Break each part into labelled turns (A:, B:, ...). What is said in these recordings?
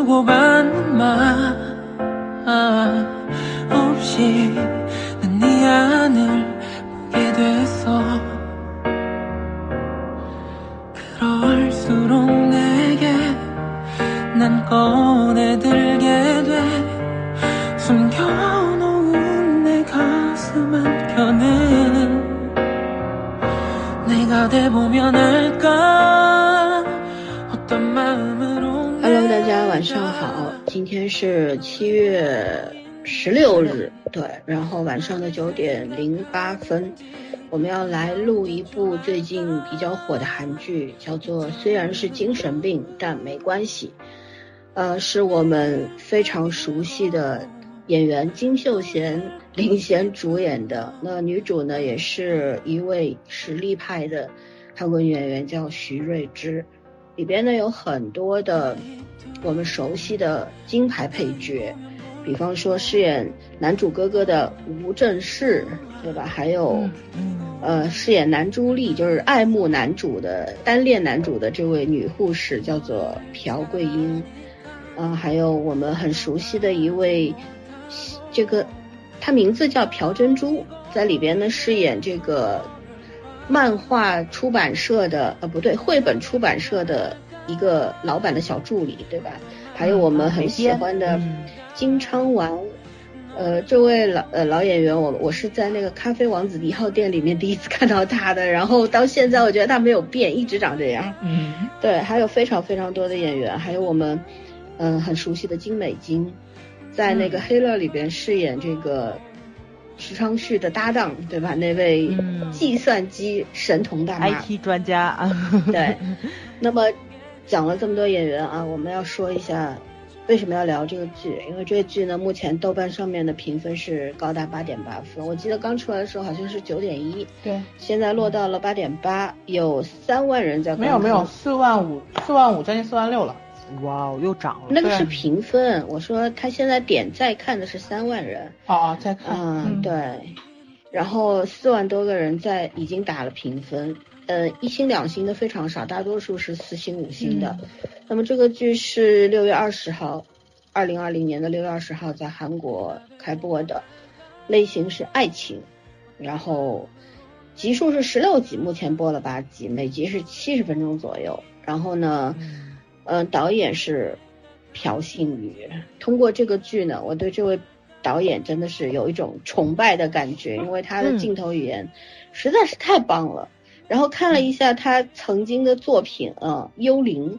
A: 그 오반마 없이 난 네 안을 보게 돼서 그럴수록 내게 난 꺼내들게 돼 숨겨놓은 내 가슴 안겨내는 내가 돼보면 알까 어떤 마음으로
B: Hello，大家晚上好，今天是七月十六日，对，然后晚上的九点零八分，我们要来录一部最近比较火的韩剧，叫做《虽然是精神病，但没关系》，呃，是我们非常熟悉的演员金秀贤领衔主演的，那女主呢也是一位实力派的韩国女演员，叫徐瑞芝。里边呢有很多的我们熟悉的金牌配角，比方说饰演男主哥哥的吴正式，对吧？还有、
A: 嗯
B: 呃饰演男朱莉，就是爱慕男主的单恋男主的这位女护士，叫做朴桂英。呃，还有我们很熟悉的一位，这个她名字叫朴珍珠，在里边呢饰演这个漫画出版社的呃不对，绘本出版社的一个老板的小助理，对吧？还有我们很喜欢的金昌完，呃，这位老呃老演员，我我是在那个咖啡王子一号店里面第一次看到他的，然后到现在我觉得他没有变，一直长这样。
C: 嗯，
B: 对，还有非常非常多的演员，还有我们嗯、呃很熟悉的金美京，在那个《黑乐》里边饰演这个池昌旭的搭档，对吧？那位
C: 嗯
B: 计算机神童大妈。
C: ，IT 专家啊，
B: 对，那么讲了这么多演员啊，我们要说一下为什么要聊这个剧，因为这个剧呢，目前豆瓣上面的评分是高达八点八分，我记得刚出来的时候好像是九点一，
D: 对，
B: 现在落到了八点八，有三万人在观
D: 没有
B: 看
D: 没有，四万五，四万五将近四万六了。
C: 哇哦，又涨了，
B: 那个是
D: 对
B: 评分，我说他现在点赞看的是三万人，
D: 哦哦，再看，
B: 嗯，
C: 嗯
B: 对，然后四万多个人在已经打了评分，呃，一星两星的非常少，大多数是四星五星的。那么这个剧是六月二十号，二零二零年的六月二十号在韩国开播的，类型是爱情，然后集数是十六集，目前播了八集，每集是七十分钟左右。然后呢，嗯、导演是朴信宇。通过这个剧呢，我对这位导演真的是有一种崇拜的感觉，因为他的
C: 嗯
B: 镜头语言实在是太棒了。然后看
C: 嗯
B: 了一下他曾经的作品，呃，《幽灵》，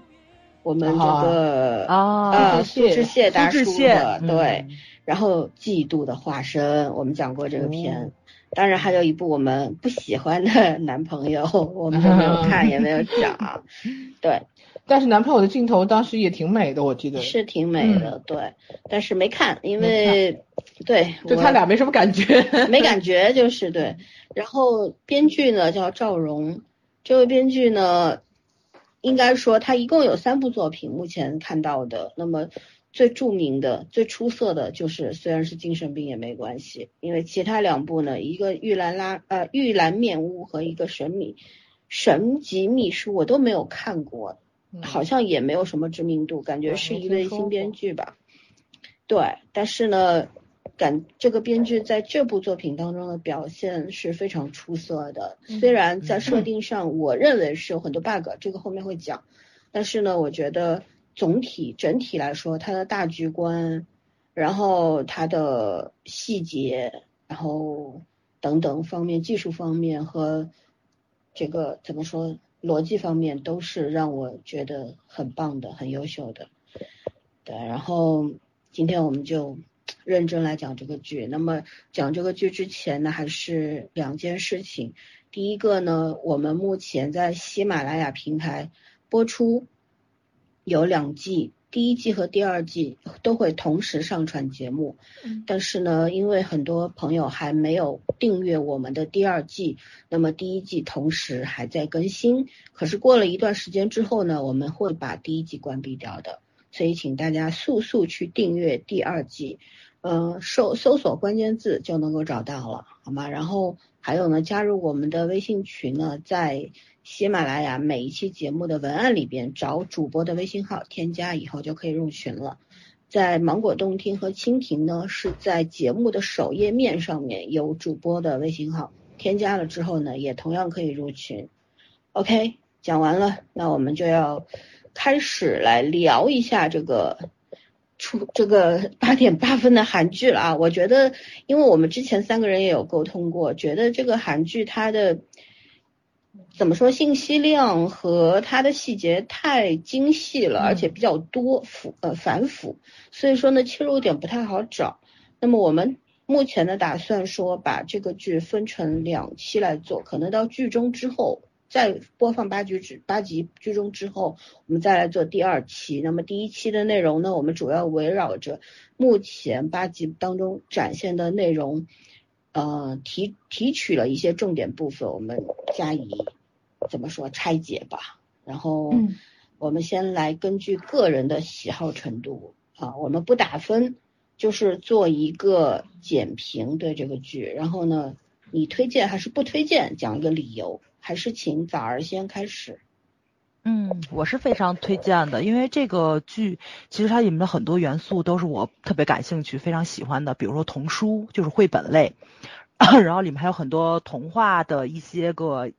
B: 我们这个
A: 哦
C: 啊
B: 呃
D: 苏
B: 苏
D: 志燮
B: 志燮达
C: 苏
B: 叔
C: 志
B: 的
C: 燮，
B: 对
C: 嗯，
B: 然后《嫉妒的化身》，我们讲过这个片
C: 哦。
B: 当然还有一部我们不喜欢的 男朋友，我们就没有看，也没有讲。对，
D: 但是男朋友的镜头当时也挺美的，我记得，
B: 是挺美的，对，但是没看，因为对
D: 就
B: 我
D: 他俩没什么感觉。
B: 没感觉，就是对。然后编剧呢叫赵荣，这位编剧呢，应该说他一共有三部作品，目前看到的，那么最著名的、最出色的就是虽然是精神病也没关系，因为其他两部呢，一个玉兰拉呃玉兰面屋和一个神秘神级秘书我都没有看过，
C: 嗯
B: 好像也没有什么知名度，感觉
D: 嗯我
B: 是
D: 没
B: 一
D: 听
B: 位
D: 说
B: 新编
D: 过
B: 剧吧。对，但是呢，感这个编剧在这部作品当中的表现是非常出色的。
D: 嗯
B: 虽然在设定上，我认为是有很多 bug，这个后面会讲，但是呢，我觉得总体整体来说，它的大局观，然后它的细节，然后等等方面，技术方面和这个怎么说逻辑方面，都是让我觉得很棒的、很优秀的。对，然后今天我们就认真来讲这个剧。那么讲这个剧之前呢，还是两件事情。第一个呢，我们目前在喜马拉雅平台播出有两季，第一季和第二季都会同时上传节目。但是呢，因为很多朋友还没有订阅我们的第二季，那么第一季同时还在更新。可是过了一段时间之后呢，我们会把第一季关闭掉的。所以请大家速速去订阅第二季，呃，搜搜索关键字就能够找到了，好吗？然后还有呢，加入我们的微信群呢，在喜马拉雅每一期节目的文案里边找主播的微信号添加以后就可以入群了。在芒果动听和蜻蜓呢，是在节目的首页面上面有主播的微信号，添加了之后呢，也同样可以入群。OK，讲完了，那我们就要开始来聊一下这个出这个八点八分的韩剧了啊。我觉得，因为我们之前三个人也有沟通过，觉得这个韩剧它的怎么说信息量和它的细节太精细了，而且比较多复呃繁复，所以说呢切入点不太好找。那么我们目前的打算说把这个剧分成两期来做，可能到剧中之后再播放八集之八集剧中之后，我们再来做第二期。那么第一期的内容呢，我们主要围绕着目前八集当中展现的内容，呃提提取了一些重点部分，我们加以怎么说拆解吧。然后
D: 嗯
B: 我们先来根据个人的喜好程度啊，我们不打分，就是做一个简评对这个剧。然后呢，你推荐还是不推荐，讲一个理由。还是请早儿先开始。
C: 嗯，我是非常推荐的，因为这个剧其实它里面的很多元素都是我特别感兴趣、非常喜欢的，比如说童书，就是绘本类，然后里面还有很多童话的一些个，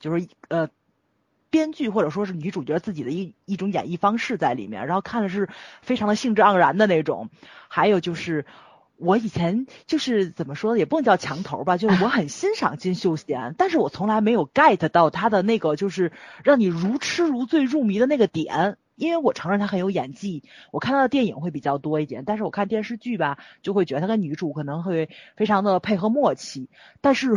C: 就是呃，编剧或者说是女主角自己的一一种演绎方式在里面，然后看的是非常的兴致盎然的那种。还有就是我以前就是怎么说呢，也不能叫墙头吧，就是我很欣赏金秀贤，但是我从来没有 get 到他的那个就是让你如痴如醉入迷的那个点。因为我承认他很有演技，我看他的电影会比较多一点，但是我看电视剧吧，就会觉得他跟女主可能会非常的配合默契，但是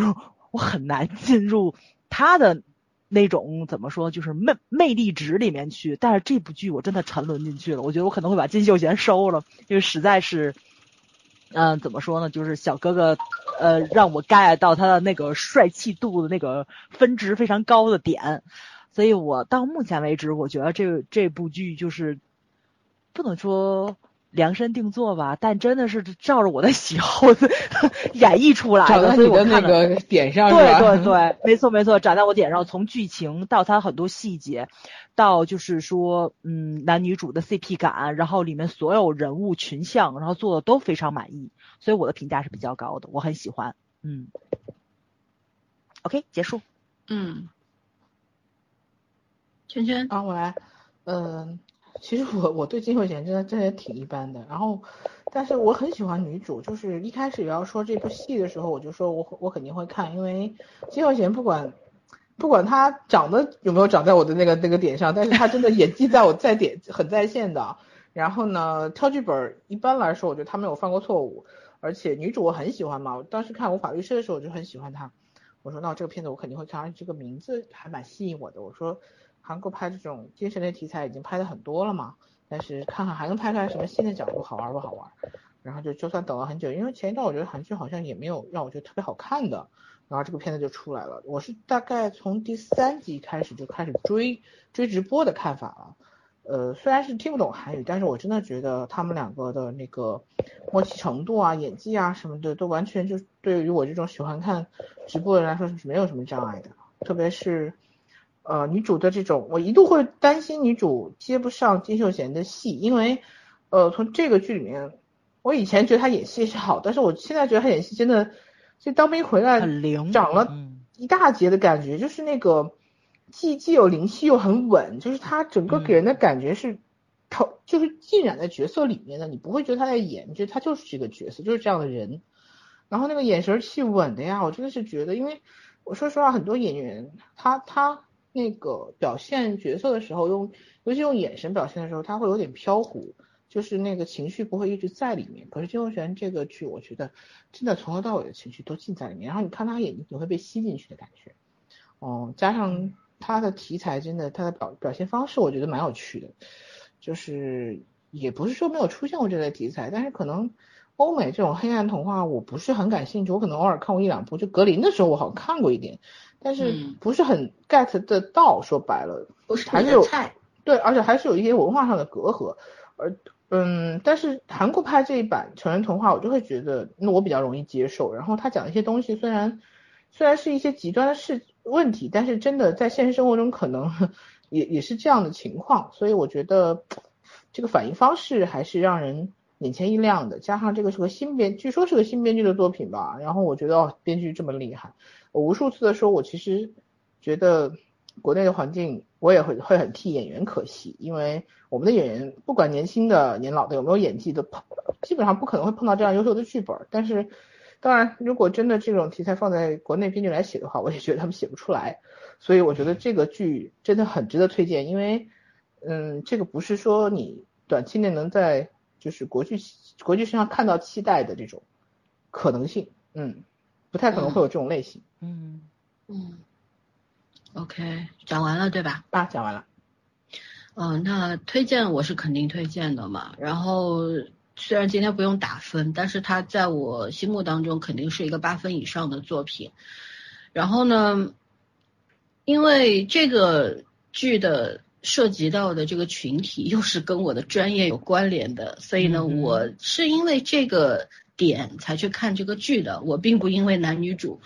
C: 我很难 进入他的那种怎么说，就是魅魅力值里面去。但是这部剧我真的沉沦进去了，我觉得我可能会把金秀贤收了，因为实在是，嗯、怎么说呢，就是小哥哥，呃，让我 get 到他的那个帅气度的那个分值非常高的点。所以我到目前为止，我觉得这这部剧就是不能说量身定做吧，但真的是照着我的喜好 演绎出来
D: 找
C: 的，
D: 到
C: 所以
D: 你
C: 我
D: 的
C: 看
D: 那
C: 了
D: 个点啊上是吧？
C: 对对对，没错没错，长在我点上，从剧情到它很多细节，到就是说，嗯，男女主的 CP 感，然后里面所有人物群像，然后做的都非常满意，所以我的评价是比较高的，我很喜欢。嗯，OK，结束。
B: 嗯，圈圈，
D: 啊，我来，嗯，其实我我对金秀贤真的真的挺一般的，然后，但是我很喜欢女主，就是一开始也要说这部戏的时候，我就说我我肯定会看，因为金秀贤不管不管她长得有没有长在我的那个那个点上，但是她真的演技在我在点很在线的，然后呢，挑剧本儿一般来说，我觉得她没有犯过错误，而且女主我很喜欢嘛，我当时看《无法律师》的时候我就很喜欢她。我说那这个片子我肯定会看，而且这个名字还蛮吸引我的。我说韩国拍这种精神类题材已经拍的很多了嘛，但是看看还能拍出来什么新的角度，好玩不好玩？然后就就算等了很久，因为前一段我觉得韩剧好像也没有让我觉得特别好看的，然后这个片子就出来了。我是大概从第三集开始就开始追追直播的看法了。呃，虽然是听不懂韩语，但是我真的觉得他们两个的那个默契程度啊、演技啊什么的，都完全就是对于我这种喜欢看直播的人来说是没有什么障碍的。特别是，呃，女主的这种，我一度会担心女主接不上金秀贤的戏，因为，呃，从这个剧里面，我以前觉得她演戏是好，但是我现在觉得她演戏真的，就当兵回来
C: 很灵
D: 长了
C: 嗯
D: 一大截的感觉，就是那个既既有灵气又很稳，就是她整个给人的感觉是。投就是浸染在角色里面的，你不会觉得她在演，你觉得她就是这个角色，就是这样的人。然后那个眼神儿气稳的呀，我真的是觉得，因为我说实话，很多演员他他那个表现角色的时候用，尤其用眼神表现的时候，他会有点飘忽，就是那个情绪不会一直在里面。可是金秀贤这个剧，我觉得真的从头到尾的情绪都尽在里面，然后你看他演，你会被吸进去的感觉。哦，加上他的题材，真的他的表表现方式，我觉得蛮有趣的，就是也不是说没有出现过这类题材，但是可能欧美这种黑暗童话我不是很感兴趣，我可能偶尔看过一两部，就格林的时候我好像看过一点，但是
B: 嗯
D: 不是很 get 得到，说白了，
B: 不是
D: 还
B: 你
D: 是
B: 的
D: 有
B: 菜。
D: 对，而且还是有一些文化上的隔阂，而嗯，但是韩国拍这一版成人童话，我就会觉得那我比较容易接受。然后他讲一些东西，虽然虽然是一些极端的事，问题，但是真的在现实生活中可能也也是这样的情况，所以我觉得这个反应方式还是让人眼前一亮的。加上这个是个新编，据说是个新编剧的作品吧，然后我觉得哦，编剧这么厉害，我无数次的说，我其实觉得国内的环境我也会会很替演员可惜，因为我们的演员不管年轻的、年老的有没有演技的，碰基本上不可能会碰到这样优秀的剧本儿，但是。当然，如果真的这种题材放在国内编剧来写的话，我也觉得他们写不出来。所以我觉得这个剧真的很值得推荐，因为，嗯，这个不是说你短期内能在就是国剧国剧身上看到期待的这种可能性，嗯，不太可能会有这种类型。
C: 嗯，
B: 嗯，OK，讲完了对吧？
D: 啊，讲完了，
B: 嗯、那推荐我是肯定推荐的嘛。然后虽然今天不用打分，但是它在我心目当中肯定是一个八分以上的作品。然后呢，因为这个剧的涉及到的这个群体又是跟我的专业有关联的，所以呢，
C: 嗯哼
B: 我是因为这个点才去看这个剧的，我并不因为男女主。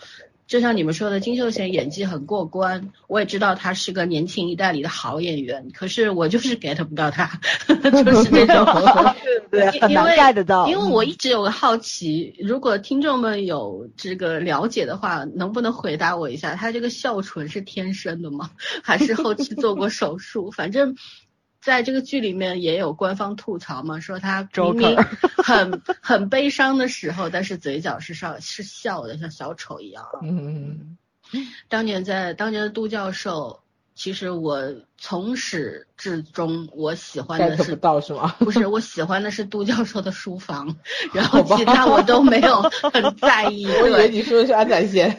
B: 就像你们说的，金秀贤演技很过关，我也知道他是个年轻一代里的好演员，可是我就是 get 不到他， 就是那 种，
C: 对，
B: 因
C: 很
B: 因
C: 难
B: 为
C: get 到，嗯
B: 因为我一直有个好奇，如果听众们有这个了解的话，能不能回答我一下，他这个笑唇是天生的吗？还是后期做过手术？反正。在这个剧里面也有官方吐槽嘛，说他明明很很悲伤的时候，但是嘴角是上是笑的，像小丑一样啊。
D: 嗯，
B: 当年在当年的杜教授，其实我从始至终我喜欢的
D: get
B: 是
D: 不到是 吗？
B: 不是，我喜欢的是杜教授的书 房，然后
D: 好吧
B: 其他我都没有很在意。
D: 我以为
B: 对，
D: 你说的是安宰贤，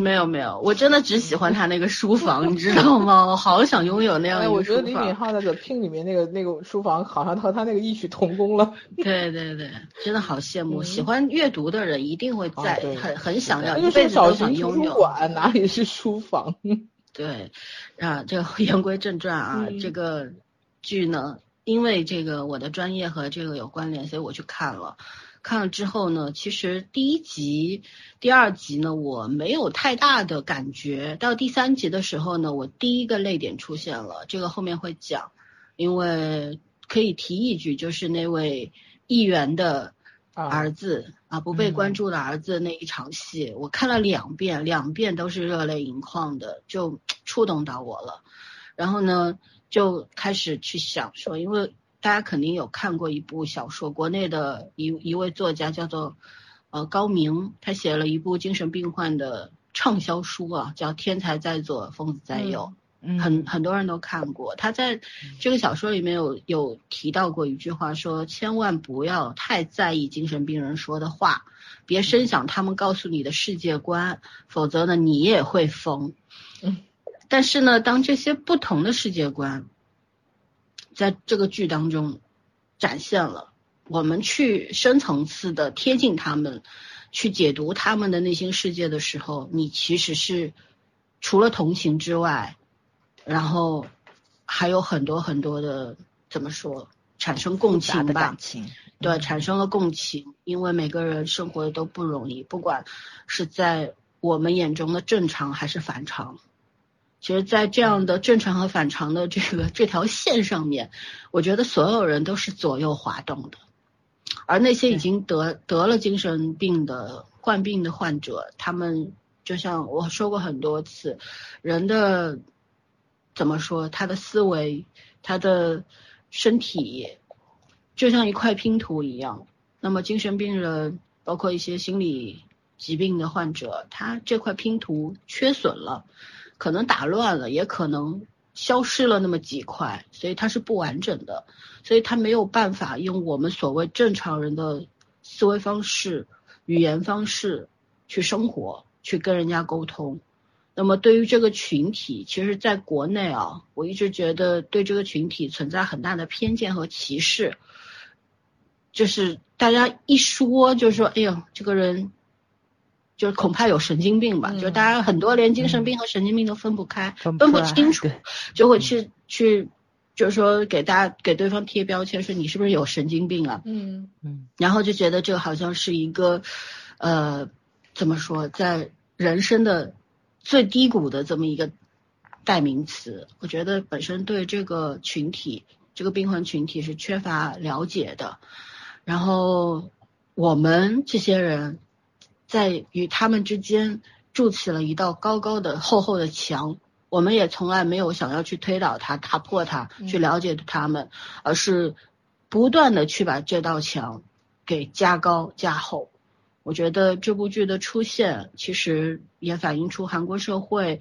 B: 没有没有，我真的只喜欢他那个书房，你知道吗？我好想拥有那样一
D: 哎，
B: 个书房。
D: 我觉得李敏镐在《The Pink》里面那个那个书房好像和他那个异曲同工了。
B: 对对对，真的好羡慕，
D: 嗯
B: 喜欢阅读的人一定会
D: 啊
B: 在、
D: 对
B: 很很想要，
D: 那
B: 一
D: 就
B: 辈
D: 是
B: 子
D: 小
B: 都想
D: 型图
B: 拥
D: 书
B: 有。
D: 馆，哪里是书房？
B: 对，啊，这个 言归正传啊，
D: 嗯
B: 这个剧呢，因为这个我的专业和这个有关联，所以我去看了。看了之后呢，其实第一集、第二集呢，我没有太大的感觉。到第三集的时候呢，我第一个泪点出现了，这个后面会讲。因为可以提一句，就是那位议员的
D: 啊
B: 儿，子啊，不被关注的儿子那一场戏，我看了两遍，两遍都是热泪盈眶的，就触动到我了。然后呢，就开始去想说，因为大家肯定有看过一部小说，国内的一一位作家叫做呃高明，他写了一部精神病患的畅销书啊，叫《天才在左，疯子在右》。
C: 嗯
B: 很很多人都看过。他在这个小说里面有有提到过一句话说，千万不要太在意精神病人说的话，别深想他们告诉你的世界观，否则呢你也会疯。
D: 嗯，
B: 但是呢，当这些不同的世界观在这个剧当中展现了，我们去深层次的贴近他们，去解读他们的内心世界的时候，你其实是除了同情之外，然后还有很多很多的怎么说，产生共
C: 复杂
B: 情
C: 的
B: 吧
C: 感，情，
B: 对，产生了共情，因为每个人生活的都不容易，不管是在我们眼中的正常还是反常。其实，在这样的正常和反常的这个这条线上面，我觉得所有人都是左右滑动的，而那些已经得得了精神病的患病的患者，他们就像我说过很多次，人的怎么说，他的思维，他的身体，就像一块拼图一样。那么精神病人，包括一些心理疾病的患者，他这块拼图缺损了，可能打乱了，也可能消失了那么几块，所以它是不完整的，所以他没有办法用我们所谓正常人的思维方式、语言方式去生活，去跟人家沟通。那么对于这个群体，其实在国内啊，我一直觉得对这个群体存在很大的偏见和歧视，就是大家一说就说，哎呦，这个人就恐怕有神经病吧，
D: 嗯
B: 就大家很多连精神病和神经病都分不开，
C: 分
B: 分
C: 不
B: 不
C: 出来
B: 清楚
C: 对，嗯
B: 就会去去。就是说，给大家给对方贴标签，说你是不是有神经病啊？
D: 嗯
C: 嗯
B: 然后就觉得这好像是一个，呃，怎么说，在人生的最低谷的这么一个代名词。我觉得本身对这个群体，这个病患群体是缺乏了解的。然后我们这些人在与他们之间筑起了一道高高的、厚厚的墙。我们也从来没有想要去推倒它、打破它、去了解他们，而是不断的去把这道墙给加高、加厚。我觉得这部剧的出现，其实也反映出韩国社会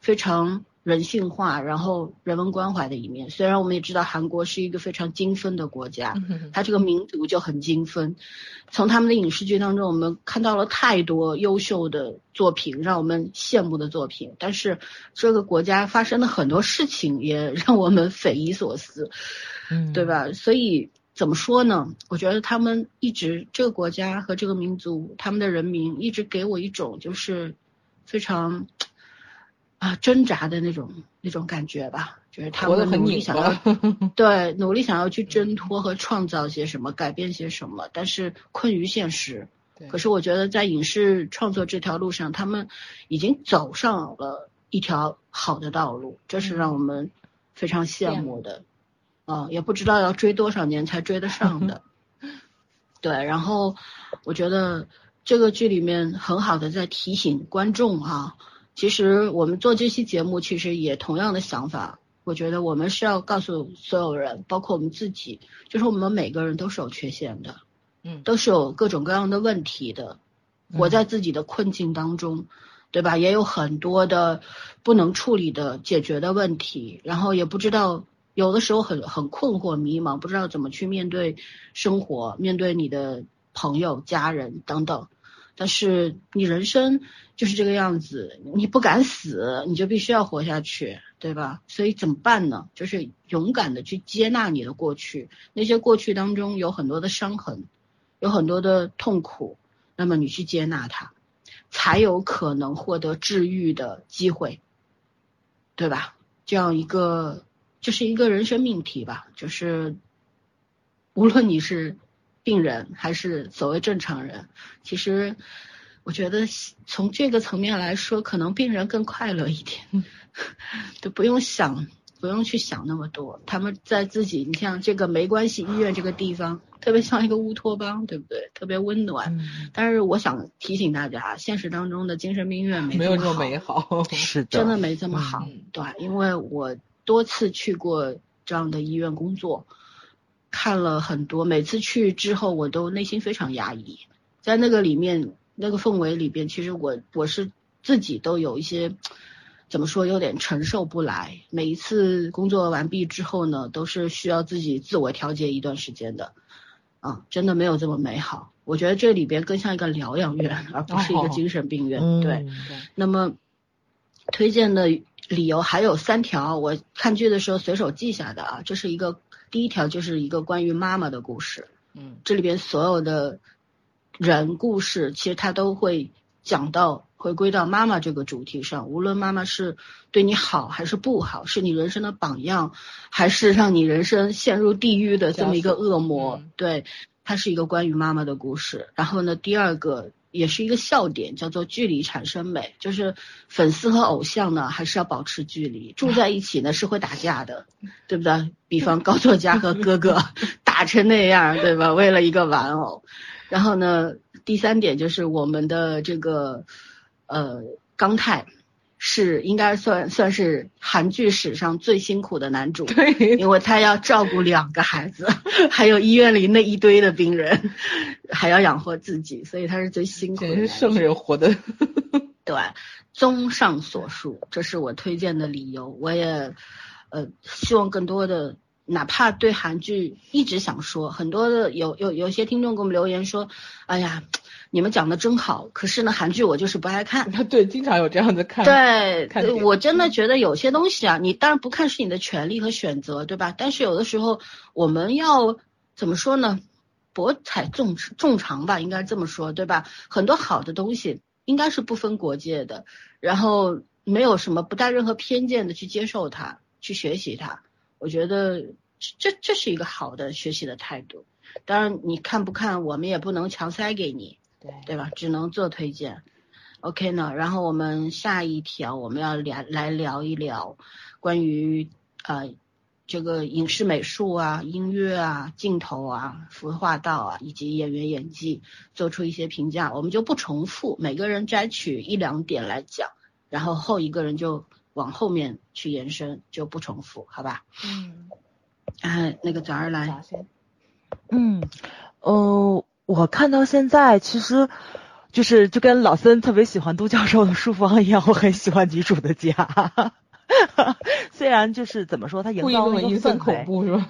B: 非常人性化，然后人文关怀的一面。虽然我们也知道韩国是一个非常精分的国
C: 嗯
B: 家，它这个民族就很精分。从他们的影视剧当中，我们看到了太多优秀的作品，让我们羡慕的作品。但是这个国家发生的很多事情，也让我们匪夷所思。
C: 嗯，
B: 对？吧？所以怎么说呢？我觉得他们一直这个国家和这个民族，他们的人民一直给我一种就是非常啊挣扎的那种那种感觉吧，就是他
D: 活得
B: 们
D: 很
B: 努力
D: 拧
B: 想
D: 巴
B: 要。 对努力想要去挣脱和创造些什么，改变些什么，但是困于现实。
D: 对
B: 可是我觉得在影视创作这条路上，他们已经走上了一条好的道路，这是
D: 嗯
B: 让我们非常羡慕的。啊、也不知道要追多少年才追得上的。对，然后我觉得这个剧里面很好的在提醒观众啊，其实我们做这期节目，其实也同样的想法。我觉得我们是要告诉所有人，包括我们自己，就是我们每个人都是有缺陷的，
D: 嗯
B: 都是有各种各样的问题的，活在自己的困境当中，对吧？也有很多的不能处理的解决的问题，然后也不知道，有的时候很很困惑、迷茫，不知道怎么去面对生活，面对你的朋友、家人等等。但是你人生就是这个样子，你不敢死，你就必须要活下去，对吧？所以怎么办呢？就是勇敢的去接纳你的过去，那些过去当中有很多的伤痕，有很多的痛苦，那么你去接纳它，才有可能获得治愈的机会，对吧？这样一个，这、是一个人生命题吧，就是无论你是病人还是所谓正常人，其实我觉得从这个层面来说，可能病人更快乐一点， 就不用想，不用去想那么多。他们在自己，你像这个没关系医院这个地方，特别像一个乌托邦，对不对？特别温暖。
C: 嗯，
B: 但是我想提醒大家，现实当中的精神病院没
D: 没有这
B: 么
D: 么
B: 好
D: 美好。
C: 是的，
B: 真的没这么好。
D: 嗯
B: 对，因为我多次去过这样的医院工作，看了很多，每次去之后我都内心非常压抑，在那个里面那个氛围里边，其实我我是自己都有一些。怎么说有点承受不来。每一次工作完毕之后呢，都是需要自己自我调节一段时间的，啊，真的没有这么美好。我觉得这里边更像一个疗养院，而不是一个
D: 哦
B: 精神病院。
C: 嗯，
B: 对，那么推荐的理由还有三条，我看剧的时候随手记下的啊。这是一个第一条，就是一个关于妈妈的故事。
D: 嗯
B: 这里边所有的人故事，其实它都会讲到回归到妈妈这个主题上。无论妈妈是对你好还是不好，是你人生的榜样，还是让你人生陷入地狱的这么一个恶魔，
D: 嗯
B: 对，它是一个关于妈妈的故事。然后呢，第二个。也是一个笑点，叫做距离产生美，就是粉丝和偶像呢，还是要保持距离，住在一起呢是会打架的，对不对？比方高作家和哥 哥打成那样，对吧？为了一个玩偶。然后呢，第三点就是我们的这个呃刚泰是应该算算是韩剧史上最辛苦的男主，
D: 对，
B: 因为他要照顾两个孩子， 还有医院里那一堆的病人，还要养活自己，所以他是最辛苦的
D: 简
B: 男主。
D: 直是圣人活的。
B: 对，综上所述，这是我推荐的理由。我也，呃，希望更多的，哪怕对韩剧一直想说，很多的有有有些听众给我们留言说，哎呀，你们讲的真好，可是呢，韩剧我就是不爱看。
D: 对，经常有这样的看。
B: 对，
D: 看
B: 对
D: 点
B: 我真的觉得有些东西啊，你当然不看是你的权利和选择，对吧？但是有的时候我们要怎么说呢？博采众众长吧，应该这么说，对吧？很多好的东西应该是不分国界的，然后没有什么不带任何偏见的去接受它，去学习它。我觉得这这这是一个好的学习的态度。当然，你看不看，我们也不能强塞给你，
D: 对
B: 对吧？只能做推荐。 OK 呢？然后我们下一条我们要聊来聊一聊关于呃这个影视美术啊、音乐啊、镜头啊、服化道啊以及演员演技做出一些评价，我们就不重复，每个人摘取一两点来讲，然后后一个人就往后面去延伸，就不重复，好吧？
D: 嗯，
B: 哎，那个早儿来，
D: 咋先？
C: 嗯，呃，我看到现在其实就是就跟老森特别喜欢都教授的书房一样，我很喜欢女主的家。 虽然就是怎么说，他营
D: 故意
C: 造
D: 弄
C: 了
D: 得
C: 一
D: 阴
C: 个
D: 森
C: 氛
D: 恐
C: 围，
D: 怖是吧？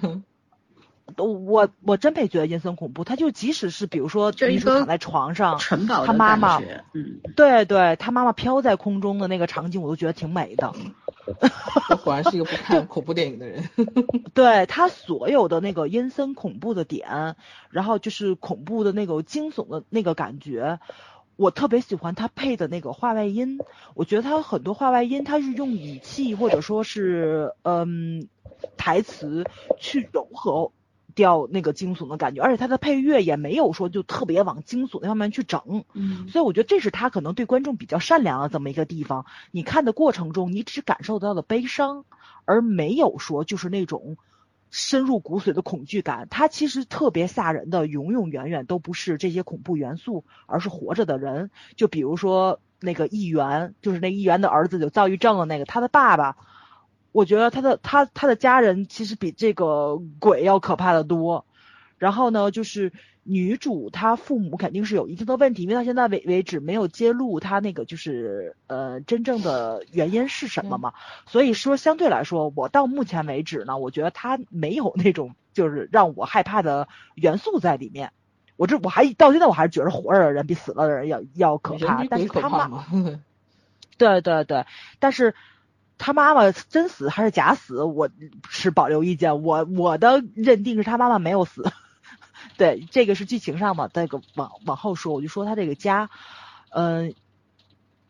C: 我我真没觉得阴森恐怖，他就即使是比如说
B: 就一
C: 女主
B: 个
C: 躺在床上，
B: 城堡
C: 啊他
B: 的
C: 妈
B: 感
C: 妈
B: 觉，嗯，
C: 对对，他妈妈飘在空中的那个场景，我都觉得挺美的。
D: 我果然是一个不看恐怖电影的人。
C: 对他所有的那个阴森恐怖的点，然后就是恐怖的那个惊悚的那个感觉，我特别喜欢他配的那个话外音。我觉得他很多话外音，他是用语气或者说是嗯台词去柔和掉那个惊悚的感觉，而且他的配乐也没有说就特别往惊悚那方面去整。
B: 嗯
C: 所以我觉得这是他可能对观众比较善良的这么一个地方。你看的过程中，你只感受到了悲伤，而没有说就是那种深入骨髓的恐惧感。它其实特别吓人的，永永远远都不是这些恐怖元素，而是活着的人。就比如说那个议员，就是那议员的儿子有躁郁症的那个，他的爸爸。我觉得他的他他的家人其实比这个鬼要可怕的多，然后呢，就是女主她父母肯定是有一定的问题，因为到现在为为止没有揭露她那个就是呃真正的原因是什么嘛，
D: 嗯
C: 所以说相对来说，我到目前为止呢，我觉得她没有那种就是让我害怕的元素在里面。我这我还到现在我还是觉得活着的人比死了的人要要可
D: 人
C: 怕
D: 比，
C: 但
D: 鬼
C: 是
D: 可
C: 他
D: 怕
C: 妈
D: 吗？
C: 对对对，但是他妈妈真死还是假死，我持保留意见。我我的认定是他妈妈没有死。对，这个是剧情上嘛，这个往往后说，我就说他这个家，嗯、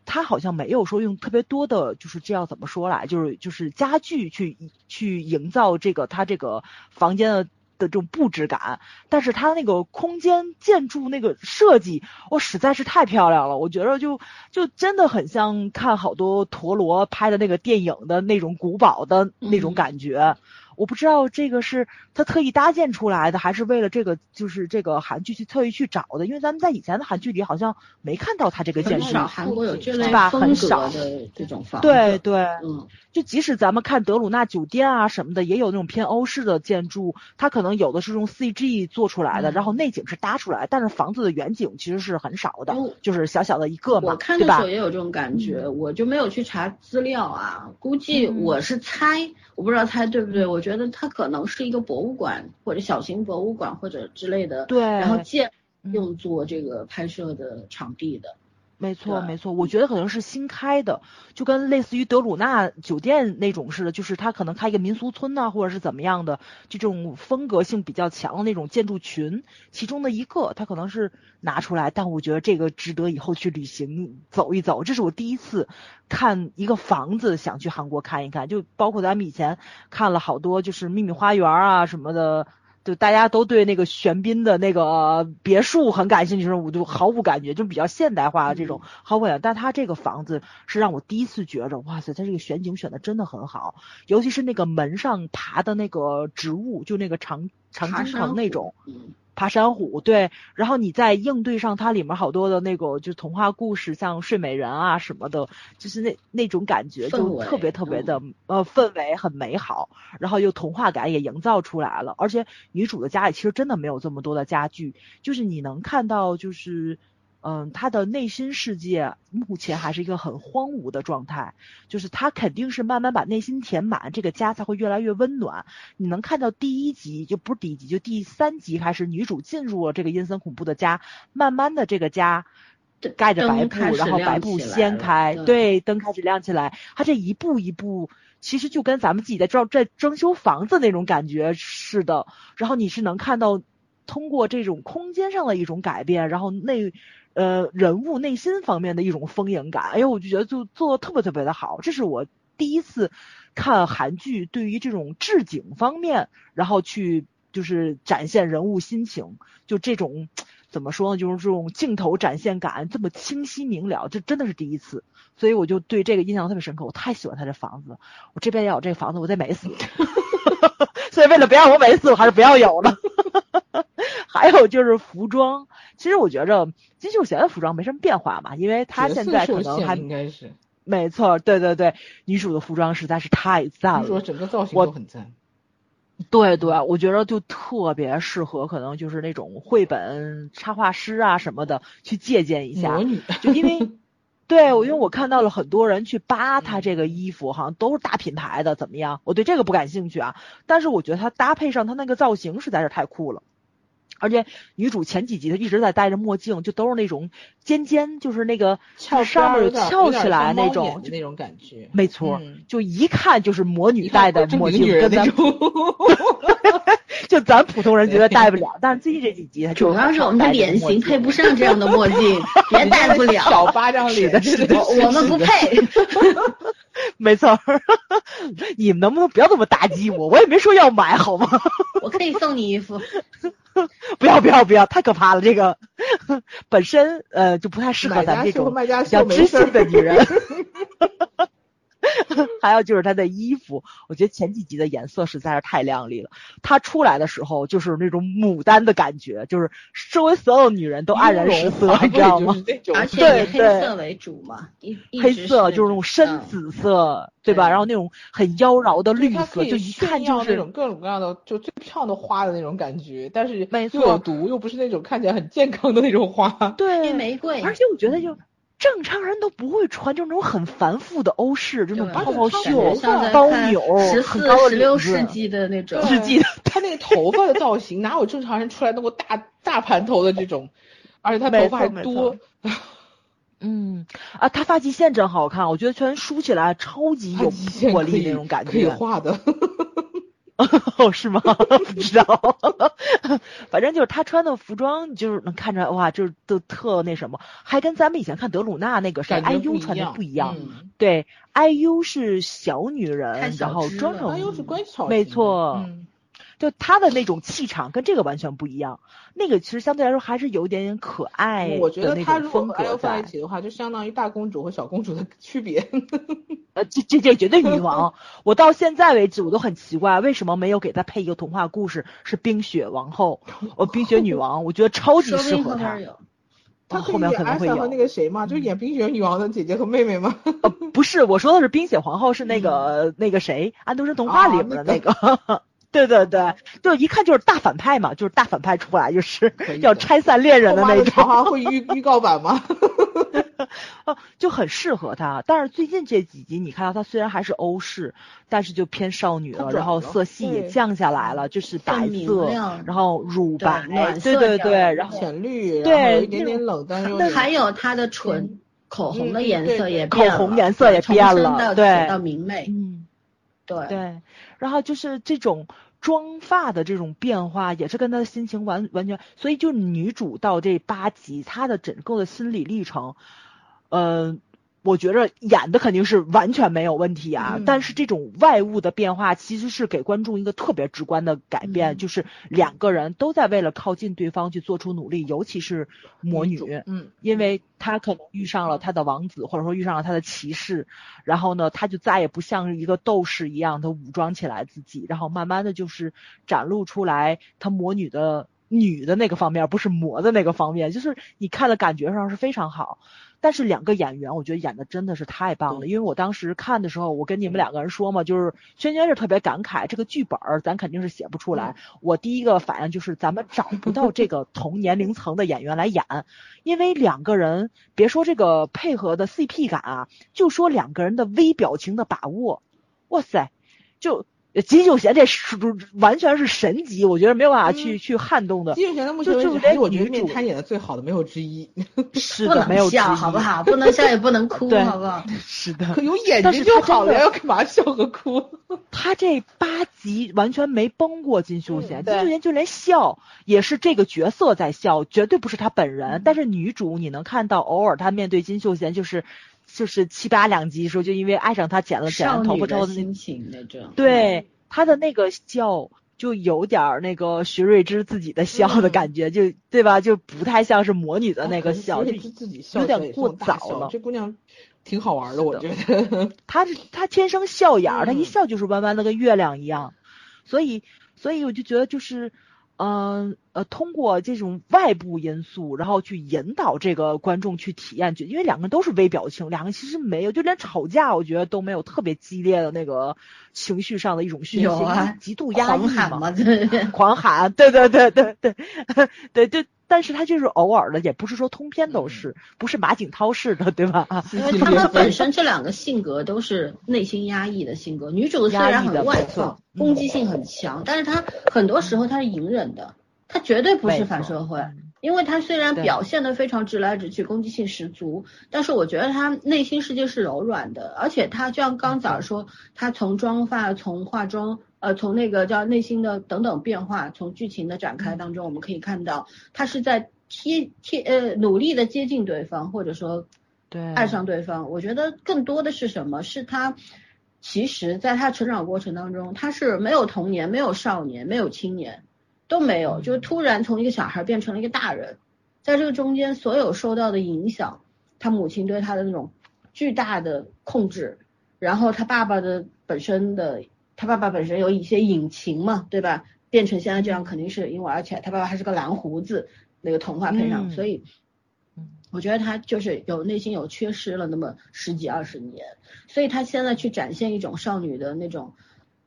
C: 他好像没有说用特别多的，就是这样怎么说来，就是就是家具去去营造这个他这个房间的的这种布置感，但是他那个空间建筑那个设计，我实在是太漂亮了，我觉得就就真的很像看好多陀螺拍的那个电影的那种古堡的那种感觉。我不知道这个是他特意搭建出来的，还是为了这个就是这个韩剧去特意去找的，因为咱们在以前的韩剧里好像没看到他这个
B: 很
C: 建筑。
B: 少韩国有这类
C: 是吧
B: 风
C: 很
B: 格
C: 少
B: 的这种房子，
C: 对对，
B: 嗯，
C: 就即使咱们看德鲁纳酒店啊什么的，也有那种偏欧式的建筑，它可能有的是用 CG 做出
B: 嗯
C: 来的，然后内景是搭出来，但是房子的远景其实是很少的，
B: 因为
C: 就是小小的一个嘛，
B: 哦我看的
C: 对
B: 时
C: 吧
B: 候？也有这种感觉，我就没有去查资料啊，估计
C: 嗯
B: 我是猜，我不知道猜对不对，我觉得它可能是一个博物馆或者小型博物馆或者之类的，
C: 对，
B: 然后借
C: 嗯
B: 用作这个拍摄的场地的，
C: 没错，
B: 对
C: 没错，我觉得可能是新开的，就跟类似于德鲁纳酒店那种似的，就是它可能开一个民俗村呐、或者是怎么样的，这种风格性比较强的那种建筑群，其中的一个，它可能是拿出来，但我觉得这个值得以后去旅行走一走。这是我第一次看一个房子，想去韩国看一看，就包括咱们以前看了好多，就是秘密花园啊什么的，就大家都对那个玄彬的那个呃别墅很感兴趣的时候，我就毫无感觉，就比较现代化的这种毫无感觉。但他这个房子是让我第一次觉着，哇塞，他这个选景选的真的很好，尤其是那个门上爬的那个植物，就那个长
B: 爬
C: 长金
B: 山
C: 藤那
B: 虎
C: 种。
B: 嗯，
C: 爬山虎，对，然后你再应对上它里面好多的那个就童话故事，像睡美人啊什么的，就是那那种感觉
B: 氛
C: 就
B: 围嗯
C: 特别特别的、呃氛围很美好，然后又童话感也营造出来了，而且女主的家里其实真的没有这么多的家具，就是你能看到就是。嗯，她的内心世界目前还是一个很荒芜的状态，就是她肯定是慢慢把内心填满，这个家才会越来越温暖。你能看到第一集就不是第一集，就第三集开始，女主进入了这个阴森恐怖的家，慢慢的这个家
B: 对
C: 盖着白
B: 灯
C: 布
B: 开，始
C: 然后白
B: 亮
C: 布
B: 起来
C: 掀
B: 了
C: 开，
B: 对
C: 对，灯开始亮起来，它这一步一步，其实就跟咱们自己在装在装修房子那种感觉似的，然后你是能看到通过这种空间上的一种改变，然后内。呃，人物内心方面的一种丰盈感，哎呦，我就觉得就做的特别特别的好，这是我第一次看韩剧对于这种置景方面，然后去就是展现人物心情，就这种怎么说呢，就是这种镜头展现感这么清晰明了，这真的是第一次，所以我就对这个印象特别深刻。我太喜欢他这房子了，我这辈子要有这房子，我得美死。 所以为了不让我美死，我还是不要有了。 还有就是服装，其实我觉着金秀贤的服装没什么变化嘛，因为她现在可能还
D: 应该是，
C: 没错，对对对，女主的服装实在是太赞
D: 你说
C: 了。
D: 整个造型
C: 啊我
D: 都很赞。
C: 对对，我觉得就特别适合，可能就是那种绘本插画师啊什么的去借鉴一下
D: 魔。女，
C: 就因 为对我，因为我看到了很多人去扒他这个衣服，好像都是大品牌的，怎么样？我对这个不感兴趣啊，但是我觉得他搭配上他那个造型实在是太酷了。而且女主前几集她一直在戴着墨镜，就都是那种尖尖，就是那个
D: 翘边
C: 上
D: 儿
C: 面
D: 有
C: 有
D: 点儿
C: 翘
D: 有点
C: 起
D: 儿
C: 来
D: 像猫
C: 那
D: 眼
C: 种，
D: 的那种感觉，
C: 没错，
D: 嗯
C: 就一看就是魔 女戴的墨镜，
D: 女人
C: 跟
D: 那
C: 咱
D: 种。
C: 就咱普通人觉得戴不了，但是最近这几集她就
B: 主要是我们的
C: 戴着
B: 脸
C: 墨
B: 型
C: 镜
B: 配不上这样的 墨镜，别戴不了，
D: 小巴掌脸，是
B: 我我们不配。
C: 没错儿， 你们能不能不要这么打击我？我也没说要买，好吗？
B: 我可以送你一副，
C: 不要不要不要，太可怕了，这个 本身呃就不太适合
D: 买
C: 咱
D: 家
C: 们这
D: 秀和
C: 种
D: 卖家
C: 比较
D: 秀
C: 知
D: 没事儿
C: 性的女 人。 还有就是她的衣服，我觉得前几集的颜色实在是太亮丽了。她出来的时候就是那种牡丹的感觉，就是周围所有女人都黯然失色，你知道吗？？
B: 而且
C: 对
B: 以黑
C: 对
B: 色为主嘛，一一
C: 黑
B: 直
C: 色就是那
B: 那
C: 种深
B: 嗯
C: 紫色，对吧？
B: 对
C: 然后那种很妖娆的绿
D: 它可
C: 色，
D: 以
C: 就一
D: 炫
C: 看
D: 耀
C: 就
D: 那
C: 是
D: 种各种各样的，就最漂亮的花的那种感觉，但是
C: 没
D: 又
C: 错
D: 有毒，又不是那种看起来很健康的那种花。
C: 对
B: 黑玫瑰，
C: 而且我觉得就正常人都不会穿，就那种很繁复的欧式，这种
B: 对
C: 泡泡
D: 而且
B: 感
D: 有
C: 袖
B: 觉
D: 穿、
B: 像在
C: 包
B: 看
C: 纽
B: 十、
C: 很
B: 四
C: 高、的
B: 十六
C: 领
B: 世
C: 子。
B: 纪的那种，
C: 世 纪的
D: 他那个头发的造型，哪有正常人出来弄个大大盘头的这种？而且他头发还
C: 没错没
D: 多
C: 错，嗯啊，她发际线真好看，我觉得全梳起来超级
D: 他
C: 有
D: 极限
C: 魄
D: 可
C: 力
D: 以
C: 那种感
D: 可以
C: 觉。
D: 画的。
C: 哦， 是吗？ 不知道，反正就是她穿的服装，就是能看出来哇，就是都特那什么，还跟咱们以前看德鲁纳那个谁
D: 感觉不
C: IU
D: 一
C: 穿的
D: 样
C: 不一样。
D: 嗯
C: 对，IU 是小女
B: 太
C: 人，
B: 小
C: 然后
B: 只
C: 妆
B: 了
C: 容
D: 哎呦，是关巧
C: 没
D: 婷的
C: 错
D: 嗯
C: 就她的那种气场跟这个完全不一样，那个其实相对来说还是有点点可爱
D: 我觉得
C: 的那
D: 他
C: 种
D: 如果
C: 风
D: 和
C: 格
D: L 放在
C: 在
D: 一，起的话，就相当于大公主和小公主的 区别。
C: 呃，这这这绝 对女王。我到现在为止我都很奇怪，为什么没有给她配一个童话故事是冰雪王 后，呃，冰雪女王，我觉得超级
B: 说不
C: 适
B: 定
C: 合
B: 后面
C: 她。
B: 有。
C: 她
D: 他
C: 哦后面可能
D: 艾
C: 会
D: 莎和那
C: 有，嗯
D: 个谁嘛，就是演冰雪女王的姐姐和妹妹嘛。
C: 呃，不是，我说的是冰雪皇后是那个那个谁，安徒生童话
D: 嗯啊
C: 里面
D: 那嗯
C: 的那个。 对对对，就一看就是大反派嘛，就是大反派出来就是
D: 可以
C: 要
D: 的
C: 拆散恋人的
D: 后妈
C: 那
D: 的
C: 种。
D: 茶花会预 预告版 吗？
C: 哦，就很适合她。但是最近这几集，你看到她虽然还是欧式，但是就偏少女
D: 她
C: 了，
D: 转
C: 然后
D: 了
C: 色系也
D: 对
C: 降下来了，就是白
B: 更明
C: 色，
B: 亮
C: 然后乳
B: 对
C: 白，
B: 暖
C: 对
B: 色
C: 对
B: 调
C: 对，
B: 的
C: 然后
D: 浅绿，然后
C: 对
D: 有一点点冷，但是又
B: 那
D: 有
B: 还有她的唇、口红的
D: 嗯
B: 颜
D: 对
B: 色
D: 对
B: 也
C: 口
B: 变了，
C: 红颜色也
B: 从
C: 变
B: 深
C: 了
B: 到
C: 对
B: 浅到明媚，
C: 嗯。
B: 对，
C: 对，然后就是这种妆发的这种变化，也是跟她的心情完完全，所以就女主到这八集，她的整个的心理历程，嗯、我觉着演的肯定是完全没有问题啊，
B: 嗯
C: 但是这种外物的变化其实是给观众一个特别直观的改
B: 嗯
C: 变，就是两个人都在为了靠近对方去做出努力，尤其是魔女，
D: 嗯，
C: 因为她可能遇上了她的王子，或者说遇上了她的骑士，然后呢，她就再也不像一个斗士一样的武装起来自己，然后慢慢的就是展露出来她魔女的女的那个方面，不是魔的那个方面，就是你看的感觉上是非常好。但是两个演员，我觉得演的真的是太棒了，因为我当时看的时候，我跟你们两个人说嘛，就是轩轩是特别感慨，这个剧本儿咱肯定是写不出来，我第一个反应就是咱们找不到这个同年龄层的演员来演，因为两个人别说这个配合的 CP 感啊，就说两个人的微表情的把握，哇塞，就金秀贤这是完全是神级，我觉得没有办法去、去撼动的，
D: 金秀贤的目前
C: 就
D: 为止
C: 就
D: 还是
C: 连
D: 我觉得
C: 女
D: 面
C: 主
D: 瘫演的最好的没有之 一，
C: 是
B: 不
C: 的，没
B: 能
C: 有之
B: 笑好不
C: 一，
B: 好？不能笑也不能哭
C: 对
B: 好不好？
C: 是的，
D: 可有眼
C: 但
D: 睛
C: 是他
D: 就
C: 真
D: 好了，
C: 的
D: 要干嘛笑和哭？
C: 他这八集完全没崩过金秀贤，
D: 嗯
C: 金
D: 对
C: 秀贤就连笑也是这个角色在笑，绝对不是他本人。但是女主你能看到，偶尔她面对金秀贤就是就是七八两集的时候，就因为爱上他剪了剪
B: 少
C: 了头
B: 女
C: 发之后
B: 的
C: 的那
B: 心情那种，
C: 对他的那个笑，就有点儿那个徐睿知自己的笑的感觉，就对吧？就不太像是魔女 的那
D: 啊
C: 个笑，就
D: 就自己笑
C: 有点
D: 出来也
C: 过
D: 算大
C: 早
D: 笑
C: 了
D: 这姑娘挺好玩的，我
C: 是
D: 觉得。
C: 她是她天生笑眼儿，她一
D: 嗯
C: 笑就是弯弯的，跟月亮一样。所以，所以我就觉得就是，嗯呃通过这种外部因素，然后去引导这个观众去体验，就因为两个人都是微表情，两个人其实没有，就连吵架，我觉得都没有特别激烈的那个情绪上的一种宣泄，
B: 有啊
C: 因为极度压
B: 狂
C: 抑嘛。
B: 喊嘛， 对，
C: 狂喊，对对对对对 对对，但是他就是偶尔的，也不是说通篇
B: 嗯
C: 都是，不是马景涛式的，对吧？啊，
B: 因为他们本身这两个性格都是内心压抑的性格，女主虽然很外放，
C: 没错嗯
B: 攻击性很强，但是她很多时候她是隐忍的，她绝对不是反社会。因为她虽然
C: 嗯对
B: 表现得非常直来直去，攻击性十足，但是我觉得她内心世界是柔软的，而且她就像刚早
C: 嗯
B: 说，她从妆发、从化妆，呃，从那个叫内心的等等变化，从剧情的展
C: 嗯
B: 开当中，我们可以看到她是在贴贴呃努力的接近对方，或者说
C: 对，
B: 爱上对方，我觉得更多的是什么？是他其实在他成长过程当中，他是没有童年，没有少年，没有青年，都没有，就是突然从一个小孩变成了一个大人，在这个中间所有受到的影响，他母亲对他的那种巨大的控制，然后他爸爸的本身的，他爸爸本身有一些隐情嘛，对吧？变成现在这样，肯定是因为而且他爸爸还是个蓝胡子，那个童话配上，
C: 嗯
B: 所以我觉得他就是有内心有缺失了那么十几二十年，所以他现在去展现一种少女的那种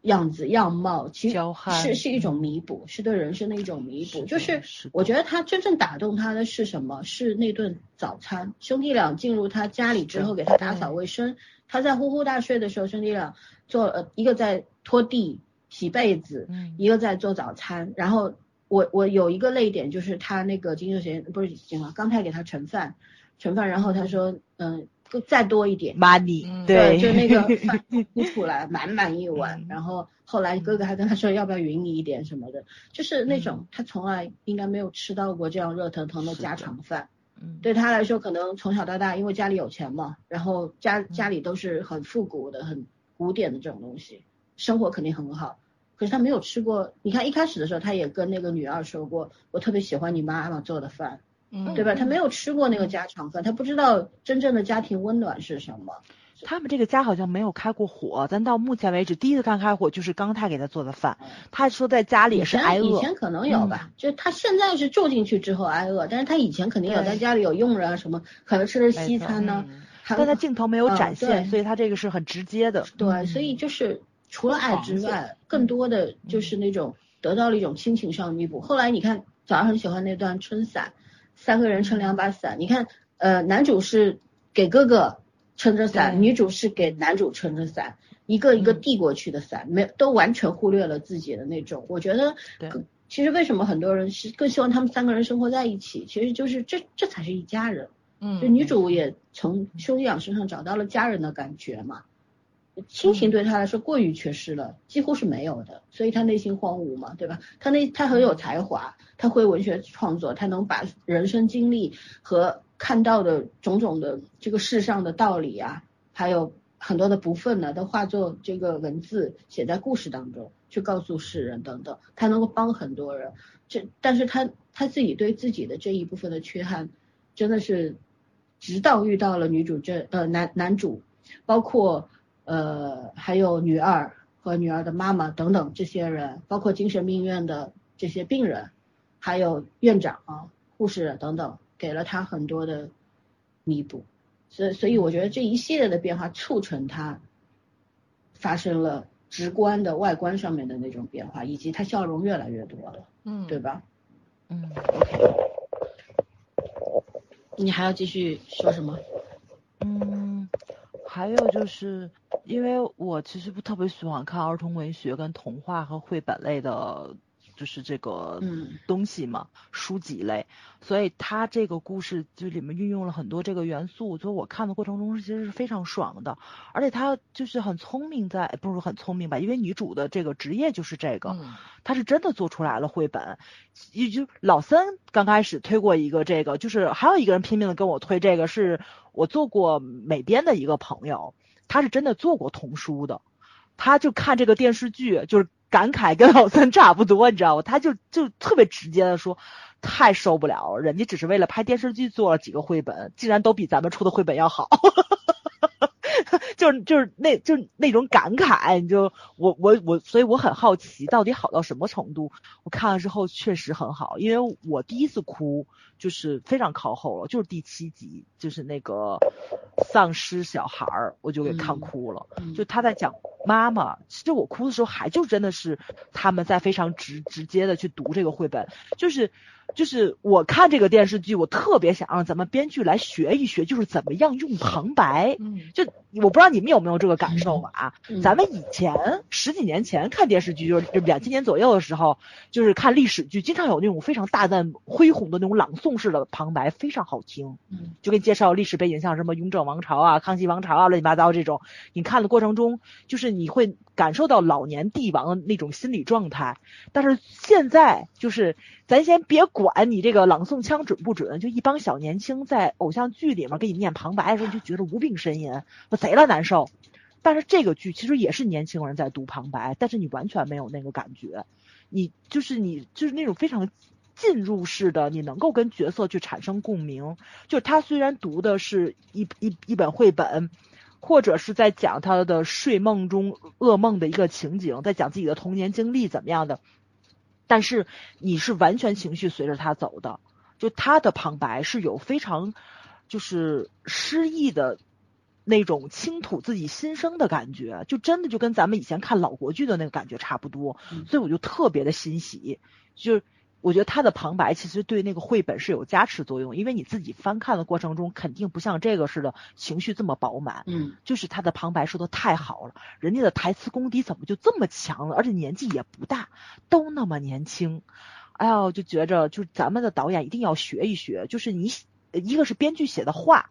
B: 样子样貌，其实
C: 娇憨嗯
B: 是是一种弥补，是对人生的一种弥
C: 是
B: 补。
C: 的
B: 就是
C: 是的
B: 我觉得他真正打动他的是什么？是那顿早餐，兄弟俩进入他家里之后给他打
C: 嗯
B: 扫卫生，他在呼呼大睡的时候，兄弟俩做呃一个在拖地洗被子，
C: 嗯
B: 一个在做早餐，然后我我有一个泪点就是他那个金秀贤不是行了，刚才给他盛饭，盛饭，然后他说嗯、更再多一点，
C: money，
D: 嗯
C: 对，
B: 就那个饭哭出来满满一碗
D: 嗯，
B: 然后后来哥哥还跟他说要不要匀你一点什么的，就是那种他从来应该没有吃到过这样热腾腾的
C: 嗯是
B: 家
C: 的
B: 常饭。
C: 嗯
B: 对他来说，可能从小到大，因为家里有钱嘛，然后家
C: 嗯
B: 家里都是很复古的、很古典的这种东西，生活肯定很好。可是他没有吃过，你看一开始的时候，他也跟那个女二说过，我特别喜欢你妈妈做的饭，
D: 嗯
B: 对吧？他没有吃过那
C: 嗯
B: 个家常饭，他不知道真正的家庭温暖是什么。
C: 他们这个家好像没有开过火，咱到目前为止第一次看开火就是刚太给他做的饭，他说在家里
B: 以
C: 也是挨
B: 前以
C: 饿，嗯
B: 前可能有吧，就是他现在是住进去之后挨饿，但是他以前肯定有
C: 对
B: 在家里有佣人啊什么，可能吃的是西
C: 没错
B: 餐呢，
D: 嗯
B: 还
C: 但他镜头没有
B: 嗯
C: 展现，
B: 对
C: 所以他这个是很直接的，
B: 对，所
D: 嗯
B: 以就是除了爱之外，更多的就是那种得到了一种亲情上的弥补。后来你看，早上很喜欢那段撑伞，三个人撑两把伞。你看，呃，男主是给哥哥撑着伞，
D: 对
B: 女主是给男主撑着伞，一个一个
D: 嗯
B: 递过去的伞，没有都完全忽略了自己的那种。我觉得
C: 对
B: 更，其实为什么很多人是更希望他们三个人生活在一起，其实就是这这才是一家人。
D: 嗯
B: 就女主也从兄弟俩身上找到了家人的感觉嘛，亲
D: 嗯
B: 情对她来说过于缺失了，几乎是没有的，所以她内心荒芜嘛，对吧？她那她很有才华，她会文学创作，她能把人生经历和看到的种种的这个世上的道理啊，还有很多的部分呢，都化作这个文字写在故事当中，去告诉世人等等，她能够帮很多人。这，但是她她自己对自己的这一部分的缺憾，真的是直到遇到了女主这呃男男主，包括呃还有女二和女二的妈妈等等这些人，包括精神病院的这些病人，还有院长啊、护士等等，给了他很多的弥补。所以所以我觉得这一系列的变化促成他发生了直观的外观上面的那种变化，以及他笑容越来越多了，
D: 嗯
B: 对吧？
C: 嗯。
B: 你还要继续说什么？
C: 嗯，还有就是，因为我其实不特别喜欢看儿童文学跟童话和绘本类的，就是这个
B: 嗯
C: 东西嘛，书籍类，所以它这个故事就里面运用了很多这个元素，所以我看的过程中其实是非常爽的，而且它就是很聪明在，不是很聪明吧，因为女主的这个职业就是这个，
D: 嗯
C: 他是真的做出来了绘本，也就老三刚开始推过一个这个，就是还有一个人拼命的跟我推这个，是我做过美编的一个朋友，他是真的做过童书的，他就看这个电视剧，就是 感慨跟老三差不多，你知道吗？他就就特别直接的说，太受不了了，人家只是为了拍电视剧做了几个绘本，竟然都比咱们出的绘本要好。 就是就是那就是那种感慨，你就我我我，所以我很好奇到底好到什么程度。我看了之后确实很好，因为我第一次哭就是非常靠后了，就是第七集，就是那个丧尸小孩儿，我就给看哭了。
B: 嗯
C: 就他在讲妈妈，其实我哭的时候还就真的是他们在非常直直接的去读这个绘本，就是就是我看这个电视剧，我特别想让咱们编剧来学一学，就是怎么样用旁白。
D: 嗯，
C: 就我不知道你们有没有这个感受啊？
B: 嗯
C: 咱们以前十几年前看电视剧，就是就两千年左右的时候，就是看历史剧，经常有那种非常大胆恢宏的那种朗诵式的旁白，非常好听。
D: 嗯，
C: 就给你介绍历史背景，像什么雍正王朝啊、康熙王朝啊，乱七八糟这种。你看的过程中，就是你会感受到老年帝王的那种心理状态。但是现在就是，咱先别管你这个朗诵腔准不准，就一帮小年轻在偶像剧里面给你念旁白的时候，你就觉得无病呻吟，我贼了难受。但是这个剧其实也是年轻人在读旁白，但是你完全没有那个感觉，你就是你就是那种非常进入式的，你能够跟角色去产生共鸣。就他虽然读的是一一一本绘本，或者是在讲他的睡梦中噩梦的一个情景，在讲自己的童年经历怎么样的，但是你是完全情绪随着他走的，就他的旁白是有非常就是诗意的。那种倾吐自己心声的感觉，就真的就跟咱们以前看老国剧的那个感觉差不多，所以我就特别的欣喜，就是我觉得他的旁白其实对那个绘本是有加持作用，因为你自己翻看的过程中，肯定不像这个似的情绪这么饱满。
B: 嗯
C: 就是他的旁白说的太好了，人家的台词功底怎么就这么强了？而且年纪也不大，都那么年轻。哎呦，就觉着就是咱们的导演一定要学一学，就是你写呃一个是编剧写的话，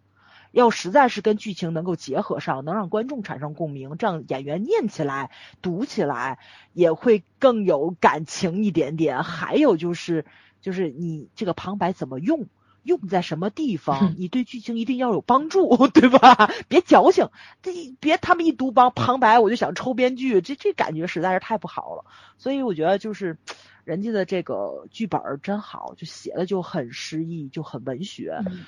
C: 要实在是跟剧情能够结合上，能让观众产生共鸣，这样演员念起来、读起来也会更有感情一点点。还有就是，就是你这个旁白怎么用，用在什么地方，你对剧情一定要有帮助，对吧？别矫情，这一别他们一读旁旁白我就想抽编剧，这这感觉实在是太不好了。所以我觉得就是。人家的这个剧本儿真好，就写的就很诗意，就很文学。
B: 嗯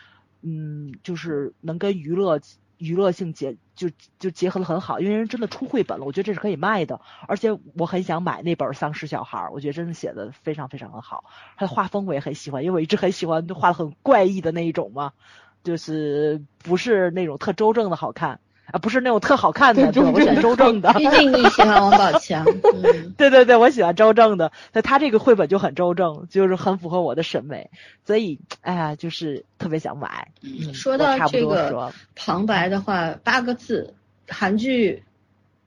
C: 嗯，就是能跟娱乐娱乐性结就就结合的很好，因为人真的出绘本了，我觉得这是可以卖的，而且我很想买那本《丧尸小孩》，我觉得真的写的非常非常的好，他的画风我也很喜欢，因为我一直很喜欢就画的很怪异的那一种嘛，就是不是那种特周正的好看啊，不是那种特好看的，对，我选周正的，
B: 毕竟你喜欢王宝强，嗯
C: 对对对，我喜欢周正的，那他这个绘本就很周正，就是很符合我的审美，所以哎呀，就是特别想买。嗯
B: 说
C: 我
B: 到
C: 差不
B: 这
C: 多
B: 个
C: 说
B: 旁白的话，八个字，韩剧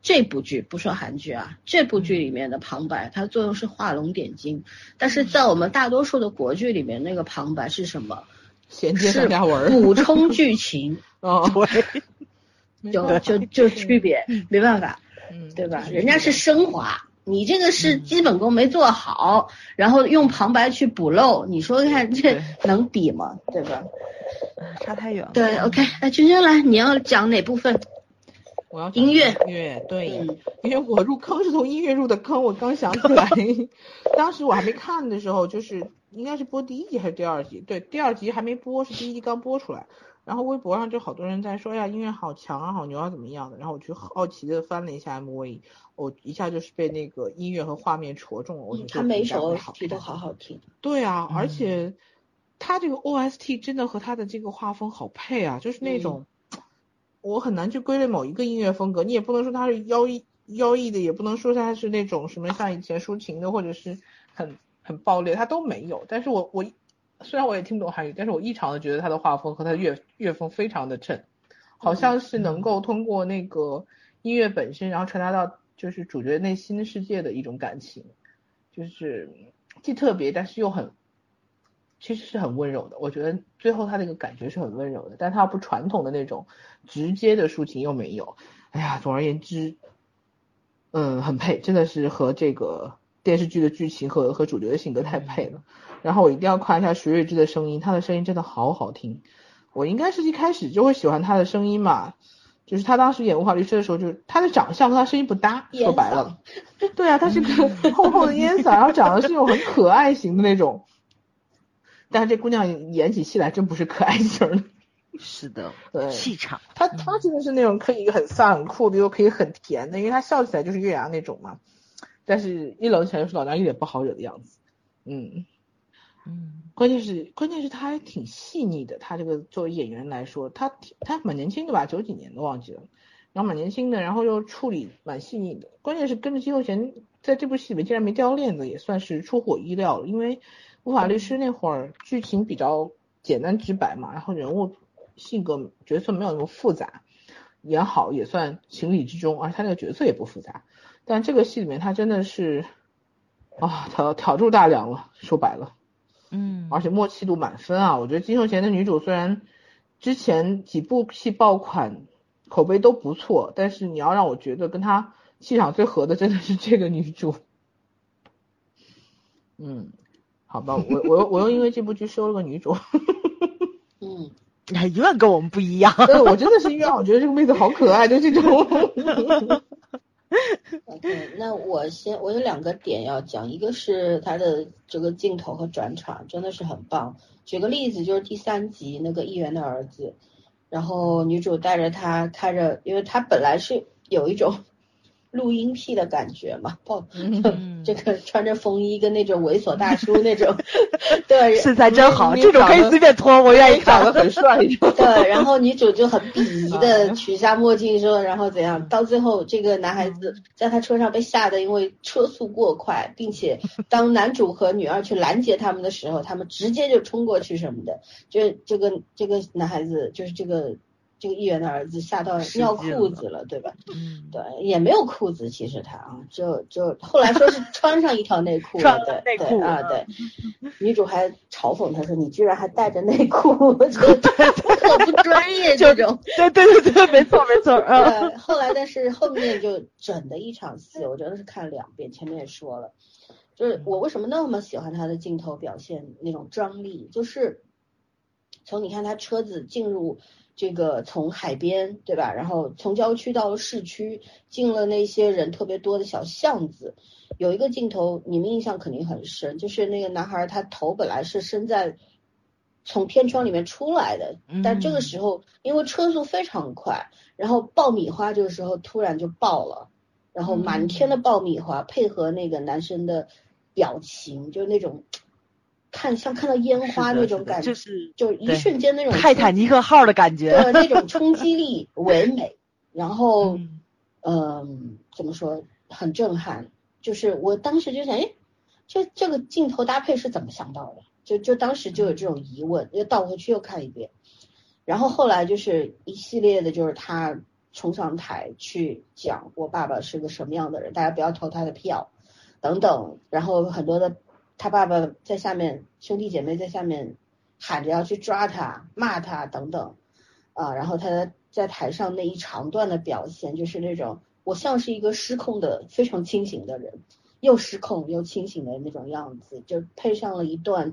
B: 这部剧不说韩剧啊，这部剧里面的旁白，它作用是画龙点睛，但是在我们大多数的国剧里面，那个旁白是什么？
D: 衔接
B: 是
D: 上下文儿，
B: 补充剧情，
D: 哦，
C: 对，
D: 没
B: 就
D: 办
B: 就
D: 法
B: 就区，别，没办法，
D: 嗯
B: 对吧？
D: 就
B: 人家是升华。你这个是基本功没做好，然后用旁白去补漏，你说看这
D: 对
B: 能比吗？对吧？
C: 差太远了。
B: 对，OK，哎，君君来，你要讲哪部分？
D: 我要
B: 音乐
D: 音乐对，
B: 嗯
D: 因为我入坑是从音乐入的坑，我刚想起来， 当时我还没看的时候，就是应该是播第一集还是第二集？对，第二集还没播，是第一集刚播出来。然后微博上就好多人在说呀，音乐好强啊，好牛啊，怎么样的？然后我就好奇的翻了一下 MV，我一下就是被那个音乐和画面戳中了，我就觉
B: 嗯
D: 得
B: 他每一
D: 这
B: 首
D: 个
B: OST 都好好听。
D: 对啊，而
C: 嗯
D: 且他这个 OST 真的和他的这个画风好配啊，就是那种我很难去归类某一个音乐风格，你也不能说它是妖异妖异的，也不能说它是那种什么像以前抒情的或者是很很爆裂，它都没有。但是我我虽然我也听不懂韩语，但是我异常的觉得他的画风和他的乐乐风非常的衬，好像是能够通过那个音乐本身，然后传达到就是主角内心世界的一种感情，就是既特别，但是又很，其实是很温柔的。我觉得最后他那个感觉是很温柔的，但他不传统的那种直接的抒情又没有。哎呀，总而言之，嗯，很配，真的是和这个电视剧的剧情和和主角的性格太配了。然后我一定要夸一下徐睿知的声音，他的声音真的好好听。我应该是一开始就会喜欢他的声音嘛，就是他当时演《无法律师》的时候，就是他的长相和他声音不搭，
B: 烟
D: 说白了，对啊，他是个厚厚的烟嗓，然后长得是那种很可爱型的那种，但是这姑娘演起戏来真不是可爱型的，
C: 是的，
D: 对
C: 气场，
D: 她她真的是那种可以很飒很酷的，又可以很甜的，因为她笑起来就是月牙那种嘛，但是一冷起来就是老娘一脸不好惹的样子，嗯。
C: 嗯，
D: 关键是关键是他还挺细腻的，他这个作为演员来说，他挺他蛮年轻的吧，九几年的忘记了，然后蛮年轻的，然后又处理蛮细腻的。关键是跟着金秀贤在这部戏里面竟然没掉链子，也算是出乎我意料了。因为《无法律师》那会儿剧情比较简单直白嘛，然后人物性格角色没有那么复杂，演好也算情理之中，而他那个角色也不复杂。但这个戏里面他真的是啊挑挑住大梁了，说白了。
C: 嗯，
D: 而且默契度满分啊！我觉得金秀贤的女主虽然之前几部戏爆款，口碑都不错，但是你要让我觉得跟她气场最合的真的是这个女主。嗯，好吧，我我又我又因为这部剧收了个女主，
B: 嗯，
C: 你还永远跟我们不一样，
D: 对我真的是因为啊我觉得这个妹子好可爱，就这种。
B: OK，那嗯我先我有两个点要讲，一个是它的这个镜头和转场真的是很棒。举个例子，就是第三集那个议员的儿子，然后女主带着他开着，因为他本来是有一种录音癖的感觉嘛，抱
C: 嗯
B: 这个穿着风衣跟那种猥琐大叔那 种，对，
C: 身材真好，
D: 你
C: 这种可
D: 长得
C: 以随便脱，我愿意
D: 长
C: 看
D: 得。很帅，你知 道吗
B: 对，然后女主就很鄙夷的取下墨镜说，然后怎样？到最后，这个男孩子在他车上被吓得，因为车速过快，并且当男主和女二去拦截他们的时候，他们直接就冲过去什么的，就是这个这个男孩子，就是这个这个议员的儿子吓到
C: 失
B: 尿
C: 禁
B: 裤
C: 了
B: 子了，对吧？
C: 嗯，
B: 对，也没有裤子，其实他啊，就就后来 说是穿上一条内裤
C: 穿
B: 了，
C: 了
B: 对
C: 内裤
B: 对啊，
C: 嗯
B: 对， 女主还嘲讽他说你居然还带着内裤，我 觉得特不专业这种。
C: 对对对对，没错没错，嗯，
B: 对，后来但是后面就整的一场戏，我真的是看了两遍，前面也说了，就是我为什么那么喜欢他的镜头表现那种张力，就是从你看他车子进入这个从海边对吧，然后从郊区到了市区，进了那些人特别多的小巷子，有一个镜头你们印象肯定很深，就是那个男孩儿他头本来是伸在。从天窗里面出来的，但这个
C: 嗯
B: 时候因为车速非常快，然后爆米花这个时候突然就爆了，然
C: 嗯
B: 后满天的爆米花配合那个男生的表情，就是那种看像看到烟花
C: 是的
B: 那
C: 是
B: 种
C: 的
B: 感觉，
C: 就是
B: 就一
C: 对
B: 瞬间那种
C: 泰坦尼克号的感觉，
B: 对那种冲击力唯美， 然后
C: 嗯
B: 嗯，怎么说，很震撼。就是我当时就想，哎，这这个镜头搭配是怎么想到的？就就当时就有这种疑问，又倒回去又看一遍。然后后来就是一系列的，就是他冲上台去讲我爸爸是个什么样的人，大家不要投他的票，等等。然后很多的他爸爸在下面，兄弟姐妹在下面喊着要去抓他、骂他等等。啊，然后他在台上那一长段的表现，就是那种我像是一个失控的、非常清醒的人，又失控又清醒的那种样子，就配上了一段，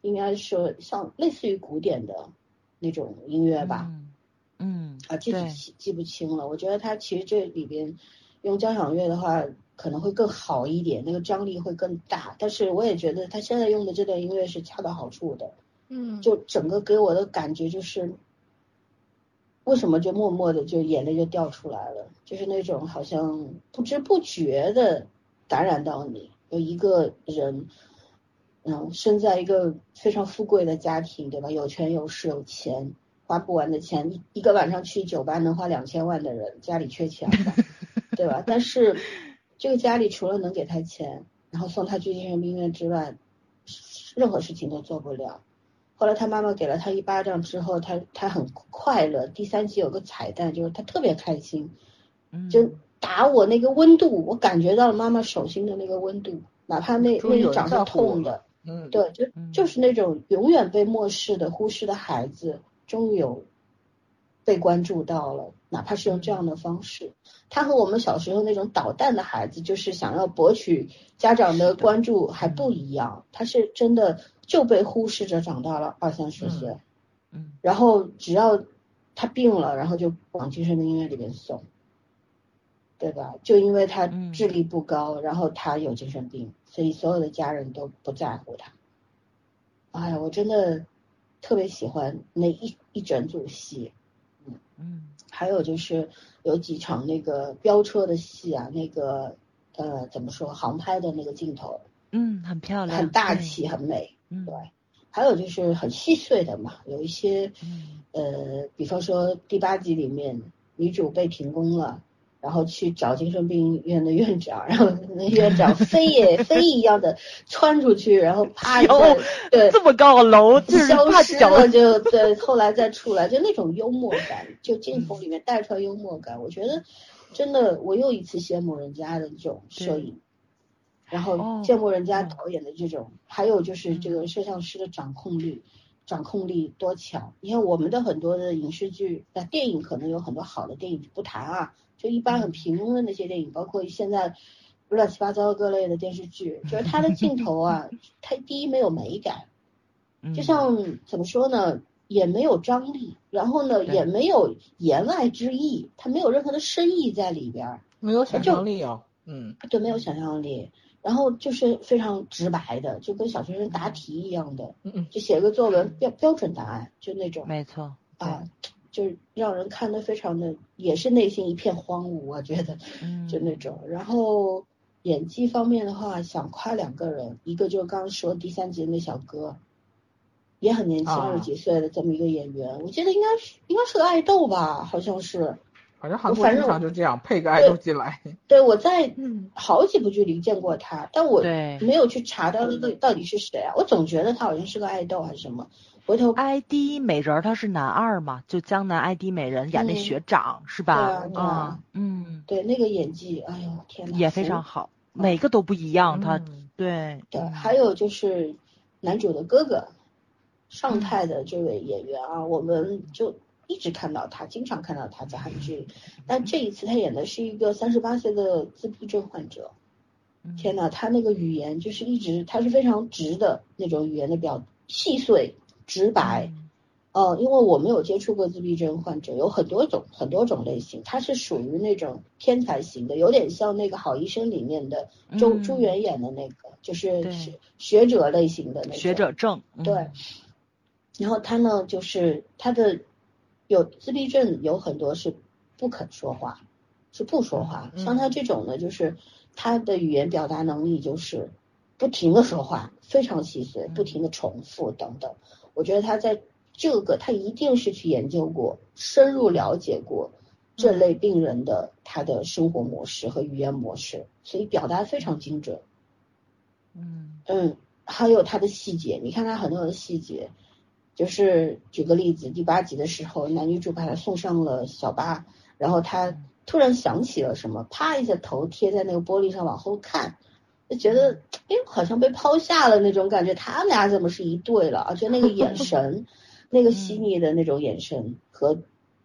B: 应该说像类似于古典的那种音乐吧，
C: 嗯嗯，
B: 啊，具
C: 对
B: 体记记不清了。我觉得他其实这里边用交响乐的话可能会更好一点，那个张力会更大。但是我也觉得他现在用的这段音乐是恰到好处的，
D: 嗯，
B: 就整个给我的感觉就是，为什么就默默的就眼泪就掉出来了，就是那种好像不知不觉的感染到你，有一个人，嗯，生在一个非常富贵的家庭，对吧？有权有势有钱，花不完的钱，一一个晚上去酒吧能花两千万的人，家里缺钱 吧，对吧？但是这个家里除了能给他钱，然后送他去精神病院之外，任何事情都做不了。后来他妈妈给了他一巴掌之后，他他很快乐。第三集有个彩蛋，就是他特别开心，
C: 嗯
B: 就打我那个温度，我感觉到了妈妈手心的那个温度，哪怕那
D: 终
B: 那
D: 于有
B: 一
D: 人
B: 掌
D: 在
B: 是
D: 乎我
B: 痛的，
D: 嗯，
B: 对，就
C: 嗯
B: 就是那种永远被漠视的、忽视的孩子，终于有被关注到了，哪怕是用这样的方式。他和我们小时候那种捣蛋的孩子，就是想要博取家长的关注还不一样，他是真的就被忽视着长大了二三十岁。
C: 嗯
B: 然后只要他病了，然后就往精神病医院里面送，对吧？就因为他
C: 嗯
B: 智力不高，然后他有精神病，所以所有的家人都不在乎他。哎呀，我真的特别喜欢那一一整组戏，
C: 嗯
B: 还有就是有几场那个飙车的戏啊，那个呃怎么说航拍的那个镜头，
C: 嗯，很漂亮，
B: 很大
C: 对，
B: 气，很美。
C: 嗯
B: 对，还有就是很细碎的嘛，有一些
C: 嗯
B: 呃，比方说第八集里面女主被停工了，然后去找精神病院的院长，然后那院长飞也飞一样的窜出去，然后啪一下
C: 有
B: 对
C: 这么高的楼，就是
B: 消
C: 怕
B: 失
C: 脚
B: 了就对，后来再出来就那种幽默感，就镜头里面带出来幽默感，我觉得真的我又一次羡慕人家的这种摄
C: 对
B: 影。然后
C: 哦
B: 羡慕人家
C: 嗯
B: 导演的这种，还有就是这个摄像师的掌控力，掌控力多强。你看我们的很多的影视剧，那电影可能有很多好的电影不谈啊，就一
C: 嗯
B: 般很平庸的那些电影，包括现在乱七八糟各类的电视剧，就是它的镜头 啊，它第一没有美感，就
C: 嗯
B: 像怎么说呢，也没有张力，然后呢
C: 对
B: 也没有言外之意，它没有任何的深意在里边儿，
D: 没有想
B: 就
D: 象力哦，嗯，
B: 对，没有想象力。然后就是非常直白的，就跟小学生答题一样的，
D: 嗯嗯
B: 就写个作文标标准答案，就那种
C: 嗯没错，对
B: 啊，就是让人看得非常的，也是内心一片荒芜，我觉得
C: 嗯
B: 就那种。然后演技方面的话，想夸两个人，一个就是刚刚说第三集的那小哥，也很年轻，
D: 啊
B: 二十几岁的这么一个演员，我记得应该是应该是个爱豆吧，好像是。
D: 反正韩
B: 我
D: 国
B: 反
D: 经
B: 正
D: 常就这样配个爱豆进来，
B: 对，我在
D: 嗯，
B: 好几部剧里见过他，但我
C: 对
B: 没有去查到那个到底是谁啊，我总觉得他好像是个爱豆还是什么，回头
C: ID 美人儿他是男二嘛，就江南 ID 美人演那
B: 嗯
C: 学长是
B: 对
C: 吧
B: 啊？对
C: 啊
B: 啊，
C: 嗯，
B: 对那个演技，哎呦天呐，
C: 也非
B: 服
C: 常好，每个都不一样，他
D: 嗯
C: 对
B: 嗯对，
C: 嗯
B: 还有就是男主的哥哥，
C: 嗯
B: 尚泰的这位演员啊，我们就一直看到他，经常看到他在韩剧。但这一次他演的是一个三十八岁的自闭症患者。
C: 嗯
B: 天呐，他那个语言就是一直，他是非常直的那种语言的表，细碎直白。
C: 嗯
B: 呃，因为我没有接触过自闭症患者，有很多种很多种类型，他是属于那种天才型的，有点像那个《好医生》里面的周、
C: 嗯
B: 周元演的那个，就是
C: 对
B: 学学者类型的那种
C: 学者。证，嗯
B: 对，然后他呢，就是他的有自闭症，有很多是不肯说话，是不说话。
D: 嗯
B: 像他这种呢，就是他的语言表达能力就是不停的说话，非常细
C: 嗯
B: 碎，不停的重复等等。我觉得他在这个他一定是去研究过，深入了解过
C: 嗯
B: 这类病人的他的生活模式和语言模式，所以表达非常精准。
C: 嗯
B: 嗯，还有它的细节，你看它很多的细节，就是举个例子，第八集的时候，男女主把他送上了小巴，然后他突然想起了什么，啪一下头贴在那个玻璃上往后看，就觉得哎好像被抛下了那种感觉，他们俩怎么是一对了？而且那个眼神，那个细腻的那种眼神和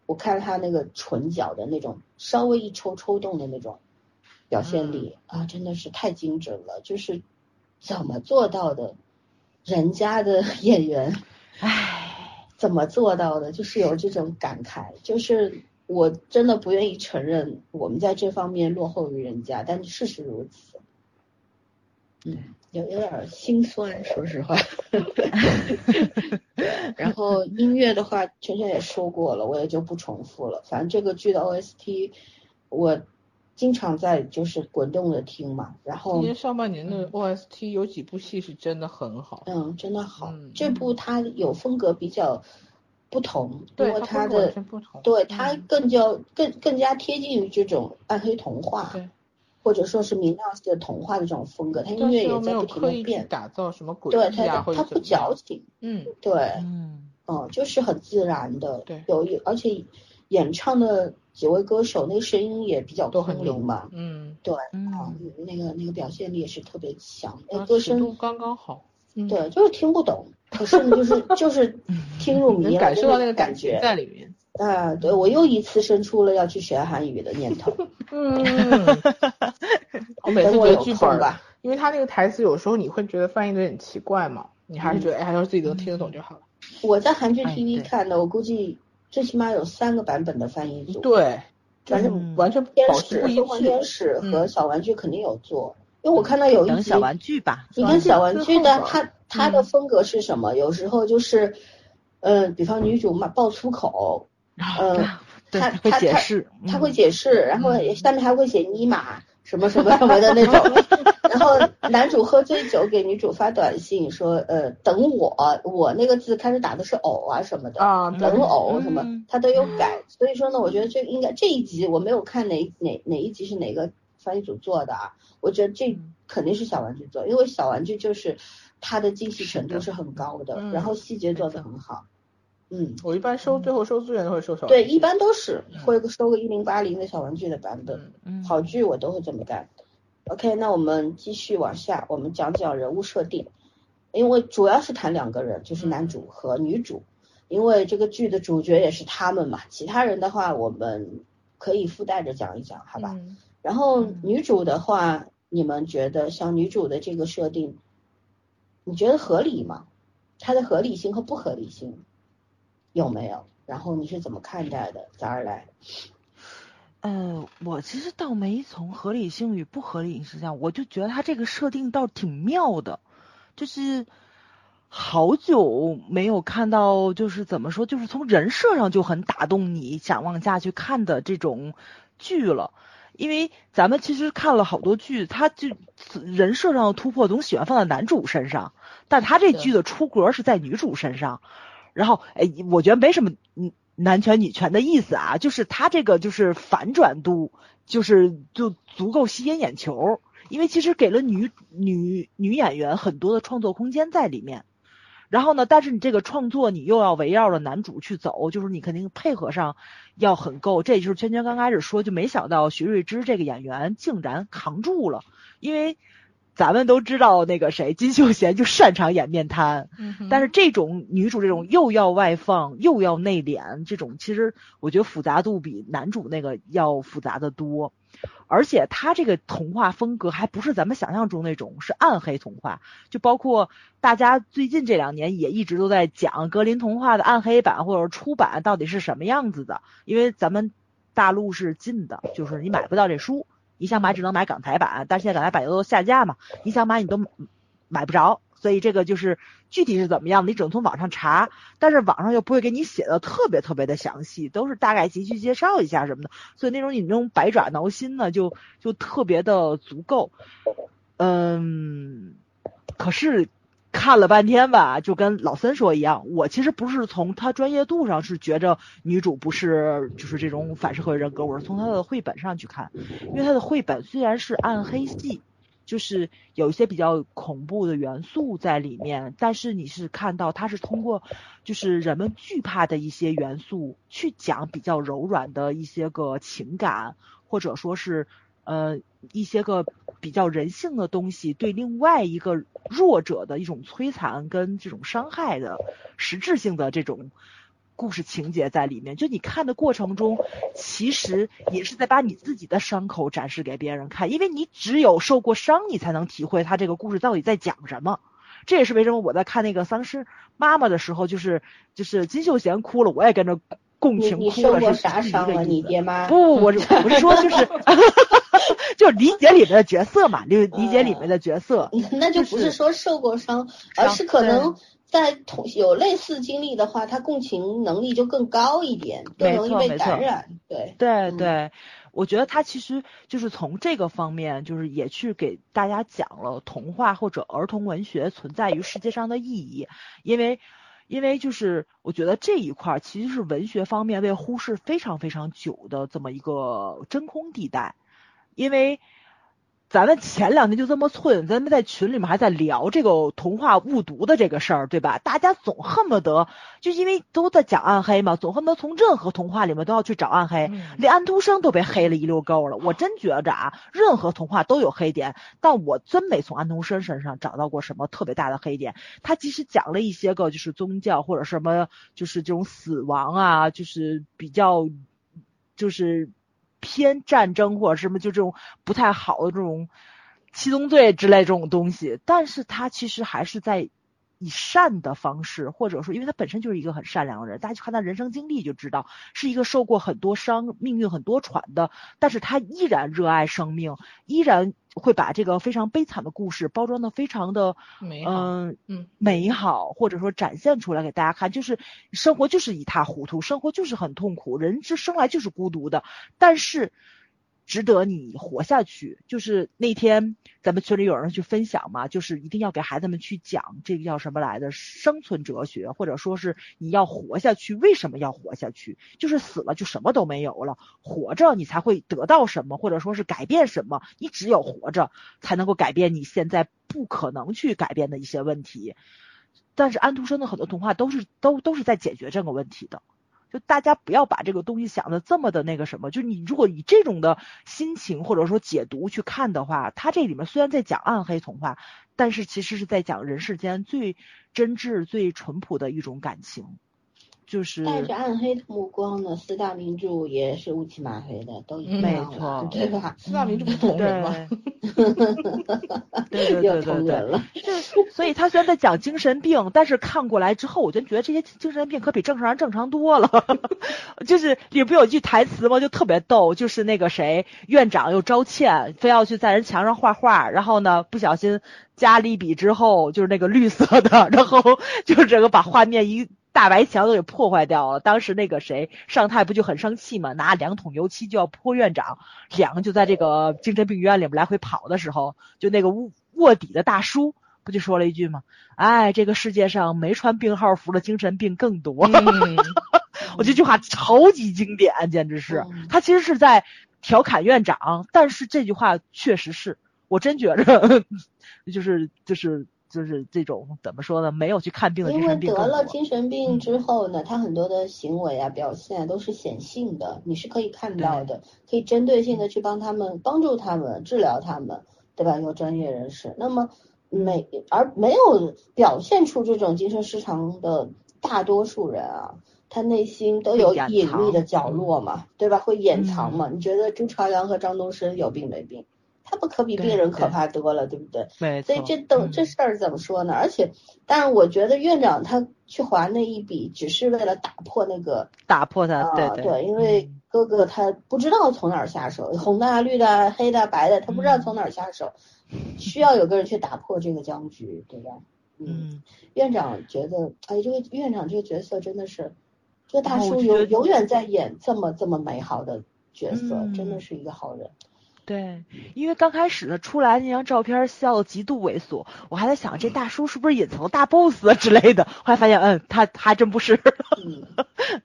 B: 我看他那个唇角的那种稍微一抽抽动的那种表现力、啊，真的是太精准了，就是怎么做到的？人家的 演员，唉，怎么做到的？就是有这种感慨，就是我真的不愿意承认我们在这方面落后于人家，但事实如此。嗯，有有点儿心酸，说实 话。然后音乐的话，圈圈也说过了，我也就不重复了。反正这个剧的 OST 我经常在就是滚动的听嘛，然后
D: 今年上半年的 OST 有几部戏是真的很好，
B: 嗯，真的好。
D: 嗯
B: 这部它有风格比较不同，因
D: 对，
B: 为它
D: 它风格完
B: 的
D: 全不同，
B: 对它
D: 嗯
B: 更加更更加贴近于这种暗黑童话，
D: 对，
B: 或者说是明亮系的童话的这种风格，它音
D: 但
B: 乐
D: 是
B: 也
D: 又没
B: 在
D: 有
B: 不停
D: 刻
B: 的
D: 意去
B: 变，
D: 打造什么诡
B: 对
D: 异啊
B: 它
D: 或
B: 它
D: 者
B: 不
D: 怎么样
B: 矫，情，
D: 嗯，
B: 对，
C: 嗯
B: 嗯，就是很自然的，
D: 对
B: 有一而且演唱的几位歌手那个声音也比较
D: 都很
B: 空
D: 浓
B: 灵嘛，
D: 嗯，
B: 对，啊
C: 嗯，
B: 那个那个表现力也是特别强，那
D: 然后
B: 歌
D: 啊尺
B: 声
D: 度刚刚好，嗯，
B: 对，就是听不 懂，可是呢就是就是听入迷
D: 能
B: 了，
D: 感受到那
B: 那
D: 个
B: 个
D: 感
B: 觉
D: 觉。在里 面，
B: 啊，对我又一次生出了要去学韩语的念头。
D: 嗯，我每次
B: 等
D: 觉
B: 我
D: 得
B: 有
D: 剧
B: 空
D: 本儿
B: 吧。
D: 因为他那个台词有时候你会觉得翻译的有点奇
B: 嗯
D: 怪嘛，你还是觉得哎，还是自己能听得懂就好了。
B: 我在韩剧
C: 哎
B: TV
C: 对
B: 看的，我估计最起码有三个版本的翻译组。，
D: 对，就
B: 反
D: 是
C: 正
D: 完全
B: 天
D: 保
B: 使、
D: 持不一
B: 科幻
D: 致
B: 天。使
D: 嗯
B: 和小玩具肯定有做，因为我看到有一
C: 等
B: 集
C: 小玩具吧。
B: 你看小玩具的
D: 最后吧
B: 它它的风格是什么？有时候就是，嗯、比方女主嘛爆粗口，嗯、
C: 对，
B: 他
C: 他会
B: 他
C: 解
B: 他
C: 释，
B: 她
C: 嗯
B: 会解释，然后
C: 嗯
B: 下面还会写尼玛什么什么什么的那 种。然后男主喝醉酒给女主发短信说，呃，等我，我那个字开始打的是偶啊什么的。
D: 啊，
C: 嗯
B: 等
D: 对
B: 偶什么
C: 嗯，
B: 他都有改，所以说呢，我觉得这应该这一集我没有看哪哪哪一集是哪个翻译组做的啊，我觉得这
C: 嗯
B: 肯定是小玩具做，因为小玩具就是它的精细程度是很高的，
D: 嗯
B: 然后细节做的很好，嗯，
D: 我一般收最后收资源都会收小。
B: 对，一般都是会收个一零八零的小玩具的版本，
D: 嗯，
C: 嗯
B: 好剧我都会这么干。OK，那我们继续往下，我们讲讲人物设定，因为主要是谈两个人，就是男主和女主，因为这个剧的主角也是他们嘛，其他人的话我们可以附带着讲一讲，好吧？
D: 嗯
B: 然后女主的话，你们觉得像女主的这个设定，你觉得合理吗？它的合理性和不合理性有没有？然后你是怎么看待的？早儿来，
C: 呃，我其实倒没从合理性与不合理性上，我就觉得他这个设定倒挺妙的，就是好久没有看到，就是怎么说，就是从人设上就很打动你，想往下去看的这种剧了。因为咱们其实看了好多剧，他就人设上的突破总喜欢放在男主身上，但他这
D: 对
C: 剧的出格是在女主身上。然后，哎，我觉得没什么嗯男权女权的意思啊，就是他这个就是反转度，就是就足够吸引眼球，因为其实给了女女女演员很多的创作空间在里面。然后呢，但是你这个创作你又要围绕着男主去走，就是你肯定配合上要很够。这也就是圈圈刚开始说，就没想到徐睿知这个演员竟然扛住了，因为咱们都知道那个谁金秀贤就擅长演面瘫，
D: 嗯
C: 但是这种女主这种又要外放又要内敛，这种其实我觉得复杂度比男主那个要复杂的多。而且他这个童话风格还不是咱们想象中那种是暗黑童话，就包括大家最近这两年也一直都在讲格林童话的暗黑版或者出版到底是什么样子的，因为咱们大陆是禁的，就是你买不到这书，你想买只能买港台版，但是现在港台版又都下架嘛，你想买你都买不着，所以这个就是具体是怎么样，你只能从网上查，但是网上又不会给你写的特别特别的详细，都是大概集去介绍一下什么的，所以那种你那种百爪挠心呢，就就特别的足够。嗯，可是看了半天吧，就跟老森说一样，我其实不是从他专业度上是觉着女主不是就是这种反社会人格，我是从她的绘本上去看，因为她的绘本虽然是暗黑系，就是有一些比较恐怖的元素在里面，但是你是看到它是通过就是人们惧怕的一些元素去讲比较柔软的一些个情感，或者说是呃一些个比较人性的东西对另外一个弱者的一种摧残跟这种伤害的实质性的这种。故事情节在里面，就你看的过程中，其实也是在把你自己的伤口展示给别人看，因为你只有受过伤，你才能体会他这个故事到底在讲什么。这也是为什么我在看那个丧尸妈妈的时候，就是就是金秀贤哭了，我也跟着共
B: 你
C: 嗯情
B: 你
C: 哭
B: 受
C: 了，
B: 过
C: 是
B: 啥
C: 是一
B: 伤
C: 个
B: 啊？
C: 意
B: 你
C: 思
B: 爹妈？
C: 不，我是我是说就是， 就是理解里面的角色嘛，理理解里面的角色。
B: 那就不
C: 就是是
B: 说受过伤，而
C: 伤
B: 是可
C: 对
B: 能在同有类似经历的话，他共情能力就更高一点，更
C: 没
B: 容易
C: 错
B: 被
C: 没
B: 感
C: 错
B: 染。对，
C: 对
B: 嗯
C: 对，我觉得他其实就是从这个方面，就是也去给大家讲了童话或者儿童文学存在于世界上的意义，因为。因为就是我觉得这一块儿其实是文学方面被忽视非常非常久的这么一个真空地带，因为咱们前两天就这么寸，咱们在群里面还在聊这个童话误读的这个事儿，对吧？大家总恨不得就因为都在讲暗黑嘛，总恨不得从任何童话里面都要去找暗黑，
D: 嗯
C: 连安徒生都被黑了一溜沟了。我真觉着啊，任何童话都有黑点，但我真没从安徒生身上找到过什么特别大的黑点。他即使讲了一些个就是宗教或者什么，就是这种死亡啊，就是比较就是偏战争或者什么就这种不太好的这种七宗罪之类这种东西，但是他其实还是在以善的方式，或者说，因为他本身就是一个很善良的人，大家去看他人生经历就知道，是一个受过很多伤、命运很多舛的，但是他依然热爱生命，依然会把这个非常悲惨的故事包装的非常的
D: 美好
C: 嗯
D: 嗯
C: 美好，或者说展现出来给大家看，就是生活就是一塌糊涂，生活就是很痛苦，人是生来就是孤独的，但是值得你活下去。就是那天咱们群里有人去分享嘛，就是一定要给孩子们去讲这个叫什么来的生存哲学，或者说是你要活下去，为什么要活下去？就是死了就什么都没有了，活着你才会得到什么，或者说是改变什么。你只有活着，才能够改变你现在不可能去改变的一些问题。但是安徒生的很多童话都是都都是在解决这个问题的。就大家不要把这个东西想的这么的那个什么，就你如果以这种的心情或者说解读去看的话，它这里面虽然在讲暗黑童话，但是其实是在讲人世间最真挚、最淳朴的一种感情，就是
B: 带着暗黑的目光呢，四大名著也是乌漆嘛黑的，都一
D: 嗯
B: 样
C: 没
B: 了
C: 错，
B: 对 吧？
D: 四大名著不是同人吗？
C: 对对
B: 又
C: 对
B: 同
C: 对
B: 人
C: 对，
B: 了，
C: 所以他虽然在讲精神病，但是看过来之后，我就觉得这些精神病可比正常人正常多了。 就是里不有句台词吗？就特别逗，就是那个谁院长又招倩，非要去在人墙上画画，然后呢不小心加了一笔之后，就是那个绿色的，然后就是整个把画面一。大白墙都给破坏掉了。当时那个谁尚泰不就很生气嘛，拿两桶油漆就要泼院长，两个就在这个精神病院里面来回跑的时候，就那个卧卧底的大叔不就说了一句吗？哎，这个世界上没穿病号服的精神病更多。
D: 嗯，
C: 我觉得这句话超级经典，简直是
B: 嗯
C: 他其实是在调侃院长，但是这句话确实是我真觉着，就是就是就是这种怎么说呢？没有去看病的精
B: 因为
C: 神病
B: 得
C: 更
B: 了
C: 多。嗯
B: 精神病之后呢，他很多的行为啊、表现啊都是显性的，你是可以看到的，可以针对性的去帮他们、帮助他们、治疗他们，对吧？有专业人士，那么
C: 嗯
B: 没而没有表现出这种精神失常的大多数人啊，他内心都有
C: 会掩
B: 隐秘的
C: 藏嗯
B: 角落嘛，对吧？会掩藏嘛？你觉得朱朝阳和张东升有病没病？他们可比
C: 对
B: 病人可
C: 对
B: 怕多了，对不对？
C: 没
B: 所以
C: 错嗯
B: 这等这事儿怎么说呢？而且，但是我觉得院长他去划那一笔，只是为了打破那个
C: 打破他，
B: 啊、
C: 对
B: 因为
C: 嗯
B: 哥哥他不知道从哪儿下手，红的啊、绿的啊、黑的啊、白的，他
C: 嗯
B: 不知道从哪儿下手，需要有个人去打破这个僵局，对吧？嗯，
C: 嗯，
B: 院长觉得，哎，这个院长这个角色真的是，这个大
C: 哦然后我
B: 叔
C: 就觉
B: 永
C: 得
B: 永远在演这么这么美好的角色，真的
C: 嗯
B: 是一个好人。
C: 对，因为刚开始他出来那张照片笑得极度猥琐，我还在想这大叔是不是隐藏大 boss 啊之类的，后来发现，嗯，他他还真不是。
B: 嗯。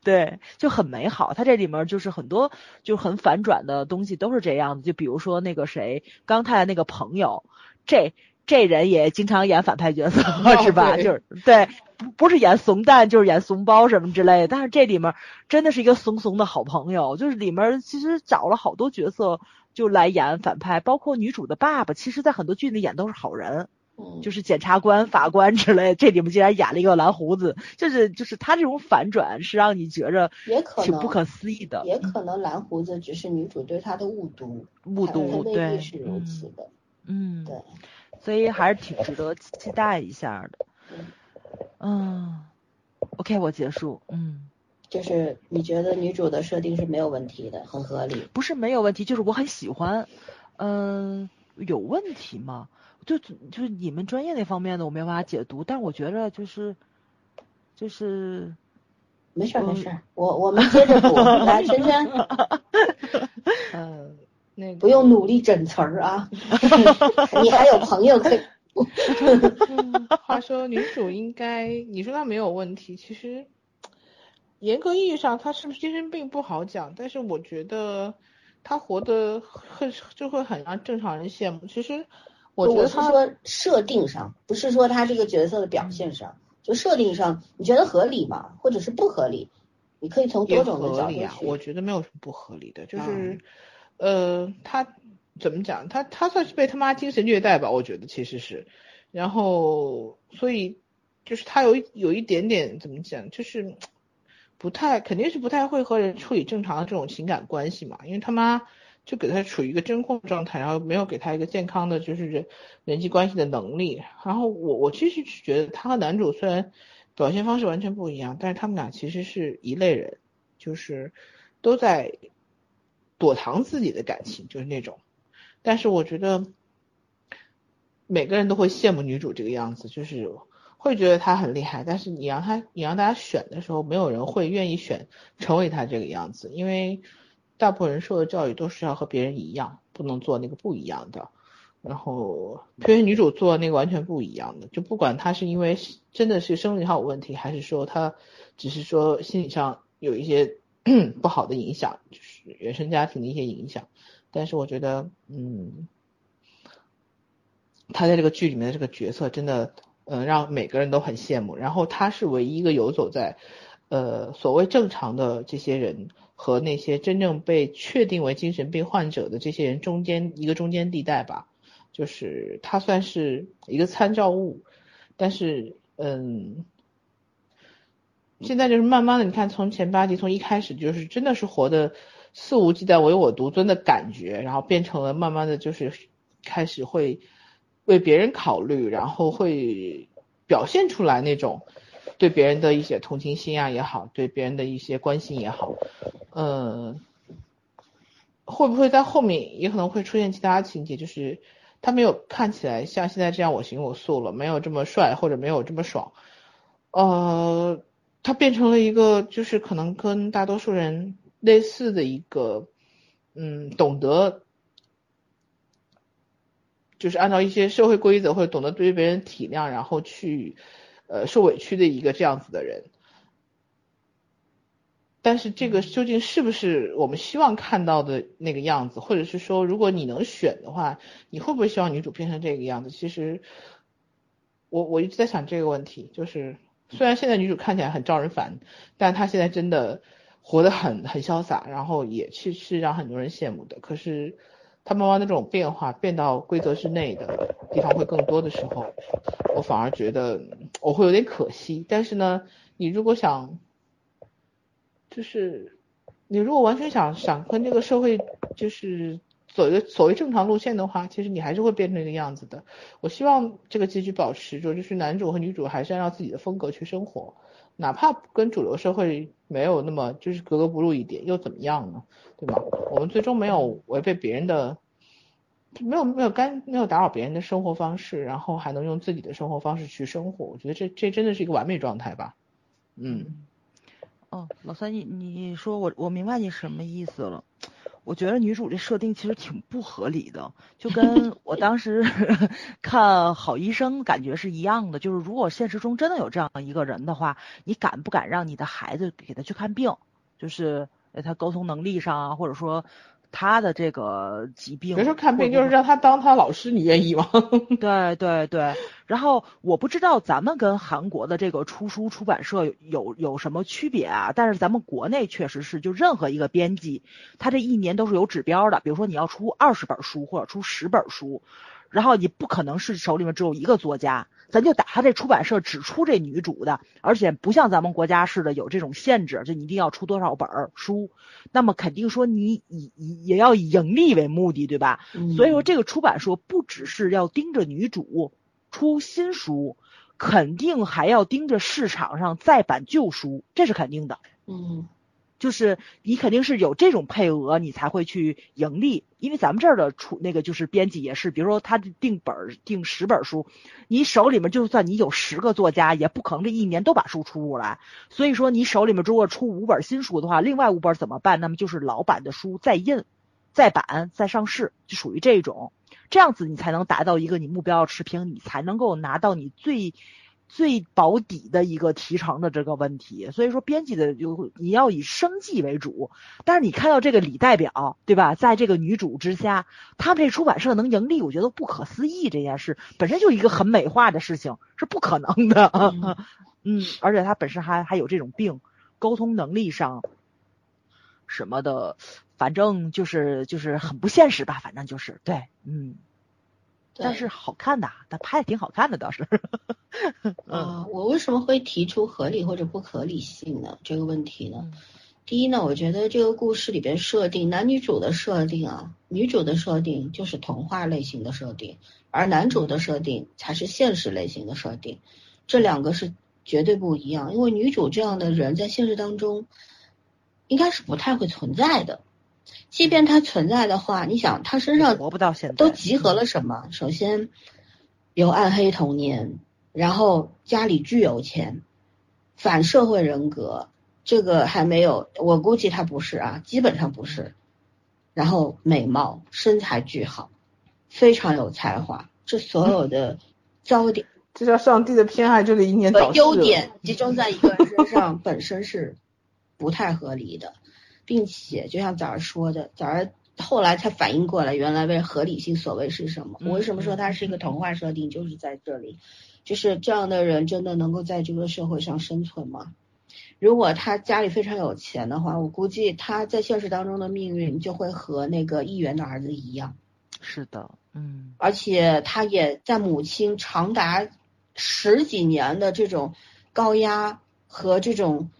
C: 对，就很美好。它这里面就是很多就是很反转的东西都是这样的，就比如说那个谁，刚太太那个朋友，这这人也经常演反派角色、是吧？
D: 对
C: 就是对，不不是演怂蛋就是演怂包什么之类的。但是这里面真的是一个怂怂的好朋友，就是里面其实找了好多角色就来演反派，包括女主的爸爸，其实在很多剧里演都是好人。
B: 嗯
C: 就是检察官、法官之类，这里面竟然演了一个蓝胡子，就是就是他这种反转是让你觉着
B: 也可
C: 挺
B: 能
C: 不可思议的，嗯
B: 也可能蓝胡子只是女主对他的误读，
C: 误
B: 他
C: 读
B: 他未
C: 对
B: 必是如此的。
C: 嗯，
B: 对，
C: 所以还是挺值得期待一下的，
B: 嗯
C: 嗯，OK，我结束，嗯，
B: 就是你觉得女主的设定是没有问题的，很合理。
C: 不是没有问题，就是我很喜欢，嗯，有问题吗？就就是你们专业那方面的我没办法解读，但我觉着就是就是
B: 没事儿，
C: 嗯
B: 没事儿，我我们接着补。来，深深，
D: 嗯，那个
B: 不用努力整词儿 啊，你还有朋友可以。
D: 嗯话说女主应该，你说她没有问题，其实严格意义上她是不是精神病不好讲，但是我觉得她活得很就会很让正常人羡慕。其实 我觉
B: 我
D: 得
B: 是
D: 她
B: 说设定上，不是说他这个角色的表现上，就设定上，你觉得合理吗？或者是不合理？你可以从
D: 也
B: 多种的
D: 合
B: 角度
D: 理啊，
B: 去
D: 我觉得没有什么不合理的，就
B: 啊
D: 是呃，她怎么讲，她她算是被他妈精神虐待吧，我觉得其实是，然后所以就是她有一有一点点怎么讲，就是不太肯定是不太会和人处理正常的这种情感关系嘛，因为他妈就给他处于一个真空状态，然后没有给他一个健康的就是人人际关系的能力。然后我我其实是觉得他和男主虽然表现方式完全不一样，但是他们俩其实是一类人，就是都在躲藏自己的感情，就是那种。但是我觉得每个人都会羡慕女主这个样子，就是会觉得她很厉害。但是你让她，你让大家选的时候，没有人会愿意选成为她这个样子，因为大部分人受的教育都是要和别人一样，不能做那个不一样的。然后偏偏女主做那个完全不一样的，就不管她是因为真的是生理上有问题，还是说她只是说心理上有一些 不好的影响，就是原生家庭的一些影响。但是我觉得，嗯，他在这个剧里面的这个角色真的，嗯、呃，让每个人都很羡慕。然后他是唯一一个游走在，呃，所谓正常的这些人和那些真正被确定为精神病患者的这些人中间一个中间地带吧。就是他算是一个参照物，但是，嗯。现在就是慢慢的，你看从前八集从一开始就是真的是活的肆无忌惮、唯我独尊的感觉，然后变成了慢慢的就是开始会为别人考虑，然后会表现出来那种对别人的一些同情心啊也好，对别人的一些关心也好，嗯，会不会在后面也可能会出现其他情节，就是他没有看起来像现在这样我行我素了，没有这么帅或者没有这么爽，呃。他变成了一个，就是可能跟大多数人类似的一个，嗯，懂得，就是按照一些社会规则或者懂得对别人体谅，然后去，呃，受委屈的一个这样子的人。但是这个究竟是不是我们希望看到的那个样子，或者是说，如果你能选的话，你会不会希望女主变成这个样子？其实，我我一直在想这个问题，就是。虽然现在女主看起来很招人烦，但她现在真的活得很很潇洒，然后也是是让很多人羡慕的。可是她慢慢的这种变化变到规则之内的地方会更多的时候，我反而觉得嗯我会有点可惜。但是呢，你如果想，就是你如果完全想想跟这个社会就是走一个所谓正常路线的话，其实你还是会变成这个样子的。我希望这个结局保持住，就是男主和女主还是按照自己的风格去生活，哪怕跟主流社会没有那么就是格格不入一点，又怎么样呢？对吧？我们最终没有违背别人的，没有没有干没有打扰别人的生活方式，然后还能用自己的生活方式去生活，我觉得这这真的是一个完美状态吧。嗯。
C: 哦，老三，你你说我我明白你什么意思了。我觉得女主这设定其实挺不合理的，就跟我当时 看《好医生》感觉是一样的。就是如果现实中真的有这样一个人的话，你敢不敢让你的孩子给他去看病？就是呃他沟通能力上啊，或者说他的这个疾病，
D: 别说看病，就是让他当他老师，你愿意吗？
C: 对对对。然后我不知道咱们跟韩国的这个出书出版社有有什么区别啊？但是咱们国内确实是，就任何一个编辑，他这一年都是有指标的。比如说你要出二十本书或者出十本书，然后你不可能是手里面只有一个作家，咱就打他这出版社只出这女主的，而且不像咱们国家似的有这种限制，就你一定要出多少本书。那么肯定说你以也要以盈利为目的，对吧？
B: 嗯
C: 所以说这个出版社不只是要盯着女主。出新书，肯定还要盯着市场上再版旧书，这是肯定的。
B: 嗯
C: 就是你肯定是有这种配额，你才会去盈利。因为咱们这儿的出那个就是编辑也是，比如说他定本儿定十本书，你手里面就算你有十个作家，也不可能这一年都把书出过来。所以说你手里面如果出五本新书的话，另外五本怎么办？那么就是老版的书再印、再版、再上市，就属于这种。这样子你才能达到一个你目标的持平，你才能够拿到你最最保底的一个提成的这个问题。所以说，编辑的就你要以生计为主，但是你看到这个李代表，对吧？在这个女主之下，他们这出版社能盈利，我觉得不可思议。这件事本身就是一个很美化的事情，是不可能的。
B: 嗯
C: 嗯，而且他本身还还有这种病，沟通能力上什么的，反正就是就是很不现实吧，反正就是对，嗯，但
B: 对
C: 是好看的，他拍的挺好看的 倒是，嗯
B: 呃啊，我为什么会提出合理或者不合理性呢？这个问题呢？
C: 嗯
B: 第一呢，我觉得这个故事里边设定男女主的设定啊，女主的设定就是童话类型的设定，而男主
C: 嗯
B: 的设定才是现实类型的设定，这两个是绝对不一样。因为女主这样的人在现实当中应该是不太会存在的，即便她存在的话，你想她身上
C: 嗯活不到现在，
B: 都集合了什么？首先有暗黑童年，然后家里巨有钱，反社会人格，这个还没有，我估计他不是啊，基本上不是。然后美貌、身材巨好，非常有才华，这所有的焦点
D: 这叫上帝的偏爱，就得一年
B: 和
D: 早逝了
B: 优点集中在一个人身上，本身是不太合理的，并且就像早儿说的，早儿后来才反应过来，原来为合理性所谓是什么。我为什么说它是一个童话设定，就是在这里，就是这样的人真的能够在这个社会上生存吗？如果他家里非常有钱的话，我估计他在现实当中的命运就会和那个议员的儿子一样。
C: 是的，嗯，
B: 而且他也在母亲长达十几年的这种高压和这种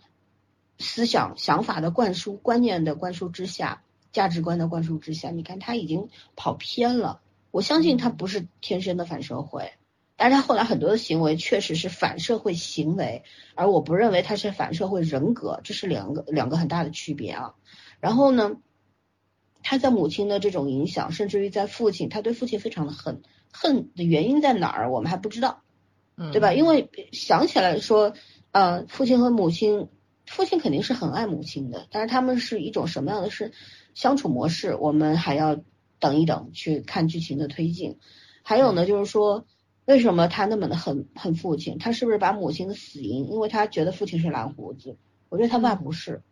B: 思想想法的灌输、观念的灌输之下、价值观的灌输之下，你看他已经跑偏了。我相信他不是天生的反社会，但是他后来很多的行为确实是反社会行为，而我不认为他是反社会人格，这是两个两个很大的区别啊。然后呢，他在母亲的这种影响，甚至于在父亲，他对父亲非常的恨，恨的原因在哪儿，我们还不知道，
D: 嗯
B: 对吧？因为想起来说，呃，父亲和母亲，父亲肯定是很爱母亲的，但是他们是一种什么样的是相处模式，我们还要等一等去看剧情的推进。还有呢，就是说。为什么他那么的恨恨父亲？他是不是把母亲的死因？因为他觉得父亲是蓝胡子，我觉得他爸不是。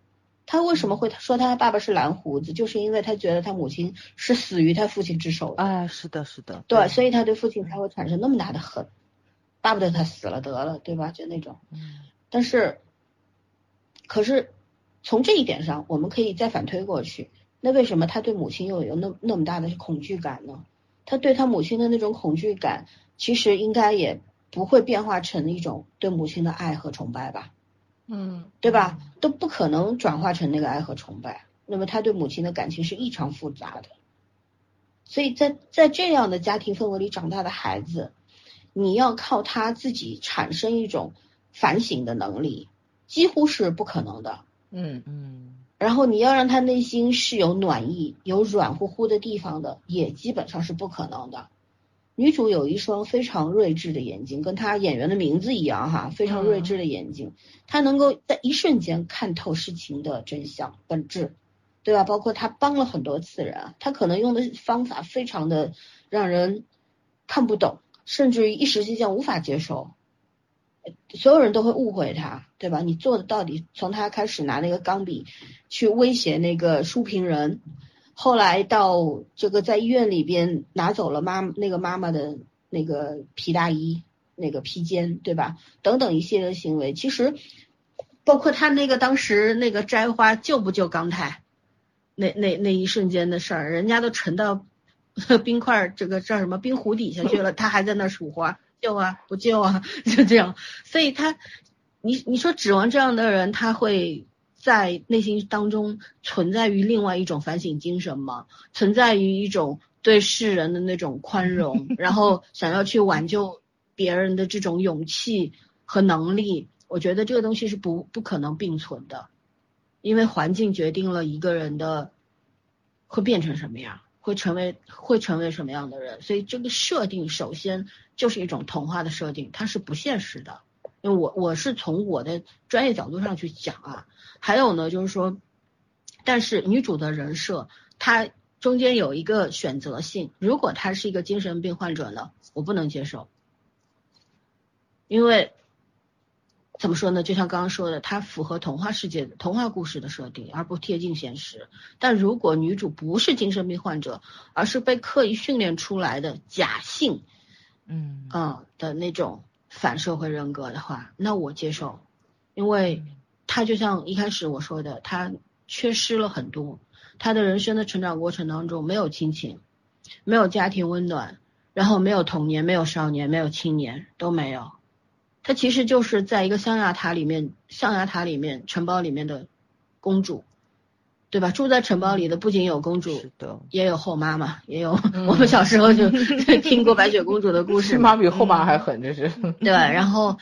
B: 他为什么会说他爸爸是蓝胡子？就是因为他觉得他母亲是死于他父亲之手的。
C: 哎，是的，是的，
B: 对，所以他对父亲才会产生那么大的恨，巴不得他死了得了，对吧？就那种。但是，可是从这一点上，我们可以再反推过去，那为什么他对母亲又有那那么大的恐惧感呢？他对他母亲的那种恐惧感，其实应该也不会变化成一种对母亲的爱和崇拜吧？
D: 嗯，
B: 对吧？都不可能转化成那个爱和崇拜。那么他对母亲的感情是异常复杂的，所以在在这样的家庭氛围里长大的孩子，你要靠他自己产生一种反省的能力，几乎是不可能的。
D: 嗯
C: 嗯，
B: 然后你要让他内心是有暖意、有软乎乎的地方的，也基本上是不可能的。女主有一双非常睿智的眼睛，跟她演员的名字一样哈，非常睿智的眼睛，她能够在一瞬间看透事情的真相本质，对吧？包括她帮了很多次人啊，她可能用的方法非常的让人看不懂，甚至于一时之间无法接受，所有人都会误会他，对吧？你做的到底从他开始拿那个钢笔去威胁那个书评人，后来到这个在医院里边拿走了妈那个妈妈的那个皮大衣、那个披肩，对吧？等等一系列的行为，其实包括他那个当时那个摘花救不救钢泰，那那那一瞬间的事儿，人家都沉到 冰块儿这个叫什么冰湖底下去了，他还在那儿数花，救啊不救啊， 就这样。所以他，你你说指望这样的人，他会在内心当中存在于另外一种反省精神吗？存在于一种对世人的那种宽容，然后想要去挽救别人的这种勇气和能力，我觉得这个东西是不不可能并存的，因为环境决定了一个人的会变成什么样。会成为会成为什么样的人，所以这个设定首先就是一种童话的设定，它是不现实的。因为我我是从我的专业角度上去讲啊，还有呢就是说，但是女主的人设她中间有一个选择性，如果她是一个精神病患者呢，我不能接受，因为怎么说呢？就像刚刚说的，它符合童话世界的童话故事的设定，而不贴近现实。但如果女主不是精神病患者，而是被刻意训练出来的假性
C: 嗯，
B: 嗯的那种反社会人格的话，那我接受，因为他就像一开始我说的，他缺失了很多，他的人生的成长过程当中没有亲情，没有家庭温暖，然后没有童年，没有少年，没有青年，都没有。他其实就是在一个象牙塔里面，象牙塔里面城堡里面的公主，对吧？住在城堡里的不仅有公主，
C: 是的，
B: 也有后妈嘛，也有、我们小时候就听过白雪公主的故事
D: 是
B: 嘛，
D: 妈比后妈还狠，这是。
B: 对，然后，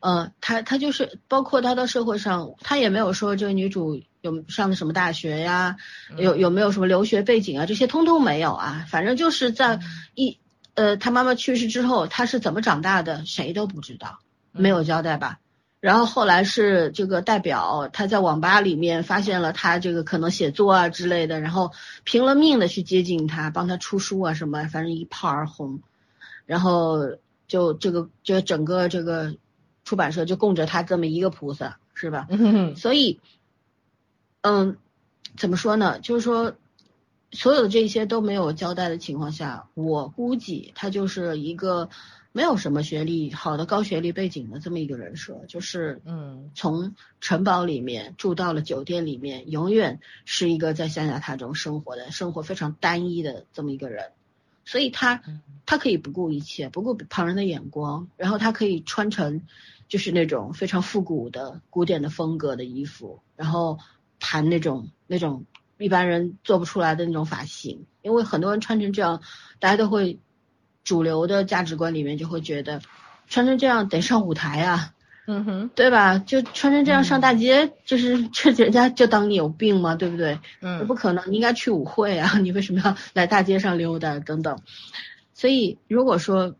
B: 呃，她她就是包括她到社会上，她也没有说这个女主有上的什么大学呀，有有没有什么留学背景啊，这些通通没有啊，反正就是在一呃，她妈妈去世之后，她是怎么长大的，谁都不知道，没有交代吧。然后后来是这个代表，他在网吧里面发现了他这个可能写作啊之类的，然后拼了命的去接近他，帮他出书啊什么，反正一炮而红。然后就这个这整个这个出版社就供着他这么一个菩萨，是吧？
D: 嗯
B: 所以，嗯，怎么说呢？就是说，所有的这些都没有交代的情况下，我估计他就是一个没有什么学历、好的高学历背景的这么一个人设，就是
D: 嗯
B: 从城堡里面住到了酒店里面，永远是一个在象牙塔中生活的，生活非常单一的这么一个人。所以他
D: 嗯
B: 他可以不顾一切，不顾旁人的眼光，然后他可以穿成就是那种非常复古的古典的风格的衣服，然后盘那种那种一般人做不出来的那种发型，因为很多人穿成这样，大家都会主流的价值观里面就会觉得穿成这样得上舞台啊，
D: 嗯哼
B: 对吧？就穿成这样上大街，就是 这人家就当你有病吗？对不对？
D: 嗯
B: 不可能，你应该去舞会啊！你为什么要 来大街上溜达等等？所以如果说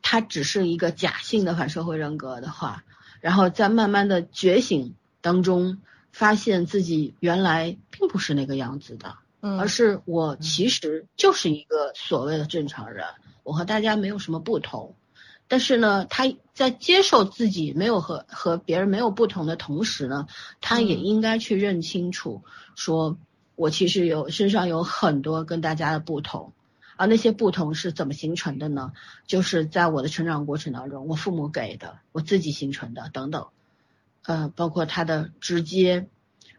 B: 他只是一个假性的反社会人格的话，然后在慢慢的觉醒当中，发现自己原来并不是那个样子的，
D: 嗯
B: 而是我其实就是一个所谓的正常人，我和大家没有什么不同。但是呢，他在接受自己没有和和别人没有不同的同时呢，他也
D: 嗯
B: 应该去认清楚，说我其实有身上有很多跟大家的不同，而那些不同是怎么形成的呢？就是在我的成长过程当中，我父母给的，我自己形成的等等，呃，包括他的直接，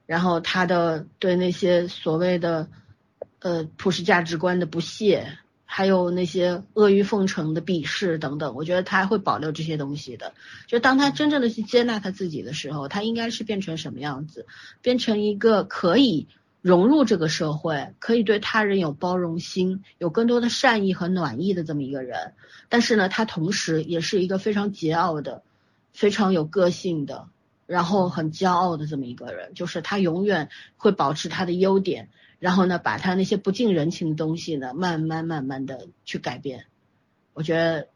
B: 然后他的对那些所谓的呃普世价值观的不屑，还有那些阿谀奉承的鄙视等等，我觉得他会保留这些东西的。就当他真正的去接纳他自己的时候，他应该是变成什么样子？变成一个可以融入这个社会，可以对他人有包容心，有更多的善意和暖意的这么一个人。但是呢，他同时也是一个非常桀骜的、非常有个性的，然后很骄傲的这么一个人，就是他永远会保持他的优点，然后呢，把他那些不近人情的东西呢，慢慢慢慢的去改变。我觉得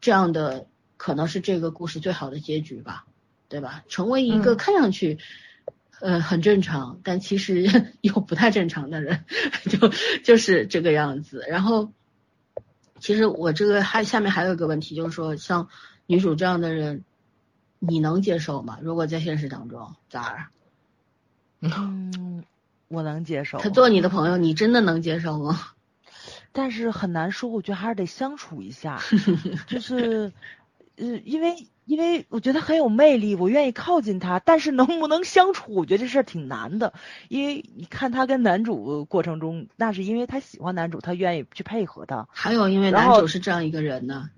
B: 这样的可能是这个故事最好的结局吧，对吧？成为一个
D: 嗯
B: 看上去、呃很正常，但其实 又不太正常的人， 就就是这个样子。然后，其实我这个还下面还有一个问题，就是说像女主这样的人，你能接受吗？如果在现实当中，咋儿？
C: 嗯，我能接受。
B: 他做你的朋友，你真的能接受吗？
C: 但是很难说，我觉得还是得相处一 下，就是，呃，因为因为我觉得很有魅力，我愿意靠近他，但是能不能相处，我觉得这事儿挺难的，因为你看他跟男主过程中，那是因为他喜欢男主，他愿意去配合他，
B: 还有，因为男
C: 然后
B: 主是这样一个人呢，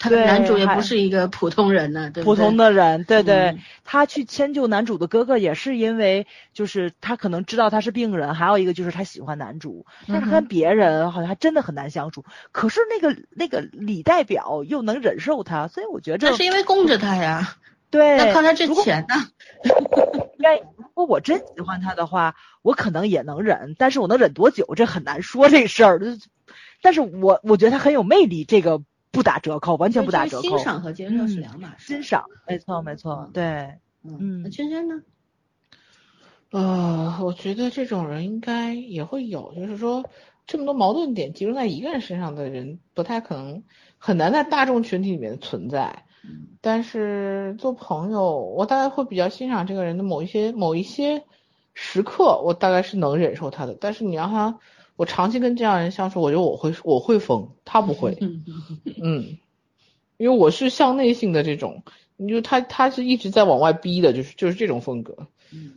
B: 他
C: 对
B: 男主也不
C: 还
B: 是一个普通人呢，对不
C: 普
B: 对
C: 通的人，对对，
B: 嗯
C: 他去迁就男主的哥哥，也是因为就是他可能知道他是病人，还有一个就是他喜欢男主，但是
D: 嗯
C: 跟
D: 哼
C: 别人好像还真的很难相处。可是那个那个李代表又能忍受他，所以我觉得
B: 那是因为供着他呀，
C: 对，
B: 那靠他挣
C: 如果
B: 钱呢。
C: 愿意，如果我真喜欢他的话，我可能也能忍，但是我能忍多久，这很难说这事儿。就是但是我我觉得他很有魅力，这个不打折扣，完全不
B: 所以
C: 打
B: 这个
C: 折扣嗯
B: 欣。赏和接受是两码事。
C: 欣，赏，没错没错
B: 嗯，
C: 对，
B: 嗯，那
C: 嗯
B: 圈圈呢？
D: 呃，我觉得这种人应该也会有，就是说这么多矛盾点集中在一个人身上的人，不太可能，很难在大众群体里面存在。
B: 嗯
D: 但是做朋友，我大概会比较欣赏这个人的某一些某一些时刻，我大概是能忍受他的。但是你让他，我长期跟这样的人相处，我觉得我会我会疯，他不会。
B: 嗯，
D: 嗯，因为我是向内性的这种，你就他他是一直在往外逼的，就是就是这种风格。
B: 嗯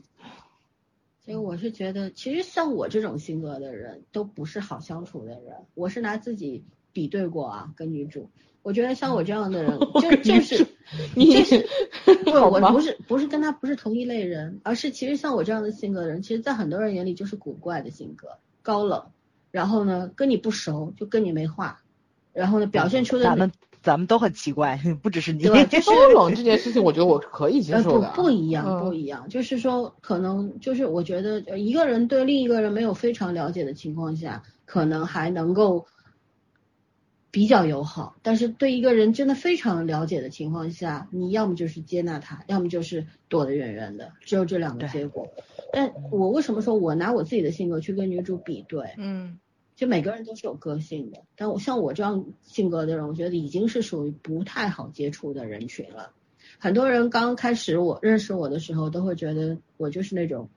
B: 所以我是觉得，其实像我这种性格的人，都不是好相处的人。 我是拿自己比对过啊，跟女主，我觉得像我这样的人，就就是
D: 你
B: 这 是对，
D: 好
B: 我
D: 吧
B: 不是不是跟他不是同一类人，而是其实像我这样的性格的人，其实在很多人眼里就是古怪的性格，高冷，然后呢跟你不熟就跟你没话，然后呢表现出的
C: 嗯咱们咱们都很奇怪， 不只是你。
B: 对就是
D: 高冷这件事情，我觉得我可以接
B: 呃
D: 受
B: 不
D: 的。
B: 不一样
D: 嗯
B: 不一样，就是说可能就是我觉得呃一个人对另一个人没有非常了解的情况下，可能还能够比较友好，但是对一个人真的非常了解的情况下，你要么就是接纳他，要么就是躲得远远的，只有这两个
C: 对
B: 结果。但我为什么说我拿我自己的性格去跟女主比对？
D: 嗯，
B: 就每个人都是有个性的，但我像我这样性格的人，我觉得已经是属于不太好接触的人群了。很多人刚开始我认识我的时候，都会觉得我就是那种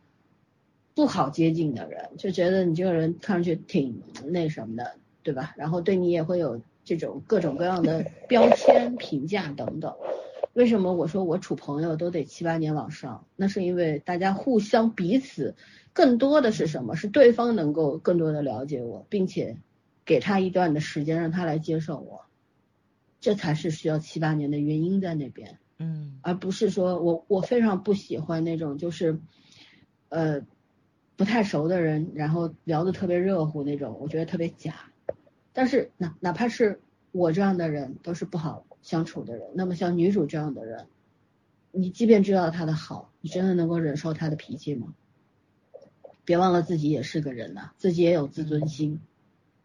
B: 不好接近的人，就觉得你这个人看上去挺那什么的，对吧？然后对你也会有这种各种各样的标签、评价等等。为什么我说我处朋友都得七八年往上？那是因为大家互相彼此更多的是什么？是对方能够更多的了解我，并且给他一段的时间让他来接受我，这才是需要七八年的原因在那边，
C: 嗯，
B: 而不是说我我非常不喜欢那种就是，呃，不太熟的人，然后聊得特别热乎那种，我觉得特别假。但是哪哪怕是我这样的人，都是不好相处的人。那么像女主这样的人，你即便知道她的好，你真的能够忍受她的脾气吗？别忘了自己也是个人呐、自己也有自尊心，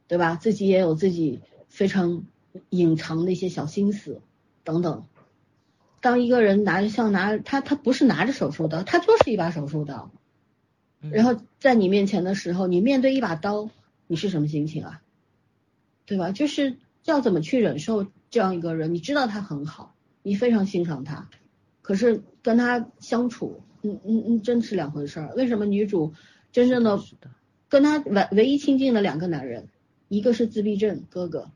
B: 对吧？自己也有自己非常隐藏的一些小心思等等。当一个人拿着像拿他他不是拿着手术刀，他就是一把手术刀。
C: 嗯
B: 然后在你面前的时候，你面对一把刀，你是什么心情啊？对吧？就是要怎么去忍受这样一个人？你知道他很好，你非常欣赏他，可是跟他相处，嗯嗯嗯，真是两回事儿。为什么女主真正的
C: 是的，
B: 跟他唯唯一亲近的两个男人，一个是自闭症哥哥，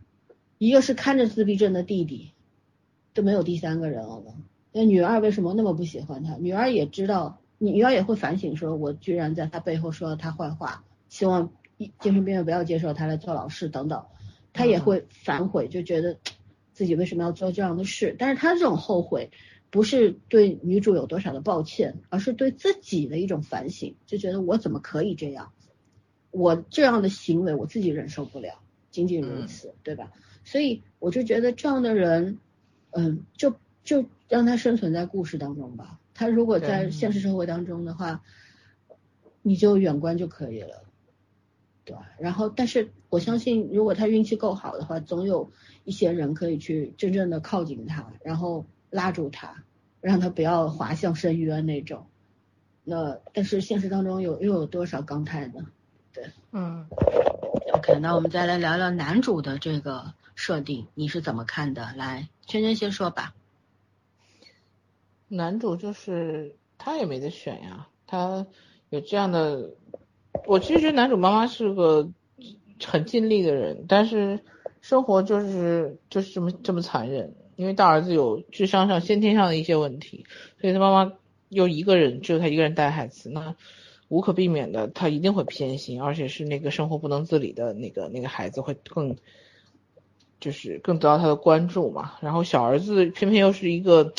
B: 一个是看着自闭症的弟弟，都没有第三个人了吗？那女二为什么那么不喜欢他？女二也知道，女二也会反省，说我居然在他背后说了他坏话，希望一精神病院不要接受他来做老师等等，她也会反悔，就觉得自己为什么要做这样的事？但是她这种后悔，不是对女主有多少的抱歉，而是对自己的一种反省，就觉得我怎么可以这样？我这样的行为我自己忍受不了，仅仅如此，对吧？所以我就觉得这样的人，嗯，就就让他生存在故事当中吧。他如果在
C: 对
B: 现实生活当中的话，你就远观就可以了，对吧？然后，但是我相信，如果他运气够好的话，总有一些人可以去真正的靠近他，然后拉住他，让他不要滑向深渊那种。那但是现实当中有又有多少钢泰呢？
D: 嗯，
B: OK，那我们再来聊聊男主的这个设定，你是怎么看的？来，圈圈先说吧。
D: 男主就是他也没得选呀，他有这样的，我其实觉得男主妈妈是个很尽力的人，但是生活就是就是这么这么残忍，因为大儿子有智商上先天上的一些问题，所以他妈妈又一个人，只有他一个人带孩子，那无可避免的，他一定会偏心，而且是那个生活不能自理的那个那个孩子会更，就是更得到他的关注嘛。然后小儿子偏偏又是一个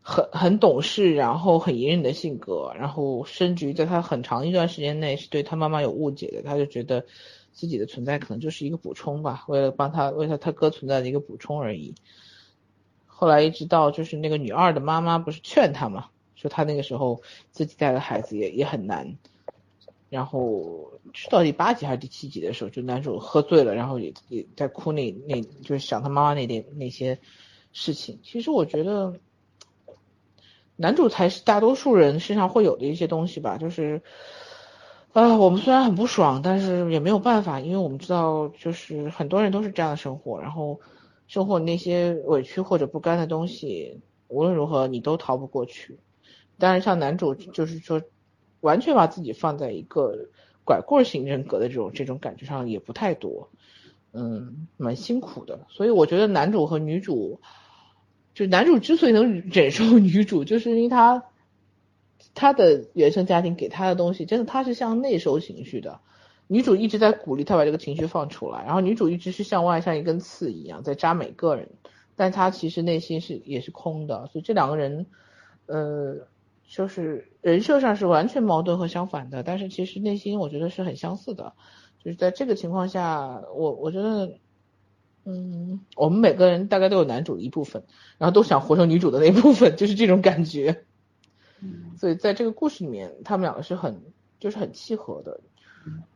D: 很很懂事，然后很隐忍的性格，然后甚至于在他很长一段时间内是对他妈妈有误解的，他就觉得自己的存在可能就是一个补充吧，为了帮他为他他哥存在的一个补充而已。后来一直到就是那个女二的妈妈不是劝他嘛，说他那个时候自己带的孩子也也很难。然后是到第八集还是第七集的时候，就男主喝醉了，然后也也在哭那那，就是想他妈妈那点那些事情。其实我觉得，男主才是大多数人身上会有的一些东西吧，就是啊，我们虽然很不爽，但是也没有办法，因为我们知道，就是很多人都是这样的生活，然后生活那些委屈或者不甘的东西，无论如何你都逃不过去。但是像男主就是说，完全把自己放在一个拐棍儿型人格的这种这种感觉上也不太多，嗯，蛮辛苦的。所以我觉得男主和女主，就男主之所以能忍受女主，就是因为他他的原生家庭给他的东西，真的他是向内收情绪的。女主一直在鼓励他把这个情绪放出来，然后女主一直是向外像一根刺一样在扎每个人，但他其实内心是也是空的，所以这两个人，呃，就是人设上是完全矛盾和相反的，但是其实内心我觉得是很相似的，就是在这个情况下，我我觉得，嗯，我们每个人大概都有男主的一部分，然后都想活成女主的那一部分，就是这种感觉，所以在这个故事里面，他们两个是很就是很契合的，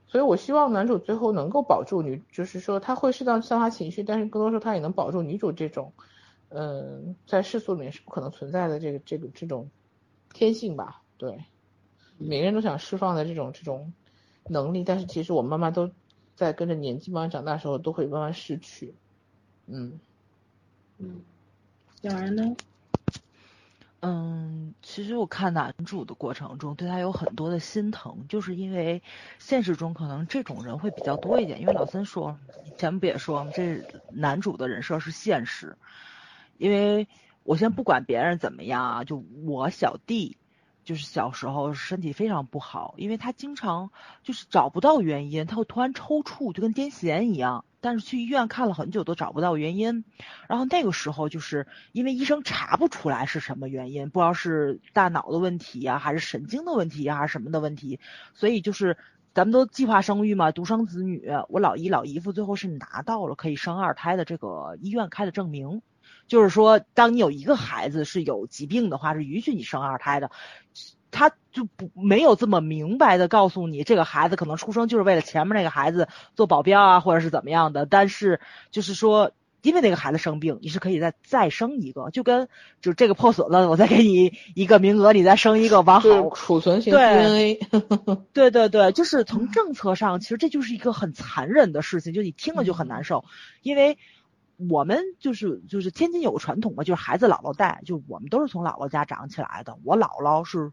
D: 所以我希望男主最后能够保住女，就是说他会适当散发情绪，但是更多时候他也能保住女主这种，嗯、在世俗里面是不可能存在的这个这个这种天性吧？对，每个人都想释放的这种这种能力，但是其实我们慢慢都在跟着年纪慢慢长大的时候都会慢慢失去。嗯，
B: 嗯，两人呢？
C: 嗯，其实我看男主的过程中，对他有很多的心疼，就是因为现实中可能这种人会比较多一点。因为老森说，前面不也说吗？这男主的人设是现实，因为我先不管别人怎么样啊，就我小弟，就是小时候身体非常不好，因为他经常就是找不到原因，他会突然抽搐，就跟癫痫一样。但是去医院看了很久都找不到原因，然后那个时候就是因为医生查不出来是什么原因，不知道是大脑的问题呀、还是神经的问题呀、还是什么的问题，所以就是咱们都计划生育嘛，独生子女，我老姨老姨夫最后是拿到了可以生二胎的这个医院开的证明，就是说当你有一个孩子是有疾病的话，是允许你生二胎的。他就不没有这么明白的告诉你，这个孩子可能出生就是为了前面那个孩子做保镖啊，或者是怎么样的。但是就是说，因为那个孩子生病，你是可以再再生一个，就跟就这个破损了，我再给你一个名额，你再生一个完好。
D: 就是储存型
C: 对
D: DNA，
C: 对对对，就是从政策上，其实这就是一个很残忍的事情，就你听了就
D: 嗯
C: 很难受，因为。我们就是就是天津有个传统嘛，就是孩子姥姥带，就我们都是从姥姥家长起来的。我姥姥是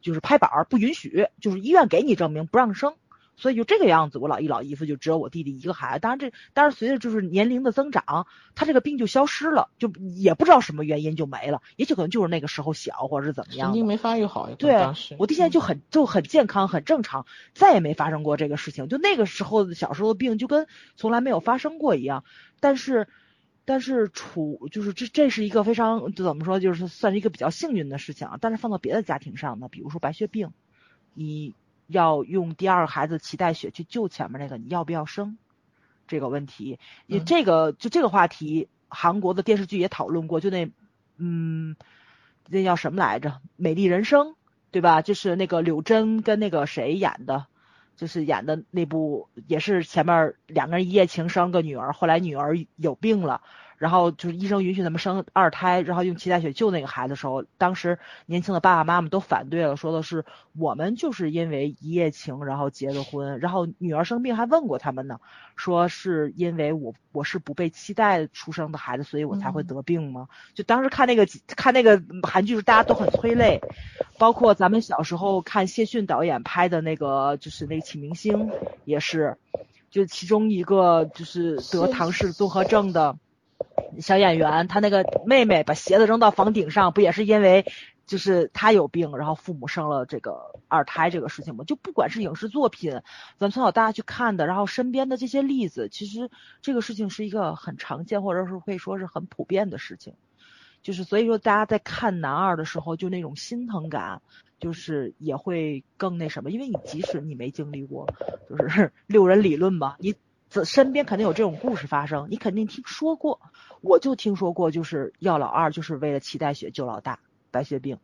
C: 就是拍板儿不允许，就是医院给你证明不让生，所以就这个样子。我老姨老姨夫就只有我弟弟一个孩子，当然这当然随着就是年龄的增长，他这个病就消失了，就也不知道什么原因就没了，也许可能就是那个时候小或者是怎么样
D: 神
C: 的。
D: 经没发育好，也可能
C: 对
D: 当时嗯
C: 我弟现在就很就很健康，很正常，再也没发生过这个事情。就那个时候小时候的病，就跟从来没有发生过一样。但是，但是处就是这这是一个非常就怎么说，就是算是一个比较幸运的事情啊。但是放到别的家庭上呢，比如说白血病，你要用第二个孩子脐带血去救前面那个，你要不要生？这个问题，也
D: 嗯
C: 这个就这个话题，韩国的电视剧也讨论过，就那嗯，那叫什么来着，《美丽人生》对吧？就是那个柳真跟那个谁演的，就是演的那部也是前面儿两个人一夜情生个女儿，后来女儿有病了。然后就是医生允许他们生二胎，然后用脐带血救那个孩子的时候，当时年轻的爸爸妈妈都反对了，说的是我们就是因为一夜情然后结的婚，然后女儿生病还问过他们呢，说是因为我我是不被期待出生的孩子，所以我才会
D: 嗯
C: 得病吗？就当时看那个看那个韩剧，时候，大家都很催泪，包括咱们小时候看谢逊导演拍的那个，就是那个《启明星》，也是，就其中一个就是得唐氏综合症的小演员，他那个妹妹把鞋子扔到房顶上，不也是因为就是他有病，然后父母生了这个二胎这个事情吗？就不管是影视作品，咱们从小到大去看的，然后身边的这些例子，其实这个事情是一个很常见，或者是可以说是很普遍的事情。就是所以说，大家在看男二的时候，就那种心疼感，就是也会更那什么，因为你即使你没经历过，就是 六人理论嘛，你自身边肯定有这种故事发生，你肯定听说过。我就听说过，就是要老二就是为了脐带血救老大白血病，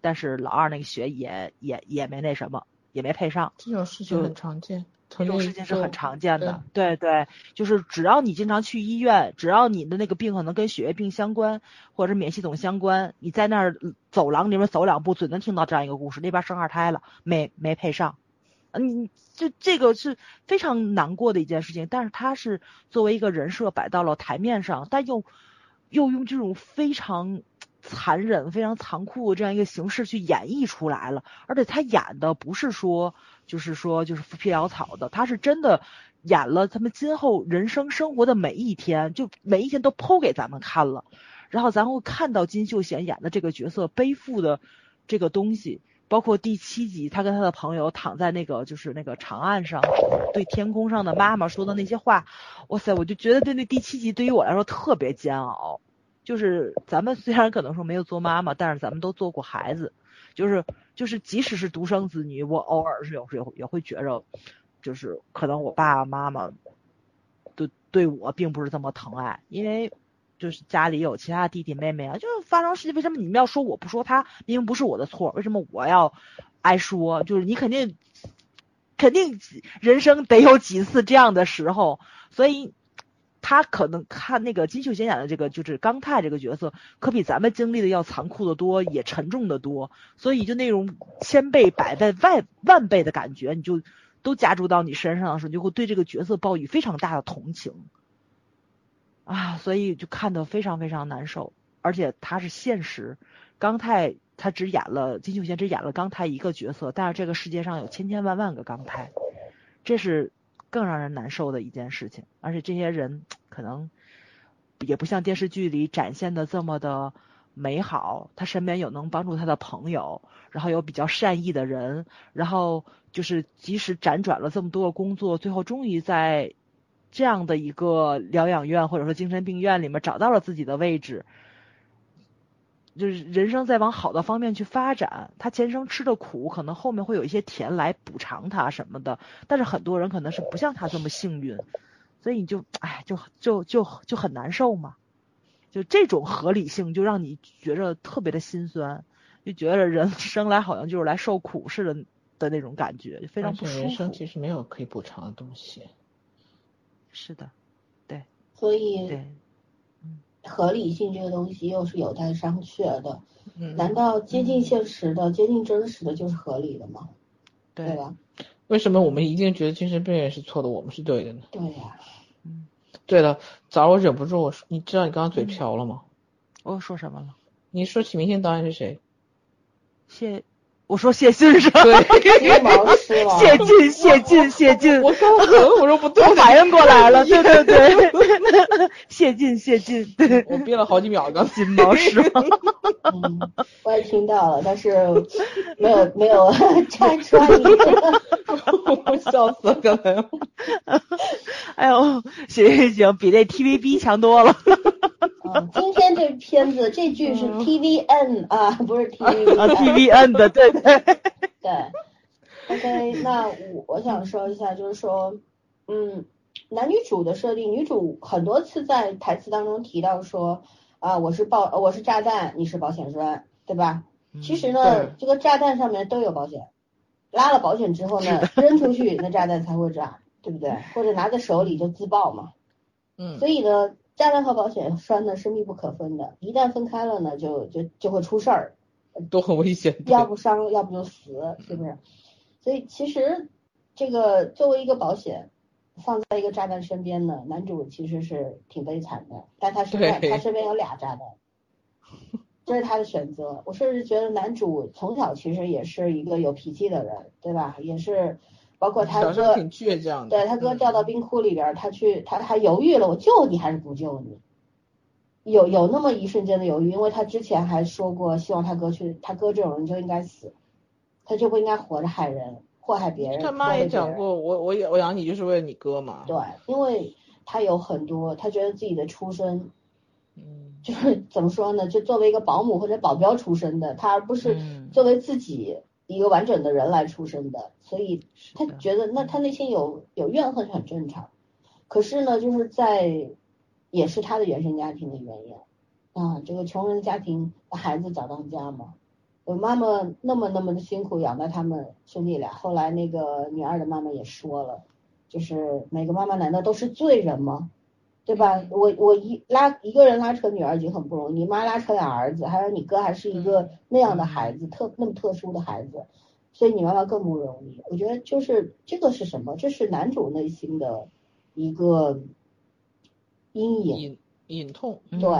C: 但是老二那个血也也也没那什么，也没配上。
D: 这种事情
C: 就
D: 很常见，这
C: 这种事情是很常见的，对对，就是只要你经常去医院，只要你的那个病可能跟血液病相关，或者是免疫系统相关，你在那儿走廊里面走两步，准能听到这样一个故事。那边生二胎了，没没配上，嗯，就这个是非常难过的一件事情。但是他是作为一个人设摆到了台面上，但又又用这种非常残忍、非常残酷的这样一个形式去演绎出来了。而且他演的不是说就是说就是浮皮潦草的，他是真的演了他们今后人生生活的每一天，就每一天都剖给咱们看了，然后咱会看到金秀贤演的这个角色背负的这个东西。包括第七集，他跟他的朋友躺在那个就是那个长岸上，对天空上的妈妈说的那些话，哇塞，我就觉得对那第七集对于我来说特别煎熬，就是咱们虽然可能说没有做妈妈，但是咱们都做过孩子，就是就是即使是独生子女，我偶尔是有时候也会觉着，就是可能我爸妈妈对对我并不是这么疼爱，因为。就是家里有其他弟弟妹妹啊，就是发生事情，为什么你们要说我不说他？明明不是我的错，为什么我要挨说？就是你肯定肯定人生得有几次这样的时候，所以他可能看那个金秀贤演的这个就是刚泰这个角色，可比咱们经历的要残酷的多，也沉重的多，所以就那种千倍、百倍、万万倍的感觉，你就都加注到你身上的时候，你就会对这个角色抱以非常大的同情。啊，所以就看得非常非常难受，而且他是现实，刚泰他只演了金秀贤只演了刚泰一个角色，但是这个世界上有千千万万个刚泰，这是更让人难受的一件事情，而且这些人可能也不像电视剧里展现的这么的美好，他身边有能帮助他的朋友，然后有比较善意的人，然后就是即使辗转了这么多个工作，最后终于在。这样的一个疗养院或者说精神病院里面找到了自己的位置，就是人生在往好的方面去发展。他前生吃的苦，可能后面会有一些甜来补偿他什么的。但是很多人可能是不像他这么幸运，所以你就哎，就就就就很难受嘛。就这种合理性，就让你觉着特别的心酸，就觉得人生来好像就是来受苦似的的那种感觉，就非常不舒服。
D: 人生其实没有可以补偿的东西。
C: 是的，对
B: 所以
C: 对，
B: 合理性这个东西又是有待商榷的。
D: 嗯，
B: 难道接近现实的、接近真实的就是合理的吗？对
D: 啊
B: 吧？
D: 为什么我们一定觉得精神病人是错的，我们是对的呢？
B: 对 呀、
D: 对了，早上我忍不住我说，你知道你刚刚嘴瓢了吗？
C: 我说什么了？
D: 你说起明星导演是 谁？
C: 谢，我说谢晋是吧？
B: 鸡毛狮
D: 啊
B: 王，
C: 谢晋，谢晋，谢晋，
D: 我刚 刚咳我说不对，
C: 我反应过来了，对对对，谢晋，谢晋，对，
D: 我憋了好几秒刚才。
C: 金毛狮王，
B: 嗯，我也听到了，但是没有没 有拆穿你。
D: 我笑死了，刚才。
C: 哎呦，行行行，比那 TVB 强多了，
B: 嗯，今天这片子这剧是 TVN 啊，不是 TV
C: 嗯啊 TVN 的，对对，
B: 对，OK，那 我我想说一下，就是说，嗯，男女主的设定，女主很多次在台词当中提到说，啊，我是爆，呃我是炸弹，你是保险栓，对吧？其实呢，
D: 嗯对
B: 这个炸弹上面都有保险，拉了保险之后呢，扔出去那炸弹才会炸，对不对？或者拿在手里就自爆嘛。
D: 嗯
B: 所以呢，炸弹和保险栓呢是密不可分的，一旦分开了呢，就就就会出事儿。
D: 都很危险。对
B: 要不伤，要不就死，是不是？所以其实这个作为一个保险，放在一个炸弹身边呢，男主其实是挺悲惨的，但他身边
D: 对
B: 他身边有俩炸弹，这是他的选择。我甚至觉得男主从小其实也是一个有脾气的人，对吧？也是包括他
D: 小时候
B: 哥，
D: 挺倔强的。嗯
B: 对他哥掉到冰窟里边儿，他去他他犹豫了，我救你还是不救你？有有那么一瞬间的犹豫，因为他之前还说过，希望他哥去，他哥这种人就应该死，他就不应该活着害人，祸害别人。
D: 他妈也讲
B: 祸
D: 过，我我也我养你就是为了你哥嘛
B: 害。别人，对，因为他有很多，他觉得自己的出身
D: 嗯，
B: 就是怎么说呢，就作为一个保姆或者保镖出身的，他而不是
C: 嗯
B: 作为自己一个完整的人来出身的，所以他
C: 的
B: 觉得那他内心有有怨恨是很正常，可是呢，就是在也是他的原生家庭的原因啊，这个穷人家庭把孩子早当家嘛，我妈妈那么那么的辛苦养大他们兄弟俩，后来那个女二的妈妈也说了，就是每个妈妈难道都是罪人吗？对吧？
C: 嗯
B: 我我一拉一个人拉扯女儿已经很不容易，你妈拉扯俩儿子，还有你哥还是一个那样
C: 嗯
B: 的孩子，特那么特殊的孩子，所以你妈妈更不容易。我觉得就是这个是什么？这是男主内心的一个阴影，
D: 隐隐痛。
B: 对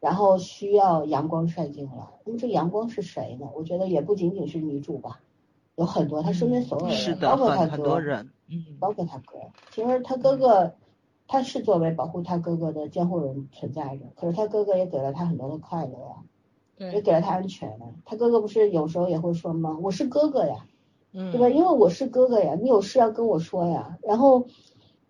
B: 然后需要阳光晒进来。那么这阳光是谁呢？我觉得也不仅仅是女主吧，有很多他身边所有人，
C: 嗯是
B: 包
C: 的，
B: 括他
C: 很
B: 哥，
C: 很多人，嗯，
B: 包括他哥。其实他哥哥，他是作为保护他哥哥的监护人存在着，可是他哥哥也给了他很多的快乐啊，也
D: 对，
B: 给了他安全啊。他哥哥不是有时候也会说吗？我是哥哥呀，
D: 嗯，
B: 对吧？因为我是哥哥呀，你有事要跟我说呀。然后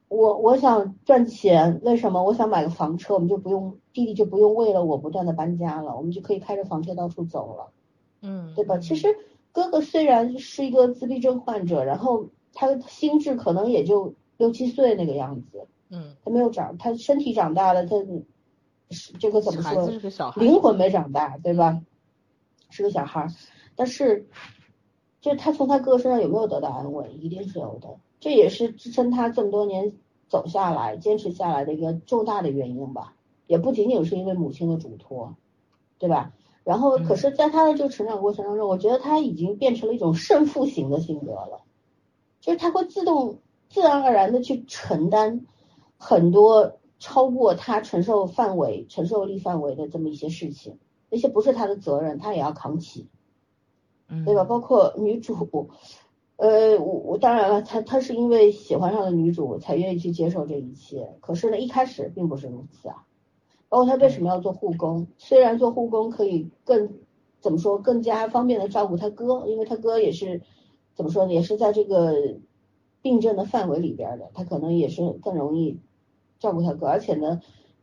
B: 我我想赚钱，为什么？我想买个房车，我们就不用弟弟就不用为了我不断的搬家了，我们就可以开着房车到处走了，
D: 嗯，
B: 对吧？其实哥哥虽然是一个自闭症患者，然后他的心智可能也就六七岁那个样子，
D: 嗯，
B: 他没有长，他身体长大了，他是这个怎么
D: 孩
B: 说
D: 子？是个小孩，
B: 灵魂没长大，对吧？是个小孩儿，但是，就是他从他哥身上有没有得到安慰，一定是有的。这也是支撑他这么多年走下来、坚持下来的一个重大的原因吧。也不仅仅是因为母亲的嘱托，对吧？然后，
D: 嗯
B: 可是，在他的这个成长过程当中，我觉得他已经变成了一种胜负型的性格了，就是他会自动、自然而然的去承担很多超过他承受范围、承受力范围的这么一些事情，那些不是他的责任，他也要扛起，
C: 嗯，
B: 对吧？包括女主，呃，我我当然了，他他是因为喜欢上了女主才愿意去接受这一切，可是呢，一开始并不是如此啊。包括他为什么要做护工，虽然做护工可以更怎么说更加方便的照顾他哥，因为他哥也是怎么说呢，也是在这个病症的范围里边的，他可能也是更容易照顾他哥，而且呢，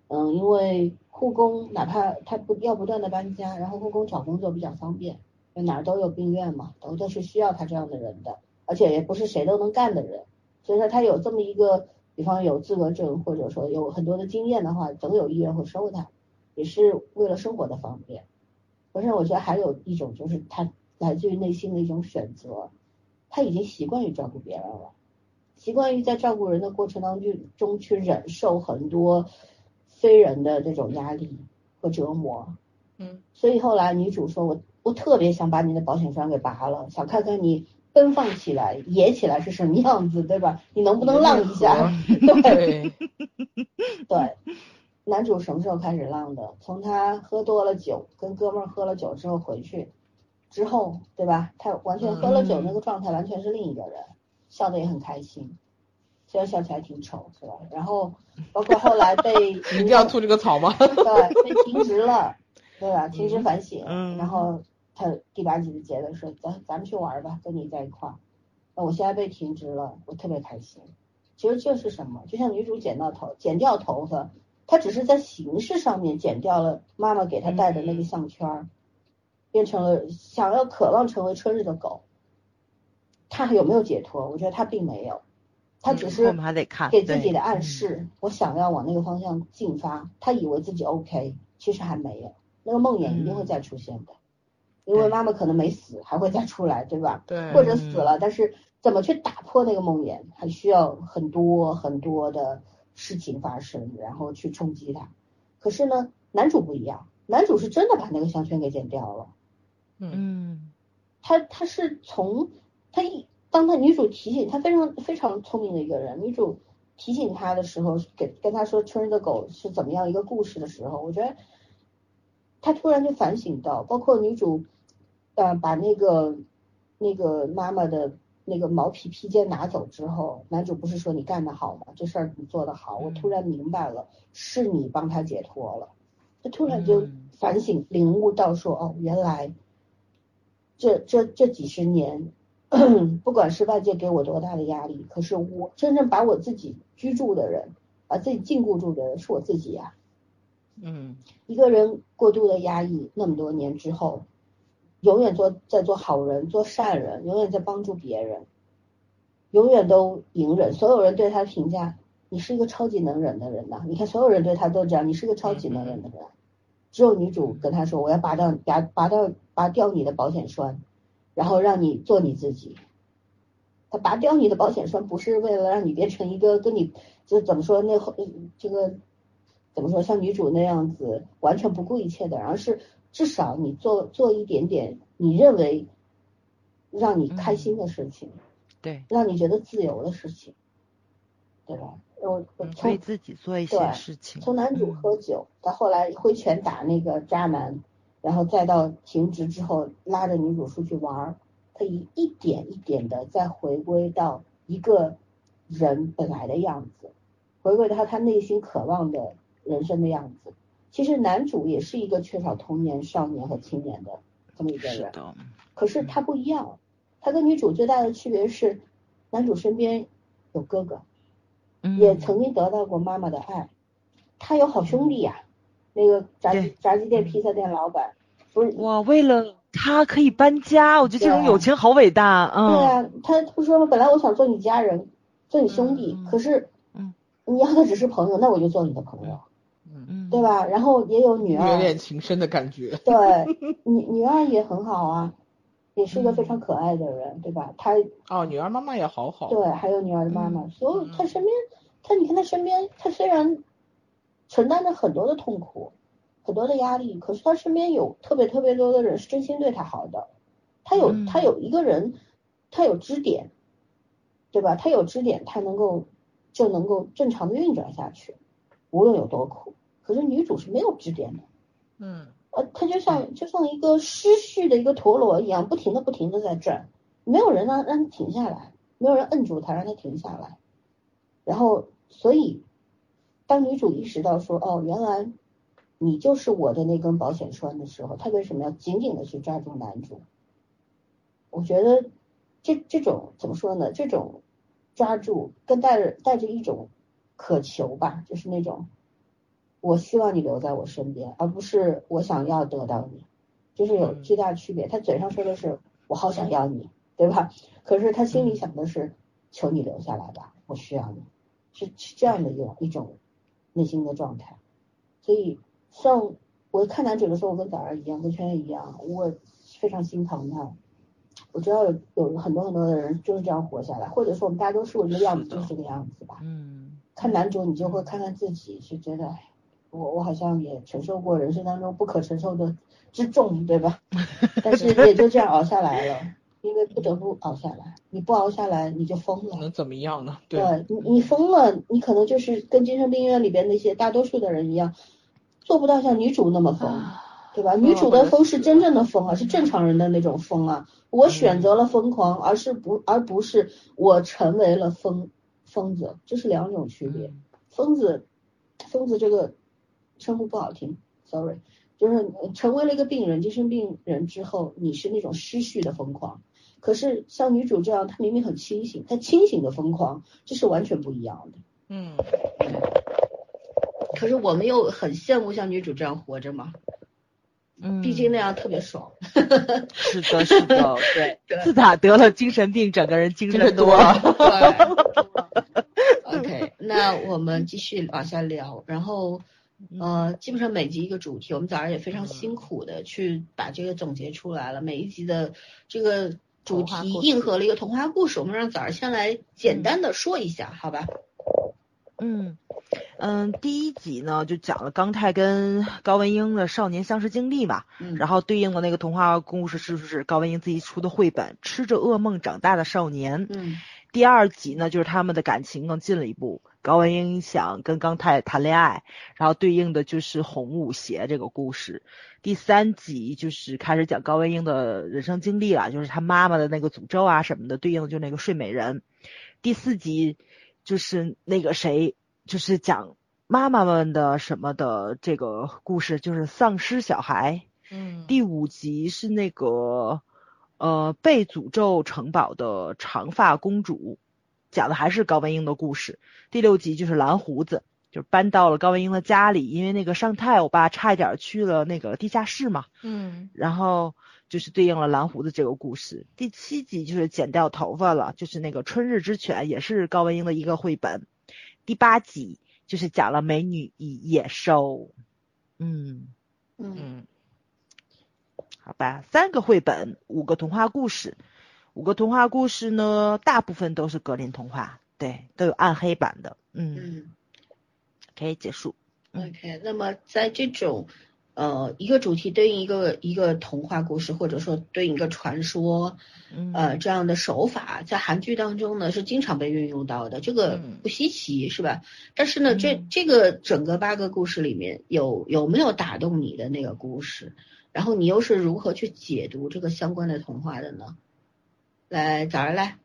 B: 嗯，因为护工哪怕他不要不断的搬家，然后护工找工作比较方便，因为哪儿都有病院嘛，都都是需要他这样的人的，而且也不是谁都能干的人，所以说他有这么一个，比方有资格证或者说有很多的经验的话，总有医院会收他，也是为了生活的方便。可是我觉得还有一种就是他来自于内心的一种选择，他已经习惯于照顾别人了，习惯于在照顾人的过程当中中去忍受很多非人的这种压力和折磨。
D: 嗯，
B: 所以后来女主说我我特别想把你的保险栓给拔了，想看看你奔放起来、野起来是什么样子，对吧？你能不能浪一下？
D: 对，
B: 对，男主什么时候开始浪的？从他喝多了酒，跟哥们儿喝了酒之后回去，之后对吧？他完全喝了
D: 嗯
B: 酒那个状态，完全是另一个人，笑得也很开心，虽然笑起来挺丑，是吧？然后包括后来被
D: 你一定要吐这个槽吗？
B: 对，被停职了，对吧？停职反省，
C: 嗯
B: 然后他第八集的结尾说：“咱咱们去玩吧，跟你在一块儿。”那我现在被停职了，我特别开心。其实这是什么？就像女主剪到头，剪掉头发，她只是在形式上面剪掉了妈妈给她戴的那
C: 嗯
B: 个项圈儿，变成了想要渴望成为春日的狗。她有没有解脱？我觉得她并没有，她只是
C: 我们还得看
B: 给自己
C: 啊对嗯
B: 的暗示，我想要往那个方向进发。他以为自己 OK，其实还没有，那个梦魇一定会再出现的，因为
C: 嗯对嗯
B: 妈妈可能没死，还会再出来，对吧？
D: 对，
B: 或者死了，但是怎么去打破那个梦魇，还需要很多很多的事情发生，然后去冲击它。可是呢，男主不一样，男主是真的把那个项圈给剪掉了。
D: 嗯
C: 嗯
B: 他他是从他一当他女主提醒他非常非常聪明的一个人，女主提醒他的时候，给跟他说《春日的狗》是怎么样一个故事的时候，我觉得他突然就反省到，包括女主呃把那个那个妈妈的那个毛皮披肩拿走之后，男主不是说你干得好吗？这事儿你做得好，我突然明白了，是你帮他解脱了。他突然就
D: 嗯
B: 反省领悟到说，哦，原来这这这几十年， 不管是外界给我多大的压力，可是我真正把我自己居住的人，把自己禁锢住的人是我自己啊呀、
D: 嗯
B: 一个人过度的压抑那么多年之后，永远做在做好人、做善人，永远在帮助别人，永远都隐忍。所有人对他评价，你是一个超级能忍的人呐、你看所有人对他都这样，你是个超级能忍的人啊。只有女主跟他说，我要拔掉、拔、拔掉、拔掉你的保险栓，然后让你做你自己。他拔掉你的保险栓，不是为了让你变成一个跟你就是怎么说那后这个怎么说像女主那样子完全不顾一切的，而是至少你做做一点点你认为让你开心的事情，
C: 对，
B: 让你觉得自由的事情，对吧？我我
D: 嗯
C: 为
B: 从
C: 自己做一
B: 对
C: 些事情，
B: 从男主喝酒到后来挥拳打那个渣男，然后再到停职之后拉着女主出去玩儿，他一一点一点的再回归到一个人本来的样子，回归到他内心渴望的人生的样子。其实男主也是一个缺少童年、少年和青年的这么一个
C: 是
B: 人，
C: 的，嗯
B: 可是他不一样，他跟女主最大的区别是，男主身边有哥哥，
C: 嗯
B: 也曾经得到过妈妈的爱，他有好兄弟呀、那个炸鸡
C: 对
B: 炸鸡店、披萨店老板，不是
C: 哇，为了他可以搬家，我觉得这种
B: 对
C: 友情好伟大，
B: 对
C: 嗯，
B: 啊，他不说吗？本来我想做你家人，做你兄弟，
C: 嗯嗯
B: 可是，
C: 嗯，
B: 你要的只是朋友，那我就做你的朋友，
D: 嗯，
C: 嗯，
B: 对？吧？然后也有女
D: 有
B: 二，
D: 点情深的感觉。
B: 对，女女二也很好啊，也是一个非常可爱的人，对吧？她
D: 哦，女儿妈妈也好好。
B: 对，还有女儿的妈妈，所有
D: 嗯
B: 她身边，她你看她身边，她虽然承担着很多的痛苦，很多的压力，可是她身边有特别特别多的人是真心对她好的，她有
C: 嗯
B: 她有一个人，她有支点，对吧？她有支点，她能够就能够正常的运转下去，无论有多苦。可是女主是没有支点的，
D: 嗯，
B: 呃，它就像就像一个失序的一个陀螺一样，不停的不停的在转，没有人让让它停下来，没有人摁住它让它停下来。然后，所以当女主意识到说，哦，原来你就是我的那根保险栓的时候，她为什么要紧紧的去抓住男主？我觉得这这种怎么说呢？这种抓住更带着带着一种渴求吧，就是那种我希望你留在我身边，而不是我想要得到你，就是有
D: 嗯
B: 巨大区别。他嘴上说的是我好想要你，对吧？可是他心里
D: 嗯
B: 想的是求你留下来吧，我需要你，是是这样的一种一种内心的状态。所以像我看男主的时候，我跟早儿一样，跟圈圈一样，我非常心疼他。我知道有有很多很多的人就是这样活下来，或者说我们大家都是我们的样子，
C: 是的
B: 就是这个样子吧。
C: 嗯，
B: 看男主，你就会看看自己，就觉得，哎，我我好像也承受过人生当中不可承受的之重，对 吧？但是也就这样熬下来了，因为不得不熬下来。你不熬下来，你就疯了。
D: 能怎么样呢？
B: 对呃你，你疯了，你可能就是跟精神病院里边那些大多数的人一样，做不到像女主那么疯，对吧？女主的疯是真正的疯啊，是正常人的那种疯啊。我选择了疯狂，而是不而不是我成为了疯疯子，这是两种区别。疯子，疯子这个称呼不好听，sorry，就是呃成为了一个病人，精神病人之后，你是那种失序的疯狂。可是像女主这样，她明明很清醒，她清醒的疯狂，这是完全不一样的。
D: 嗯，
B: 可是我们又很羡慕像女主这样活着嘛，
C: 嗯，
B: 毕竟那样特别爽。
C: 是的，是的，对
B: 对，
C: 自打得了精神病，整个人精
D: 真的
C: 神
D: 多
C: 多了，
B: 对 OK，那我们继续往下聊，然后
C: 嗯
B: 呃，基本上每集一个主题，我们早上也非常辛苦的去把这个总结出来了，每一集的这个主
D: 童话
B: 题
D: 故事
B: 应和了一个童话故事，我们让早上先来简单的说一下，好吧？
C: 嗯嗯，第一集呢就讲了刚泰跟高文英的少年相识经历嘛，
B: 嗯，
C: 然后对应的那个童话故事是不是高文英自己出的绘本《吃着噩梦长大的少年》？
B: 嗯
C: 第二集呢就是他们的感情更进了一步，高文英想跟刚泰谈恋爱，然后对应的就是红舞鞋这个故事。第三集就是开始讲高文英的人生经历了，就是她妈妈的那个诅咒啊什么的，对应的就那个睡美人。第四集就是那个谁，就是讲妈妈们的什么的这个故事，就是丧尸小孩。
D: 嗯，
C: 第五集是那个呃被诅咒城堡的长发公主，讲的还是高文英的故事。第六集就是蓝胡子，就是搬到了高文英的家里，因为那个尚泰欧巴差一点去了那个地下室嘛，
D: 嗯
C: 然后就是对应了蓝胡子这个故事。第七集就是剪掉头发了，就是那个《春日之犬》，也是高文英的一个绘本。第八集就是讲了美女与野兽，嗯。
B: 嗯
D: 嗯
C: 好吧，三个绘本，五个童话故事，五个童话故事呢，大部分都是格林童话，对，都有暗黑版的，嗯，
B: 嗯
C: 可以结束，嗯
B: ，OK，那么在这种呃一个主题对应一个一个童话故事，或者说对应一个传说，
C: 嗯，
B: 呃，这样的手法在韩剧当中呢是经常被运用到的，这个
D: 嗯
B: 不稀奇，是吧？但是呢，这
C: 嗯
B: 这个整个八个故事里面有有没有打动你的那个故事？然后你又是如何去解读这个相关的童话的呢？来，早上来，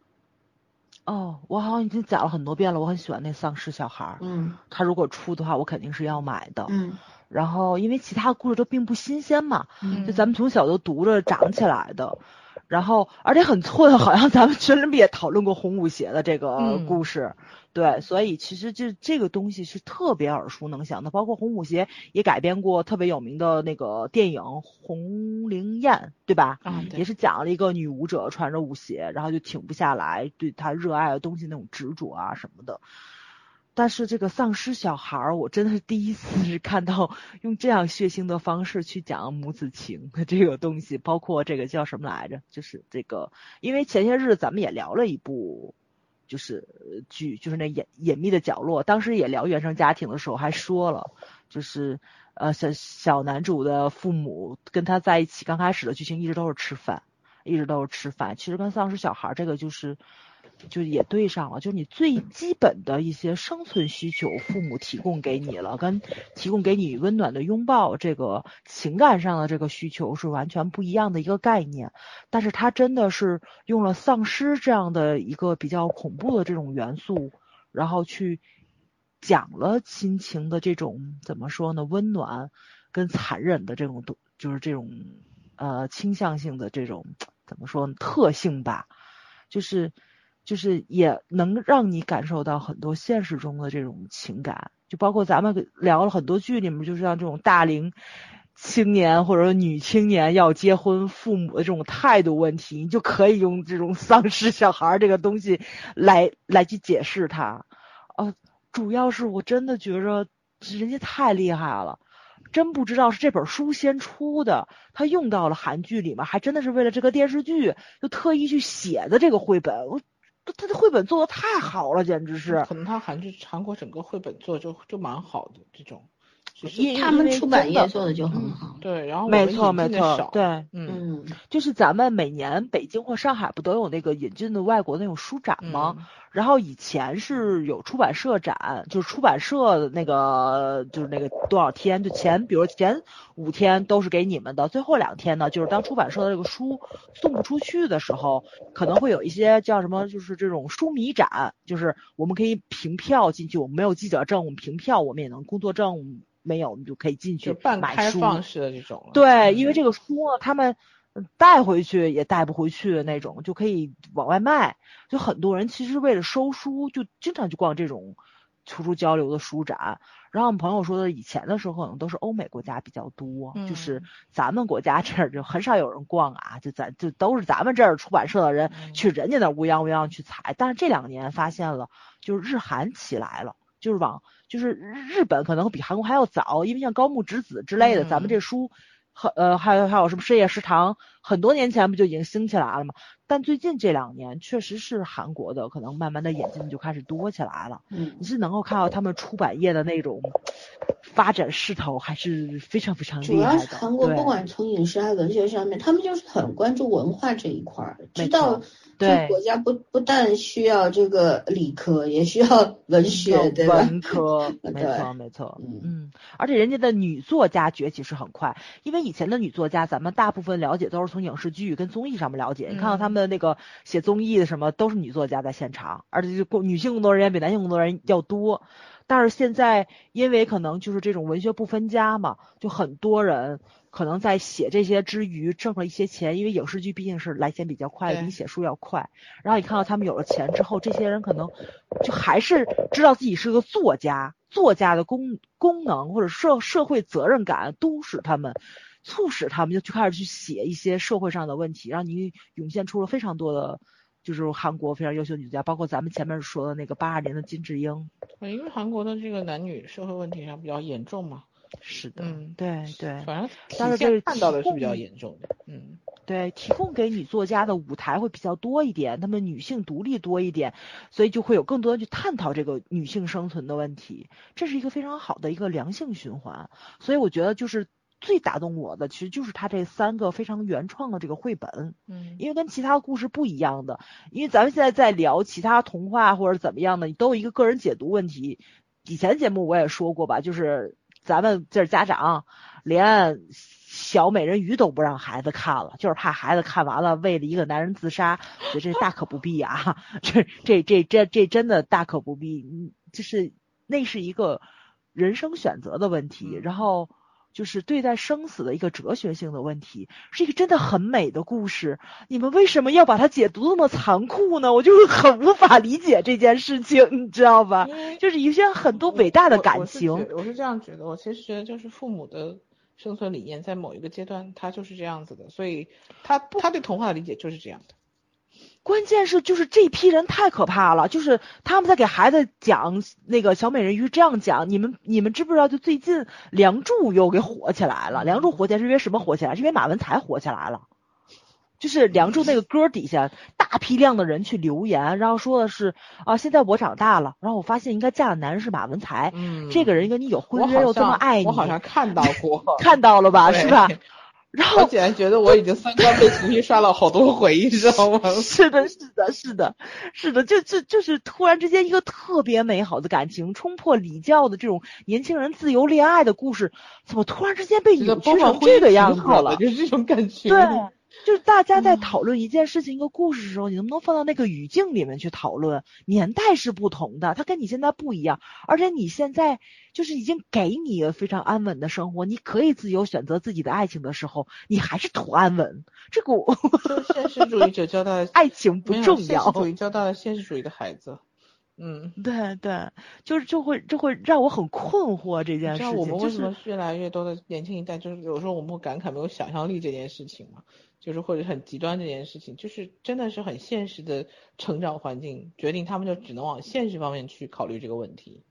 C: 哦，我好像已经讲了很多遍了，我很喜欢那丧尸小孩儿，
B: 嗯
C: 他如果出的话，我肯定是要买的，
B: 嗯
C: 然后因为其他故事都并不新鲜嘛，
B: 嗯
C: 就咱们从小都读着长起来的。然后而且很寸， 好像咱们群里面也讨论过红舞鞋的这个
D: 嗯
C: 故事，对，所以其实这这个东西是特别耳熟能详的，包括红舞鞋也改编过特别有名的那个电影《红绫宴》，对吧？
D: 啊，对
C: 嗯也是讲了一个女舞者穿着舞鞋，然后就停不下来，对她热爱的东西那种执着啊什么的。但是这个丧尸小孩儿，我真的是第一次是看到用这样血腥的方式去讲母子情的这个东西，包括这个叫什么来着？就是这个，因为前些日子咱们也聊了一部。就是呃剧，就是那隐隐秘的角落。当时也聊原生家庭的时候，还说了，就是呃小小男主的父母跟他在一起，刚开始的剧情一直都是吃饭，一直都是吃饭。其实跟丧尸小孩儿这个就是就也对上了，就是你最基本的一些生存需求，父母提供给你了，跟提供给你温暖的拥抱，这个情感上的这个需求是完全不一样的一个概念。但是他真的是用了丧尸这样的一个比较恐怖的这种元素，然后去讲了亲情的这种怎么说呢，温暖跟残忍的这种东，就是这种呃倾向性的这种怎么说呢特性吧，就是就是也能让你感受到很多现实中的这种情感，就包括咱们聊了很多剧里面，就是像这种大龄。青年或者说女青年要结婚，父母的这种态度问题，你就可以用这种丧尸小孩儿这个东西来来去解释它。呃，主要是我真的觉着人家太厉害了，真不知道是这本书先出的，他用到了韩剧里面，还真的是为了这个电视剧就特意去写的这个绘本。我他的绘本做的太好了，简直是
D: 可能他韩剧韩国整个绘本做就就蛮好的这种，就是
C: 因
B: 嗯他们
C: 因为
B: 出版
C: 真的嗯
B: 业做的就很好。
D: 对，嗯然后我
C: 没
D: 们
C: 错
D: 引
C: 没
D: 进的
C: 错
D: 少，
C: 对。
D: 嗯
B: 嗯，
C: 就是咱们每年北京或上海不都有那个引进的外国那种书展吗？
D: 嗯
C: 然后以前是有出版社展，就是出版社的那个就是那个多少天，就前比如前五天都是给你们的，最后两天呢，就是当出版社的这个书送不出去的时候，可能会有一些叫什么，就是这种书迷展，就是我们可以凭票进去，我们没有记者证，我们凭票，我们也能工作证没有，我们就可以进
D: 就
C: 去
D: 半
C: 买
D: 开
C: 书。
D: 放式的这种了。
C: 对，因为
D: 嗯
C: 这个书呢，他们嗯带回去也带不回去的那种，就可以往外卖。就很多人其实为了收书，就经常去逛这种图书交流的书展。然后我们朋友说的，以前的时候可能都是欧美国家比较多，就是
D: 嗯
C: 咱们国家这儿就很少有人逛啊，就咱就都是咱们这儿出版社的人
D: 嗯
C: 去人家那儿乌泱乌泱去采。但是这两年发现了，就是日韩起来了。就是往就是日日本可能会比韩国还要早，因为像高木直子之类的，咱们
D: 嗯
C: 这书很呃还有还有什么深夜食堂，很多年前不就已经兴起来了吗？但最近这两年确实是韩国的可能慢慢的引进就开始多起来了，
B: 嗯
C: 你是能够看到他们出版业的那种发展势头还是非常非常
B: 主
C: 厉
B: 要
C: 害的。
B: 是韩国
C: 对
B: 不管从饮食还是文学上面，他们就是很关注文化这一块儿，
C: 没
B: 知道
C: 错
B: 这
C: 对
B: 个国家不不但需要这个理科，也需 要文学，对吧？
C: 文科，
B: 对
C: 没错没错
B: 嗯，
C: 嗯，而且人家的女作家崛起是很快，因为以前的女作家咱们大部分了解都是从影视剧跟综艺上面了解，你看到他
D: 嗯
C: 们那个写综艺的什么都是女作家在现场，而且就工女性工作人员比男性工作人员要多，但是现在因为可能就是这种文学不分家嘛，就很多人。可能在写这些之余挣了一些钱，因为影视剧毕竟是来钱比较快的，比
D: 对
C: 写书要快。然后你看到他们有了钱之后，这些人可能就还是知道自己是个作家，作家的功功能或者社社会责任感都使他们。促使他们就去开始去写一些社会上的问题，让你涌现出了非常多的，就是韩国非常优秀的女作家，包括咱们前面说的那个八二年的金智英。
D: 对因为韩国的这个男女社会问题上比较严重嘛，
C: 是的，
D: 嗯，
C: 对对
D: 反正
C: 但是
D: 体现
C: 这
D: 看到的
C: 提
D: 是比较
C: 供
D: 严重的，嗯，
C: 对，提供给女作家的舞台会比较多一点，她们女性独立多一点，所以就会有更多人去探讨这个女性生存的问题，这是一个非常好的一个良性循环。所以我觉得就是最打动我的，其实就是它这三个非常原创的这个绘本，
D: 嗯
C: 因为跟其他故事不一样的，因为咱们现在在聊其他童话或者怎么样的，都有一个个人解读问题。以前节目我也说过吧，就是咱们这儿家长连小美人鱼都不让孩子看了，就是怕孩子看完了为了一个男人自杀，我觉得这大可不必啊， 这这这这这真的大可不必，嗯就是那是一个人生选择的问题，
D: 嗯
C: 然后。就是对待生死的一个哲学性的问题，是一个真的很美的故事。你们为什么要把它解读那么残酷呢？我就是 很无法理解这件事情，你知道吧？就是一些很多伟大的感情。
D: 我我我是觉我是这样觉得，我其实觉得就是父母的生存理念在某一个阶段，他就是这样子的，所以他他对童话的理解就是这样的。
C: 关键是就是这批人太可怕了，就是他们在给孩子讲那个小美人鱼这样讲，你们你们知不知道？就最近《梁祝》又给火起来了，《梁祝》火起来是因为什么火起来？是因为马文才火起来了。就是《梁祝》那个歌底下，大批量的人去留言，然后说的是啊，现在我长大了，然后我发现应该嫁的男人是马文才，
D: 嗯
C: 这个人跟你有
D: 我
C: 婚约
D: 好
C: 又这么
D: 像
C: 爱你，
D: 我好像看到 过，
C: 看到了
D: 啊
C: 吧，是吧
D: 对？
C: 然 后
D: 我竟然觉得我已经三观被重新刷了好多回，你知 道吗？
C: 是的，是的，是的，是的，就就就是突然之间一个特别美好的感情，冲破礼教的这种年轻人自由恋爱的故事，怎么突然之间被
D: 觉得
C: 扭
D: 包
C: 曲
D: 括
C: 成这个样子
D: 好的，
C: 了？
D: 就是嗯这种感觉。
C: 对，就是大家在讨论一件事情、一个故事的时候，你能不能放到那个语境里面去讨论？年代是不同的，它跟你现在不一样，而且你现在就是已经给你一个非常安稳的生活，你可以自由选择自己的爱情的时候，你还是图安稳，这个我
D: 就现实主义者交代
C: 爱情不
D: 没有
C: 重
D: 现实
C: 要。
D: 主义交代了现实主义的孩子。嗯，
C: 对对，就是就会就会让我很困惑这件
D: 你知
C: 事
D: 道我
C: 情，
D: 们
C: 就
D: 为什么
C: 是
D: 越来越多的年轻一代，就是有时候我们会感慨没有想象力这件事情嘛，就是或者很极端这件事情，就是真的是很现实的成长环境决定他们就只能往现实方面去考虑这个问题。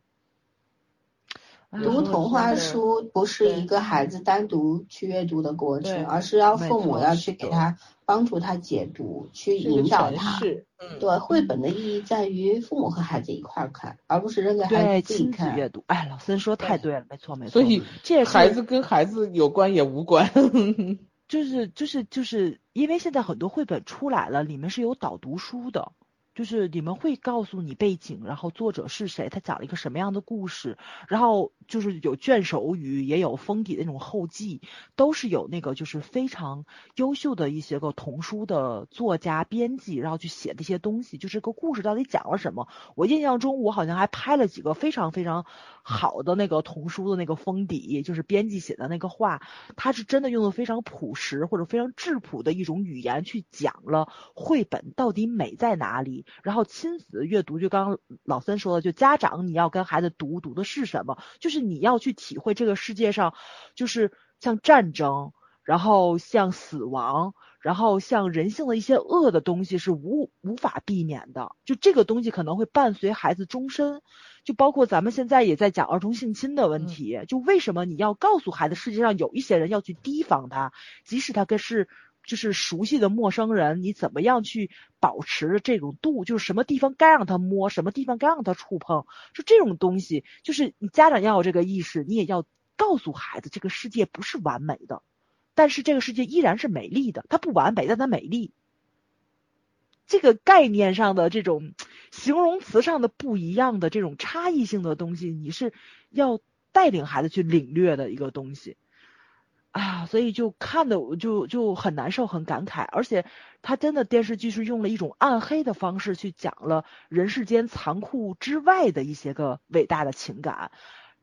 C: 哎
D: 有时
B: 读
D: 候
B: 童
D: 真
B: 话
D: 的
B: 书不是
D: 对
B: 一个孩子单独去阅读的过
D: 对
B: 程，而是要
C: 没
B: 父母
C: 错
B: 要
C: 是
B: 去给
C: 的
B: 他帮助他解读，去
D: 是一个
B: 引导
D: 诠
B: 他。
D: 释，嗯，
B: 对，绘本的意义在于父母和孩子一块儿看，而不是扔给孩
C: 对
B: 子自己
C: 亲子阅
B: 看。
C: 读，哎，老森说太
D: 对
C: 对了，没错没错，
D: 所以
C: 这也
D: 嗯孩
C: 是
D: 子跟孩子有关也无关。
C: 就是就是就是因为现在很多绘本出来了，里面是有导读书的，就是你们会告诉你背景，然后作者是谁，他讲了一个什么样的故事，然后就是有卷首语，也有封底的那种后记，都是有那个就是非常优秀的一些个童书的作家、编辑，然后去写的一些东西，就这个故事到底讲了什么。我印象中，我好像还拍了几个非常非常好的那个童书的那个封底，就是编辑写的那个话，他是真的用的非常朴实或者非常质朴的一种语言去讲了绘本到底美在哪里。然后亲子阅读，就刚刚老三说的，就家长你要跟孩子读读的是什么，就是你要去体会这个世界上，就是像战争，然后像死亡，然后像人性的一些恶的东西是无无法避免的，就这个东西可能会伴随孩子终身。就包括咱们现在也在讲儿童性侵的
D: 嗯
C: 问题，就为什么你要告诉孩子，世界上有一些人要去提防他，即使他跟是就是熟悉的陌生人，你怎么样去保持这种度，就是什么地方该让他摸，什么地方该让他触碰，就这种东西，就是你家长要有这个意识，你也要告诉孩子，这个世界不是完美的，但是这个世界依然是美丽的，它不完美，但它美丽。这个概念上的这种形容词上的不一样的这种差异性的东西，你是要带领孩子去领略的一个东西。啊，所以就看的我就就很难受，很感慨，而且他真的电视剧是用了一种暗黑的方式去讲了人世间残酷之外的一些个伟大的情感，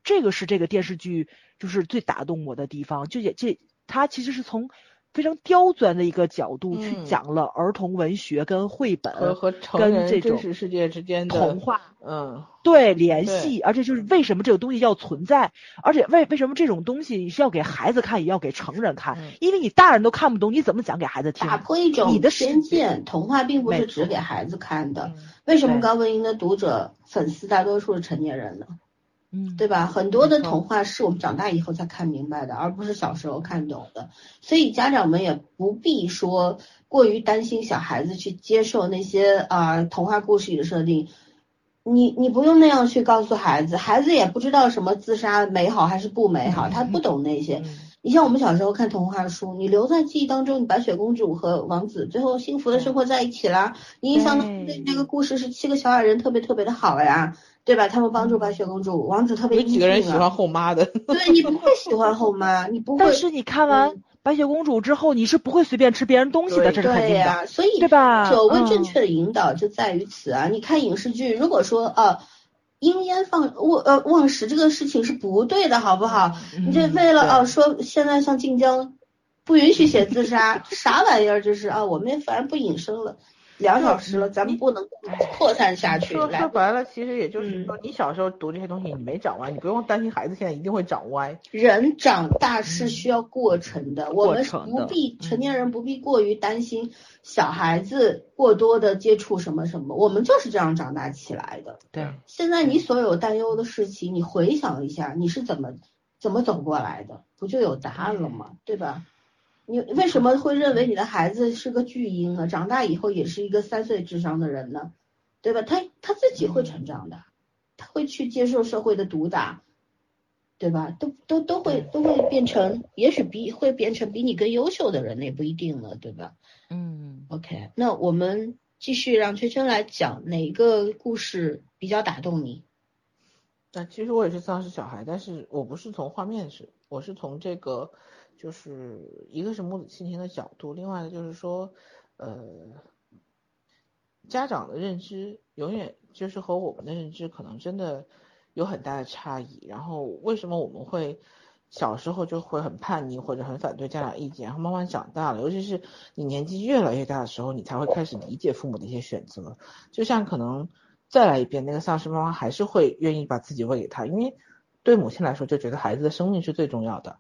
C: 这个是这个电视剧就是最打动我的地方，就也这它其实是从非常刁钻的一个角度去
D: 嗯
C: 讲了儿童文学跟绘本
D: 和和成
C: 跟
D: 人
C: 这
D: 真
C: 种
D: 实世界之间的
C: 童话
D: 嗯，
C: 对联
D: 对
C: 系，而且就是为什么这个东西要存在，而且为为什么这种东西你是要给孩子看，也要给成人看，
D: 嗯
C: 因为你大人都看不懂，你怎么讲给孩子听？啊
B: 打破一种
C: 你的世
B: 偏
C: 界
B: 见，童话并不
C: 没
B: 是只
C: 错
B: 给孩子看的。
D: 嗯
B: 为什么
C: 对
B: 高文英的读者粉丝大多数是成年人呢？
C: 嗯，
B: 对吧？很多的
D: 没错
B: 童话是我们长大以后才看明白的，而不是小时候看懂的。所以家长们也不必说过于担心小孩子去接受那些啊、呃童话故事里的设定。你你不用那样去告诉孩子，孩子也不知道什么自杀美好还是不美好，他不懂那些。
D: 嗯
B: 你像我们小时候看童话书，你留在记忆当中，你白雪公主和王子最后幸福的生活在一起啦。你印象当中
C: 对
B: 那个故事是七个小矮人特别特别的好呀，对吧？他们帮助白雪公主，王子特别
D: 嗯有
B: 英
D: 几个人喜
B: 俊
D: 欢
B: 啊。
D: 后 妈的？
B: 对你不会喜欢后妈，你不会
C: 但。是你看完白雪公主之后，你是不会随便吃别人东西
D: 嗯
C: 的，
D: 对
C: 这是肯
B: 对
C: 定的。
B: 呀、所以
C: 对吧
B: 所谓正
C: 嗯
B: 确的引导就在于此啊！你看影视剧，如果说呃阴烟放忘呃忘食这个事情是不对的，好不好？你这
C: 嗯
B: 为了
D: 对
B: 啊说现在像晋江不允许写自杀，啥玩意儿这是啊？我们反正不隐身了，两小时了，咱们不能扩散下去。
D: 说说
B: 来，
D: 白了，其实也就是
B: 嗯
D: 说，你小时候读这些东西，你没长歪，你不用担心孩子现在一定会长歪。
B: 人长大是需要过程的，我们
C: 嗯过程
B: 不
C: 的
B: 必
C: 嗯
B: 成年人不必过于担心小孩子过多的接触什么什么，我们就是这样长大起来的。
C: 对，
B: 现在你所有担忧的事情，你回想一下，你是怎么怎么走过来的，不就有答案了吗？对吧？你为什么会认为你的孩子是个巨婴呢？长大以后也是一个三岁智商的人呢，对吧？他他自己会成长的，他会去接受社会的毒打，对吧？都都都会都会变成，也许比会变成比你更优秀的人，也不一定呢，对吧？
C: 嗯，
B: OK，那我们继续让圈圈来讲哪一个故事比较打动你？
D: 但其实我也是丧尸小孩，但是我不是从画面是，我是从这个，就是一个是母子亲情的角度，另外一个就是说，呃，家长的认知永远就是和我们的认知可能真的有很大的差异。然后为什么我们会小时候就会很叛逆或者很反对家长意见，然后慢慢长大了，尤其是你年纪越来越大的时候，你才会开始理解父母的一些选择。就像可能再来一遍，那个丧尸妈妈还是会愿意把自己喂给他，因为对母亲来说就觉得孩子的生命是最重要的。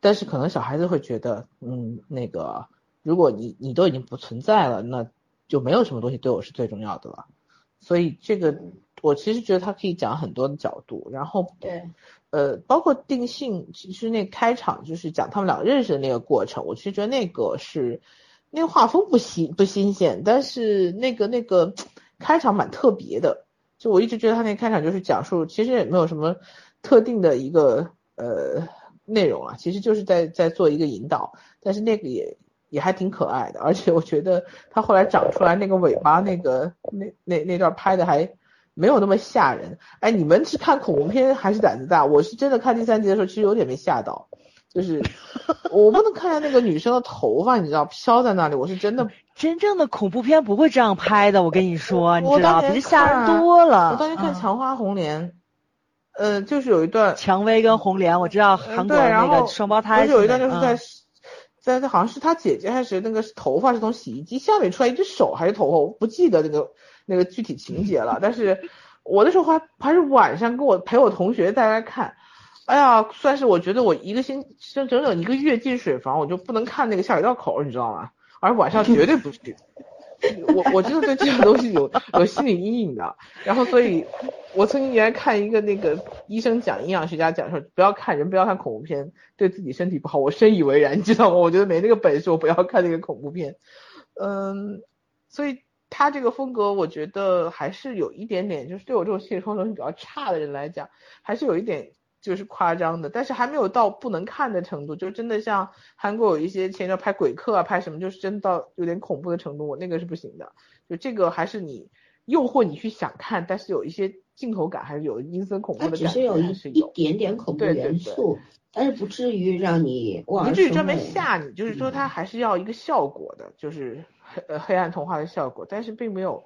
D: 但是可能小孩子会觉得，嗯，那个如果你你都已经不存在了，那就没有什么东西对我是最重要的了。所以这个我其实觉得他可以讲很多的角度，然后
B: 对，
D: 呃，包括定性，其实那开场就是讲他们俩认识的那个过程，我其实觉得那个是，那个画风不新不新鲜，但是那个那个开场蛮特别的，就我一直觉得他那开场就是讲述，其实也没有什么特定的一个呃内容啊，其实就是在在做一个引导，但是那个也也还挺可爱的，而且我觉得他后来长出来那个尾巴那个那那那段拍的还没有那么吓人。哎，你们是看恐怖片还是胆子大？我是真的看第三集的时候，其实有点被吓到，就是 我不能看见那个女生的头发，你知道飘在那里， 我是真的，
C: 真正的恐怖片不会这样拍的，我跟你说，你
D: 我
C: 知道，
D: 当年
C: 比这吓人
D: 看啊
C: 多
D: 我
C: 了。
D: 当时看《
C: 嗯
D: 强花红莲》，啊呃，就是有一段
C: 蔷薇跟红莲，我知道
D: 嗯
C: 韩国
D: 对，然
C: 那
D: 后
C: 个双胞胎
D: 不是
C: 是哪个，
D: 有一段就是在
C: 嗯，
D: 在在好像是他姐姐还是那个头发是从洗衣机下面出来一只手还是头发，我不记得那个那个具体情节了。但是我那时候还还是晚上跟我陪我同学在那看，哎呀，算是我觉得我一个星整整整一个月进水房，我就不能看那个下水道口，你知道吗？而晚上绝对不去。我我真的对这个东西有有心理阴影的，然后所以，我曾经原来看一个那个医生讲，营养学家讲说，不要看人，不要看恐怖片，对自己身体不好。我深以为然，你知道吗？我觉得没那个本事，我不要看那个恐怖片。嗯，所以他这个风格，我觉得还是有一点点，就是对我这种心理承受能力比较差的人来讲，还是有一点就是夸张的，但是还没有到不能看的程度，就真的像韩国有一些前一段拍鬼客啊，拍什么，就是真的到有点恐怖的程度，我那个是不行的。就这个还是你诱惑你去想看，但是有一些镜头感，还是有阴森恐怖
B: 它
D: 的
B: 只
D: 感觉，
B: 是有一
D: 还是
B: 一
D: 有。
B: 点点恐怖
D: 对对
B: 元
D: 对
B: 素，但是不至于让你望
D: 不
B: 而
D: 至于
B: 生
D: 专门
B: 畏
D: 吓你，就是说它还是要一个效果的，就是黑呃黑暗童话的效果，但是并没有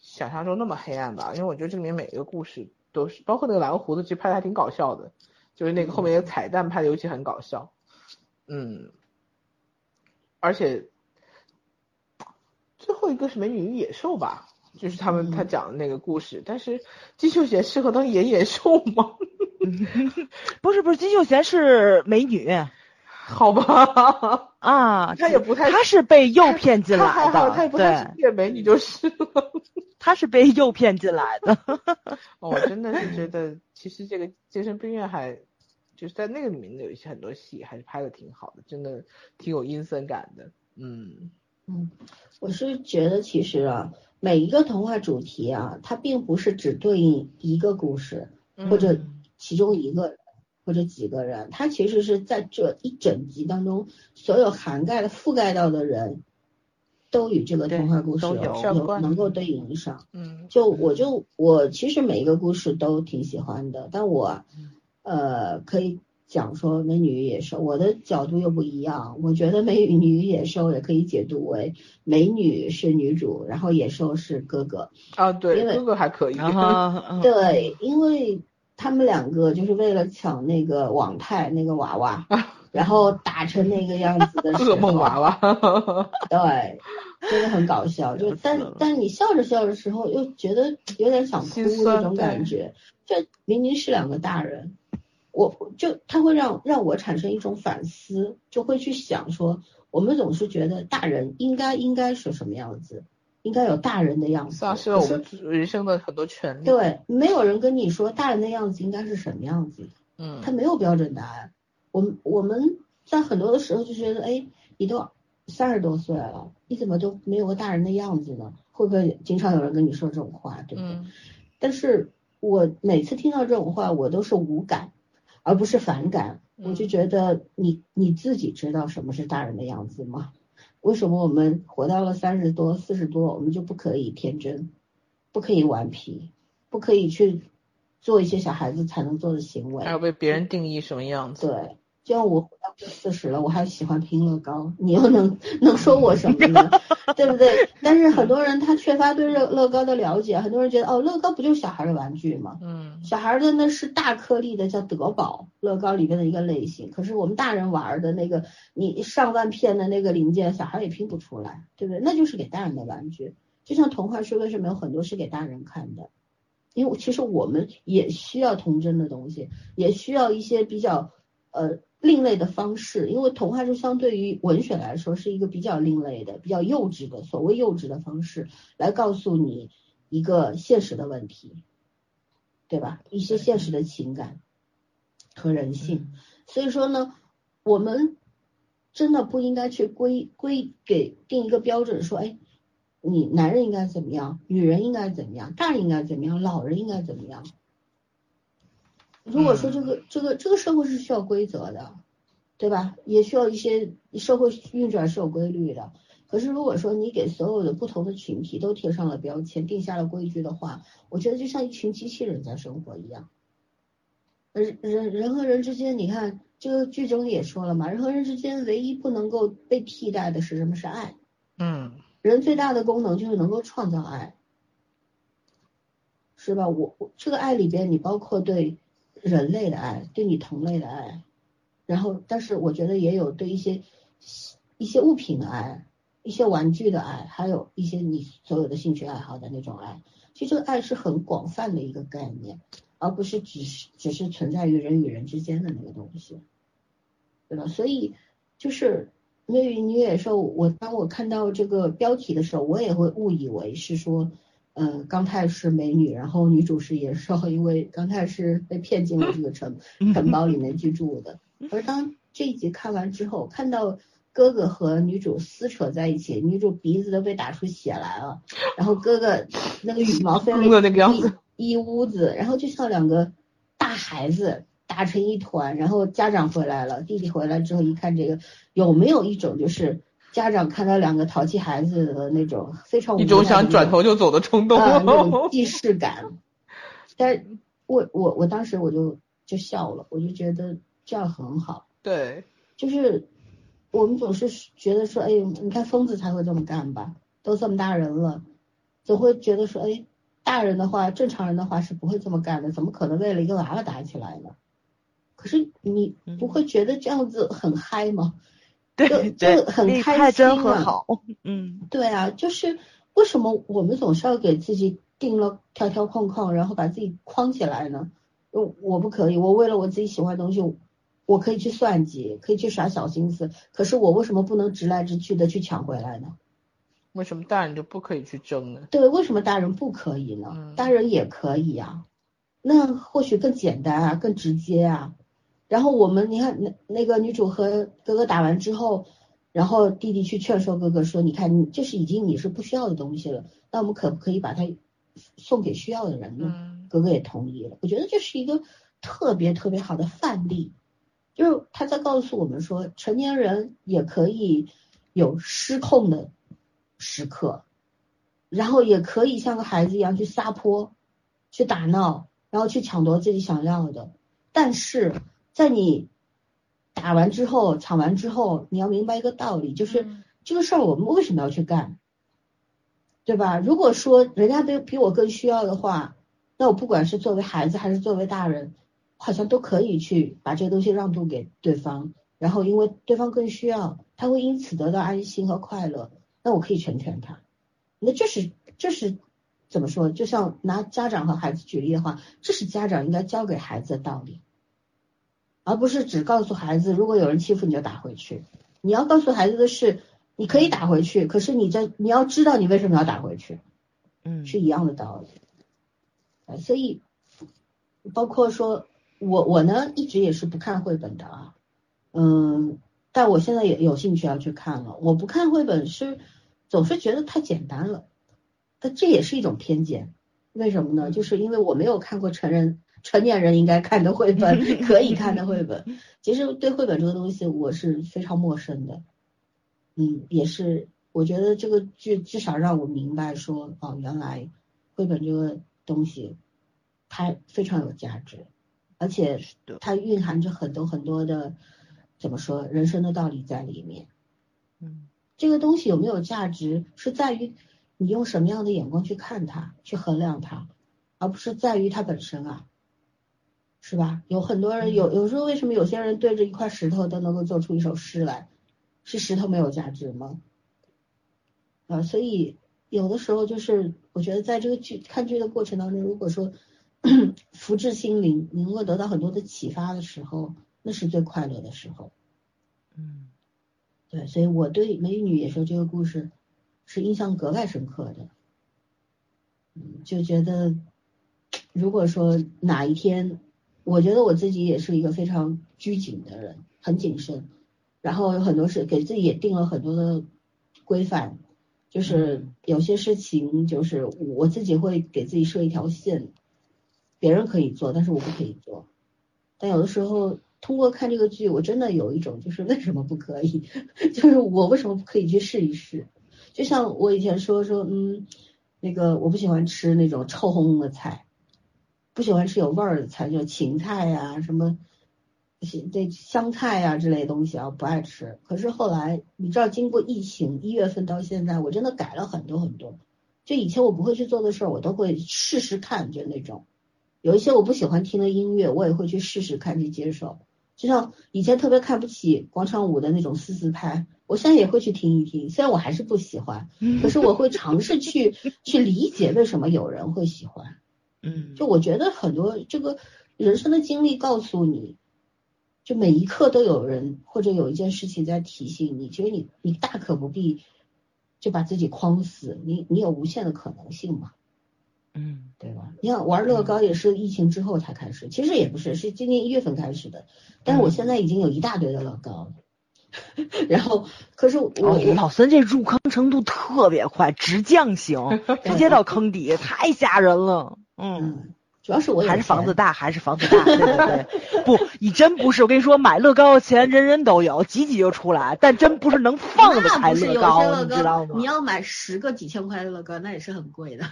D: 想象中那么黑暗吧，因为我觉得这里面每一个故事都是，包括那个蓝胡子，其实拍的还挺搞笑的，就是那个后面有彩蛋拍的尤其很搞笑，嗯，而且最后一个是美女与野兽吧，就是他们他
B: 嗯
D: 讲的那个故事，但是金秀贤适合当演野兽吗？
C: 不是不是，金秀贤是美女
D: 好吧，
C: 啊，
D: 他也不太
C: 她是被诱骗进
D: 他还
C: 来
D: 好，他也
C: 的，
D: 不太
C: 对
D: 是，变美女就是了。
C: 她是被诱骗进来的。
D: 哦，我真的是觉得，其实这个精神病院还就是在那个里面有一些很多戏还是拍的挺好的，真的挺有阴森感的。嗯，
B: 嗯，我是觉得其实啊，每一个童话主题啊，它并不是只对应一个故事，或者其中一个人或者几个人，它其实是在这一整集当中所有涵盖的覆盖到的人，都与这个
C: 对
B: 童话故事
C: 都有
B: 有
D: 相
B: 有
D: 关
B: 能够对应上。
D: 嗯，
B: 就我
D: 嗯
B: 就我其实每一个故事都挺喜欢的，但我呃可以讲说美女与野兽，我的角度又不一样。我觉得美女与野兽也可以解读为美女是女主，然后野兽是哥哥。
D: 啊，
B: 因
D: 对，
B: 为
D: 哥哥还可以。
C: 然后 嗯
B: 对，因为他们两个就是为了抢那个网太那个娃娃，然后打成那个样子的时候，
D: 啊 噩梦娃娃，
B: 对，真的很 搞笑。就
C: 笑死
B: 但
C: 了
B: 但你笑着笑的时候，又觉得有点想哭
D: 心
B: 那
D: 酸
B: 种感
D: 对
B: 觉。这明明是两个大人，我就他会让让我产生一种反思，就会去想说，我们总是觉得大人应该应该是什么样子，应该有大人的样子。
D: 丧失了
B: 可
D: 我
B: 是
D: 们人生的很多权利。，
B: 对，没有人跟你说大人的样子应该是什么样子的。
D: 嗯
B: 它，没有标准答案。我们我们在很多的时候就觉得，哎，你都三十多岁了，你怎么都没有个大人的样子呢？会不会经常有人跟你说这种话，对不对？
D: 嗯，
B: 但是我每次听到这种话，我都是无感，而不是反感。我就
D: 嗯
B: 觉得你你自己知道什么是大人的样子吗？为什么我们活到了三十多、四十多，我们就不可以天真，不可以顽皮，不可以去做一些小孩子才能做的行为？
D: 还要被别人定义什么样子？
B: 对，就像我到四十了，我还喜欢拼乐高，你又能能说我什么呢？ 对不对？但是很多人他缺乏对乐乐高的了解，很多人觉得哦，乐高不就是小孩的玩具吗？
D: 嗯，
B: 小孩的那是大颗粒的，叫德宝，乐高里面的一个类型。可是我们大人玩的那个，你上万片的那个零件，小孩也拼不出来，对不对？那就是给大人的玩具。就像童话书，为什么有很多是给大人看的？因为其实我们也需要童真的东西，也需要一些比较呃另类的方式。因为童话书相对于文学来说是一个比较另类的、比较幼稚的，所谓幼稚的方式来告诉你一个现实的问题，对吧？一些现实的情感和人性。
D: 嗯
B: 所以说呢，我们真的不应该去归归给定一个标准，说，哎，你男人应该怎么样，女人应该怎么样，大人应该怎么样，老人应该怎么样。如果说这个、这个这个社会是需要规则的，对吧？也需要一些社会运转是有规律的。可是如果说你给所有的不同的群体都贴上了标签，定下了规矩的话，我觉得就像一群机器人在生活一样。人人人和人之间，你看这个剧中也说了嘛，人和人之间唯一不能够被替代的是什么？是爱。
D: 嗯，
B: 人最大的功能就是能够创造爱，是吧？我我这个爱里边，你包括对人类的爱，对你同类的爱，然后但是我觉得也有对一些一些物品的爱，一些玩具的爱，还有一些你所有的兴趣爱好的那种爱。其实这个爱是很广泛的一个概念，而不是只是只是存在于人与人之间的那个东西，对吧？所以就是《美女与野兽》，我当我看到这个标题的时候，我也会误以为是说，呃，刚太是美女，然后女主是野兽， 因为刚太是被骗进了这个 城
D: 嗯
B: 城堡里面居住的。而当这一集看完之后，看到哥哥和女主撕扯在一起，女主鼻子都被打出血来了，然后哥哥 那个羽毛飞了
D: 疯了那个样子
B: 一一屋子，然后就像两个大孩子打成一团，然后家长回来了，弟弟回来之后一看这个，有没有一种就是家长看到两个淘气孩子的那种非常无
D: 一种
B: 奈的
D: 想
B: 那
D: 转头就走的冲 动。
B: 啊，那种既视感。但我我我当时我就就笑了，我就觉得这样很好，
D: 对，
B: 就是我们总是觉得说，哎，你看疯子才会这么干吧，都这么大人了，总会觉得说，哎，大人的话，正常人的话是不会这么干的，怎么可能为了一个娃娃打起来呢？可是你不会觉得这样子很嗨吗？
C: 对
B: 就
C: 对，
B: 就很
C: 那一
B: 开
C: 派真
B: 心
C: 很
B: 啊
C: 好，嗯，
B: 对啊，就是为什么我们总是要给自己定了条条框框，然后把自己框起来呢？我我不可以，我为了我自己喜欢的东西，我可以去算计，可以去耍小心思，可是我为什么不能直来直去的去抢回来呢？
D: 为什么大人就不可以去争呢？
B: 对，为什么大人不可以呢
D: 嗯？
B: 大人也可以啊，那或许更简单啊，更直接啊。然后我们你看那那个女主和哥哥打完之后，然后弟弟去劝说哥哥说：“你看，你这是已经你是不需要的东西了，那我们可不可以把它送给需要的人呢？”
D: 嗯
B: 哥哥也同意了。我觉得这是一个特别特别好的范例，就是他在告诉我们说，成年人也可以有失控的时刻，然后也可以像个孩子一样去撒泼、去打闹，然后去抢夺自己想要的。但是在你打完之后，抢完之后，你要明白一个道理，就是、
A: 嗯
B: 这个事儿我们为什么要去干，对吧？如果说人家比比我更需要的话，那我不管是作为孩子还是作为大人，好像都可以去把这个东西让渡给对方，然后因为对方更需要，他会因此得到安心和快乐，那我可以成全他。那这是这是怎么说？就像拿家长和孩子举例的话，这是家长应该教给孩子的道理。而不是只告诉孩子，如果有人欺负你就打回去。你要告诉孩子的是，你可以打回去，可是你在你要知道你为什么要打回去，
C: 嗯，
B: 是一样的道理。呃所以包括说我我呢一直也是不看绘本的啊，嗯，但我现在也有兴趣要去看了。我不看绘本是总是觉得太简单了，但这也是一种偏见。为什么呢？就是因为我没有看过成人成年人应该看的绘本，可以看的绘本。其实对绘本这个东西我是非常陌生的，嗯，也是我觉得这个剧至少让我明白说，哦，原来绘本这个东西它非常有价值，而且
C: 是的，
B: 它蕴含着很多很多的怎么说人生的道理在里面。
C: 嗯
B: 这个东西有没有价值，是在于你用什么样的眼光去看它，去衡量它，而不是在于它本身啊，是吧？有很多人有有时候为什么有些人对着一块石头都能够做出一首诗来，是石头没有价值吗？啊，所以有的时候就是我觉得在这个剧看剧的过程当中，如果说 福至心灵，你能够得到很多的启发的时候，那是最快乐的时候。
C: 嗯
B: 对，所以我对《美女与野兽》这个故事是印象格外深刻的。嗯，就觉得如果说哪一天，我觉得我自己也是一个非常拘谨的人，很谨慎，然后有很多事给自己也定了很多的规范，就是有些事情就是我自己会给自己设一条线，别人可以做，但是我不可以做。但有的时候通过看这个剧，我真的有一种就是为什么不可以， 就是我为什么不可以去试一试？就像我以前说说，嗯，那个我不喜欢吃那种臭烘烘的菜，不喜欢吃有味儿的菜，就芹菜呀、什么这香菜呀、之类的东西啊，不爱吃。可是后来你知道，经过疫情一月份到现在，我真的改了很多很多。就以前我不会去做的事儿，我都会试试看，就那种。有一些我不喜欢听的音乐，我也会去试试看，去接受。就像以前特别看不起广场舞的那种四四拍，我现在也会去听一听，虽然我还是不喜欢，可是我会尝试去去理解为什么有人会喜欢。
C: 嗯，
B: 就我觉得很多这个人生的经历告诉你，就每一刻都有人或者有一件事情在提醒你，其实你你大可不必就把自己框死，你你有无限的可能性嘛，
C: 嗯
B: 对吧？你看玩乐高也是疫情之后才开始，其实也不是，是今年一月份开始的，但是我现在已经有一大堆的乐高了，然后可是我
C: 哦，
B: 我
C: 老孙这入坑程度特别快，直 降型，直接到坑底，太吓人了。嗯，
B: 嗯，主要是我有
C: 还是房
B: 钱
C: 子大，还是房子大。对 对对，不，你真不是。我跟你说，买乐高的钱人人都有，挤挤就出来，但真不是能放得
B: 那
C: 开
B: 不是有些
C: 高，
B: 乐
C: 你知道
B: 高，你
C: 吗？
B: 要买十个几千块的乐高，那也是很贵的。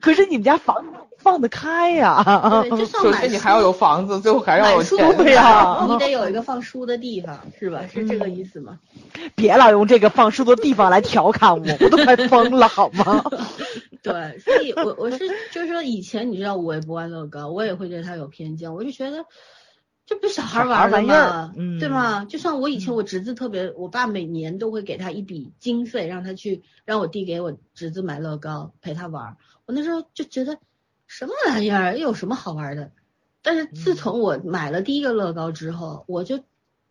C: 可是你们家房子放得开呀、
B: 对，就算
D: 嗯首
B: 买
D: 先你
B: 书
D: 还要有房子，最后还要有
B: 买书
D: 钱。
B: 不
C: 对
B: 是
C: 呀
B: 你得有一个放书的地方，是吧？是这个意思吗？
C: 别老用这个放书的地方来调侃我，我都快疯了，好吗？
B: 对，所以我我是就是说，以前你知道我也不玩乐高，我也会对它有偏见，我就觉得。这不是小孩
C: 小孩
B: 玩的
C: 玩意儿
B: 吗？
C: 嗯
B: 对吗？就像我以前我侄子特别，我爸每年都会给他一笔经费，让他去让我弟给我侄子买乐高陪他玩儿。我那时候就觉得什么玩意儿，有什么好玩的？但是
C: 嗯
B: 自从我买了第一个乐高之后，我就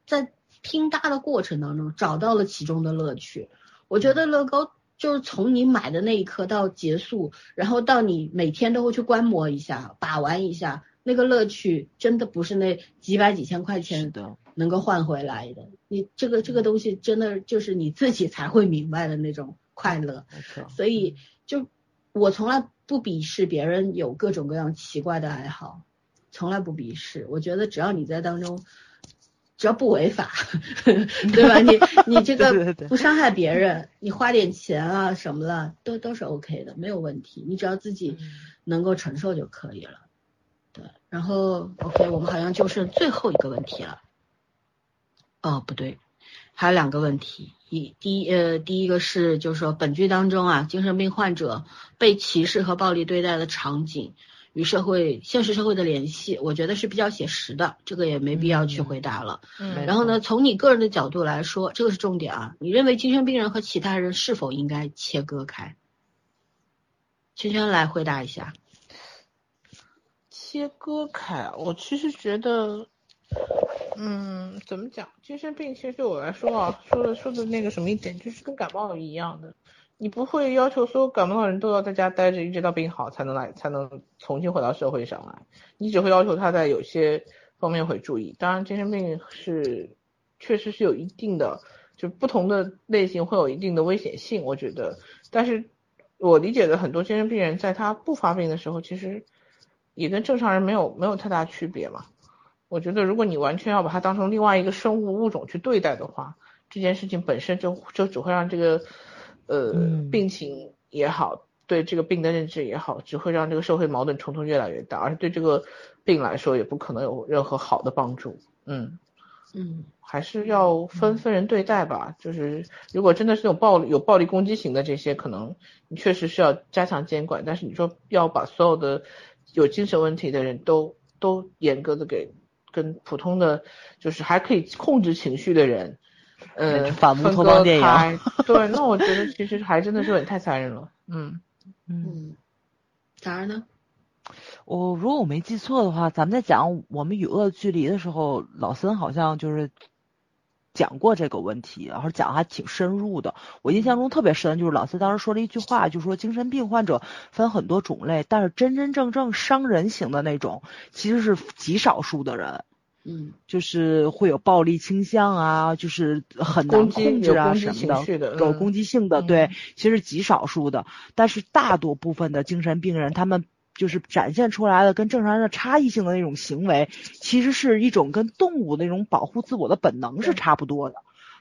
B: 在拼搭的过程当中找到了其中的乐趣。我觉
C: 嗯
B: 得乐高就是从你买的那一刻到结束，然后到你每天都会去观摩一下、把玩一下，那个乐趣真的不是那几百几千块
C: 是
B: 钱
C: 的，
B: 能够换回来的。你这个这个东西真的就是你自己才会明白的那种快乐。
C: 没错。
B: 所以就我从来不鄙视别人有各种各样奇怪的爱好，从来不鄙视。我觉得只要你在当中，只要不违法， 对吧？你你 这
C: 对
B: 个
C: 对对
B: 不伤害别人，你花点钱啊什么了，都都是 OK 的，没有问题。你只要自己
C: 嗯
B: 能够承受就可以了。对，然后 OK，我们好像就剩最后一个问题了。哦，不对，还有两个问题。一，第一，呃，第一个是，就是说本剧当中啊，精神病患者被歧视和暴力对待的场景与社会现实社会的联系，我觉得是比较写实的，这个也没必要去
C: 嗯
B: 回答了。
D: 嗯
C: 没
B: 然后呢，从你个人的角度来说，这个是重点啊，你认为精神病人和其他人是否应该切割开？圈圈来回答一下。
D: 切割开，我其实觉得，嗯，怎么讲？精神病其实对我来说啊，说的说的那个什么一点，就是跟感冒一样的，你不会要求所有感冒的人都要在家待着，一直到病好才能来，才能重新回到社会上来。你只会要求他在有些方面会注意。当然，精神病是确实是有一定的，就不同的类型会有一定的危险性，我觉得。但是我理解的很多精神病人，在他不发病的时候，其实也跟正常人没有没有太大区别嘛。我觉得，如果你完全要把它当成另外一个生物物种去对待的话，这件事情本身就就只会让这个呃
C: 嗯
D: 病情也好，对这个病的认知也好，只会让这个社会矛盾冲突越来越大，而且对这个病来说也不可能有任何好的帮助。嗯。
B: 嗯
D: 还是要
C: 嗯
D: 分分人对待吧。就是如果真的是有暴力、有暴力攻击型的这些，可能你确实是要加强监管。但是你说要把所有的有精神问题的人都都严格的给跟普通的，就是还可以控制情绪的人，呃，
C: 反乌
D: 分
C: 托邦
D: 割
C: 电影啊
D: 开。 对，那我觉得其实还真的是有点太残忍了。嗯，
C: 嗯，
B: 嗯，咋儿呢？
C: 我如果我没记错的话，咱们在讲我们与恶距离的时候，老森好像就是讲过这个问题，然后讲得还挺深入的。我印象中特别深，就是老森当时说了一句话，就说精神病患者分很多种类，但是真真正正伤人型的那种，其实是极少数的人。
B: 嗯
C: 就是会有暴力倾向啊，就是很难
D: 攻击
C: 控制
D: 有
C: 啊
D: 攻击
C: 什么
D: 情绪的
C: 有
D: 嗯
C: 攻击性的，对
D: 嗯，
C: 其实极少数的，但是大多部分的精神病人，他们就是展现出来的跟正常人的差异性的那种行为，其实是一种跟动物那种保护自我的本能是
D: 对
C: 差不多的。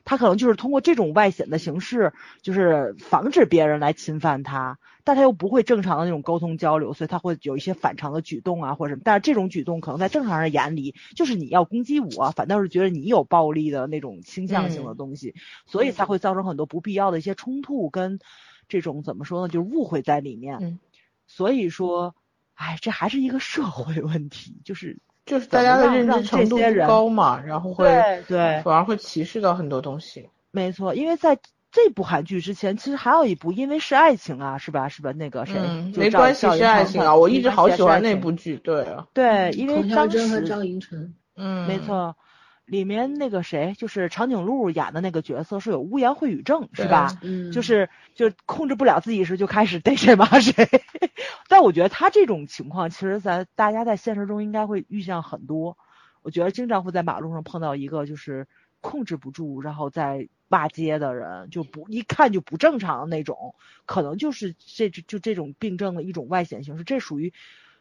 C: 他可能就是通过这种外显的形式，就是防止别人来侵犯他，但他又不会正常的那种沟通交流，所以他会有一些反常的举动啊，或者什么。但是这种举动可能在正常人眼里，就是你要攻击我，反倒是觉得你有暴力的那种倾向性的
D: 嗯
C: 东西，所以才
D: 嗯
C: 会造成很多不必要的一些冲突跟这种怎么说呢，就是误会在里面。
D: 嗯
C: 所以说，哎，这还是一个社会问题，就是
D: 就是大家的认
C: 让
D: 知
C: 这
D: 程度
C: 些
D: 不
C: 人
D: 高嘛，然后会
C: 对
D: 反而会歧视到很多东西。
C: 没错，因为在这部韩剧之前，其实还有一部，因为是爱情啊，是吧？是吧？那个谁，
D: 嗯，
C: 就
D: 没
C: 赵
D: 关系
C: 赵
D: 是
C: 寅
D: 爱
C: 成
D: 情
C: 的
D: 啊，我
C: 没
D: 一直
C: 关
D: 好
C: 系啊
D: 喜
C: 是爱
D: 欢那
C: 情
D: 部剧，对啊，
C: 对，呃因为
B: 孔孝
C: 当
B: 真和
C: 时
B: 赵寅成。
D: 嗯，
C: 没，错，里面那个谁，就是长颈鹿演的那个角色是有污言秽语症，是
D: 对
C: 吧？
B: 嗯，
C: 就是就控制不了自己时就开始逮谁骂谁。 但我觉得他这种情况，其实咱大家在现实中应该会遇上很多。我觉得经常会在马路上碰到一个就是控制不住，然后再骂街的人，就不一看就不正常的那种，可能就是这就这种病症的一种外显形式，这属于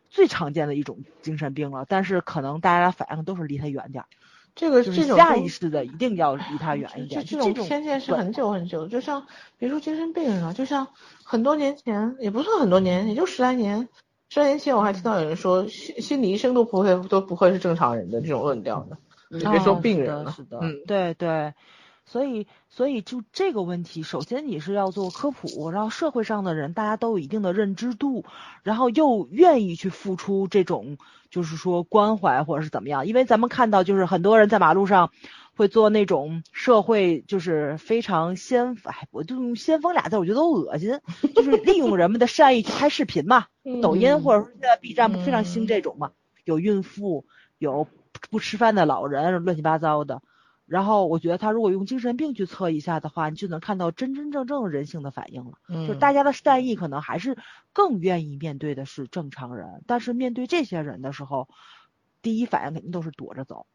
C: 最常见的一种精神病了。但是可能大家反应都是离他远点儿，
D: 这个
C: 就
D: 这
C: 是
D: 种
C: 下
D: 东
C: 意识的一定要离他远一
D: 这
C: 点。
D: 这
C: 就
D: 种
C: 种
D: 偏见是
C: 本
D: 很久很久的，就像别说精神病人啊了，就像很多年前，也不算很多年，也就十来年，十来年前我还听到有人说心心理医生都不会都不会是正常人的这种论调的，
B: 嗯
D: 就别说
C: 哦
D: 病
C: 是
D: 人
C: 的
D: 了
C: 是的，
D: 嗯
C: 对对，所以所以就这个问题，首先你是要做科普，然后社会上的人大家都有一定的认知度，然后又愿意去付出这种就是说关怀或者是怎么样，因为咱们看到就是很多人在马路上。会做那种社会就是非常先，哎，我就用先锋俩字，我觉得都恶心，就是利用人们的善意去拍视频嘛，抖音或者说现在 B 站不非常兴这种嘛，有孕妇，有不吃饭的老人，乱七八糟的。然后我觉得他如果用精神病去测一下的话，你就能看到真真正正人性的反应了。
D: 嗯，
C: 就是大家的善意可能还是更愿意面对的是正常人，但是面对这些人的时候，第一反应肯定都是躲着走，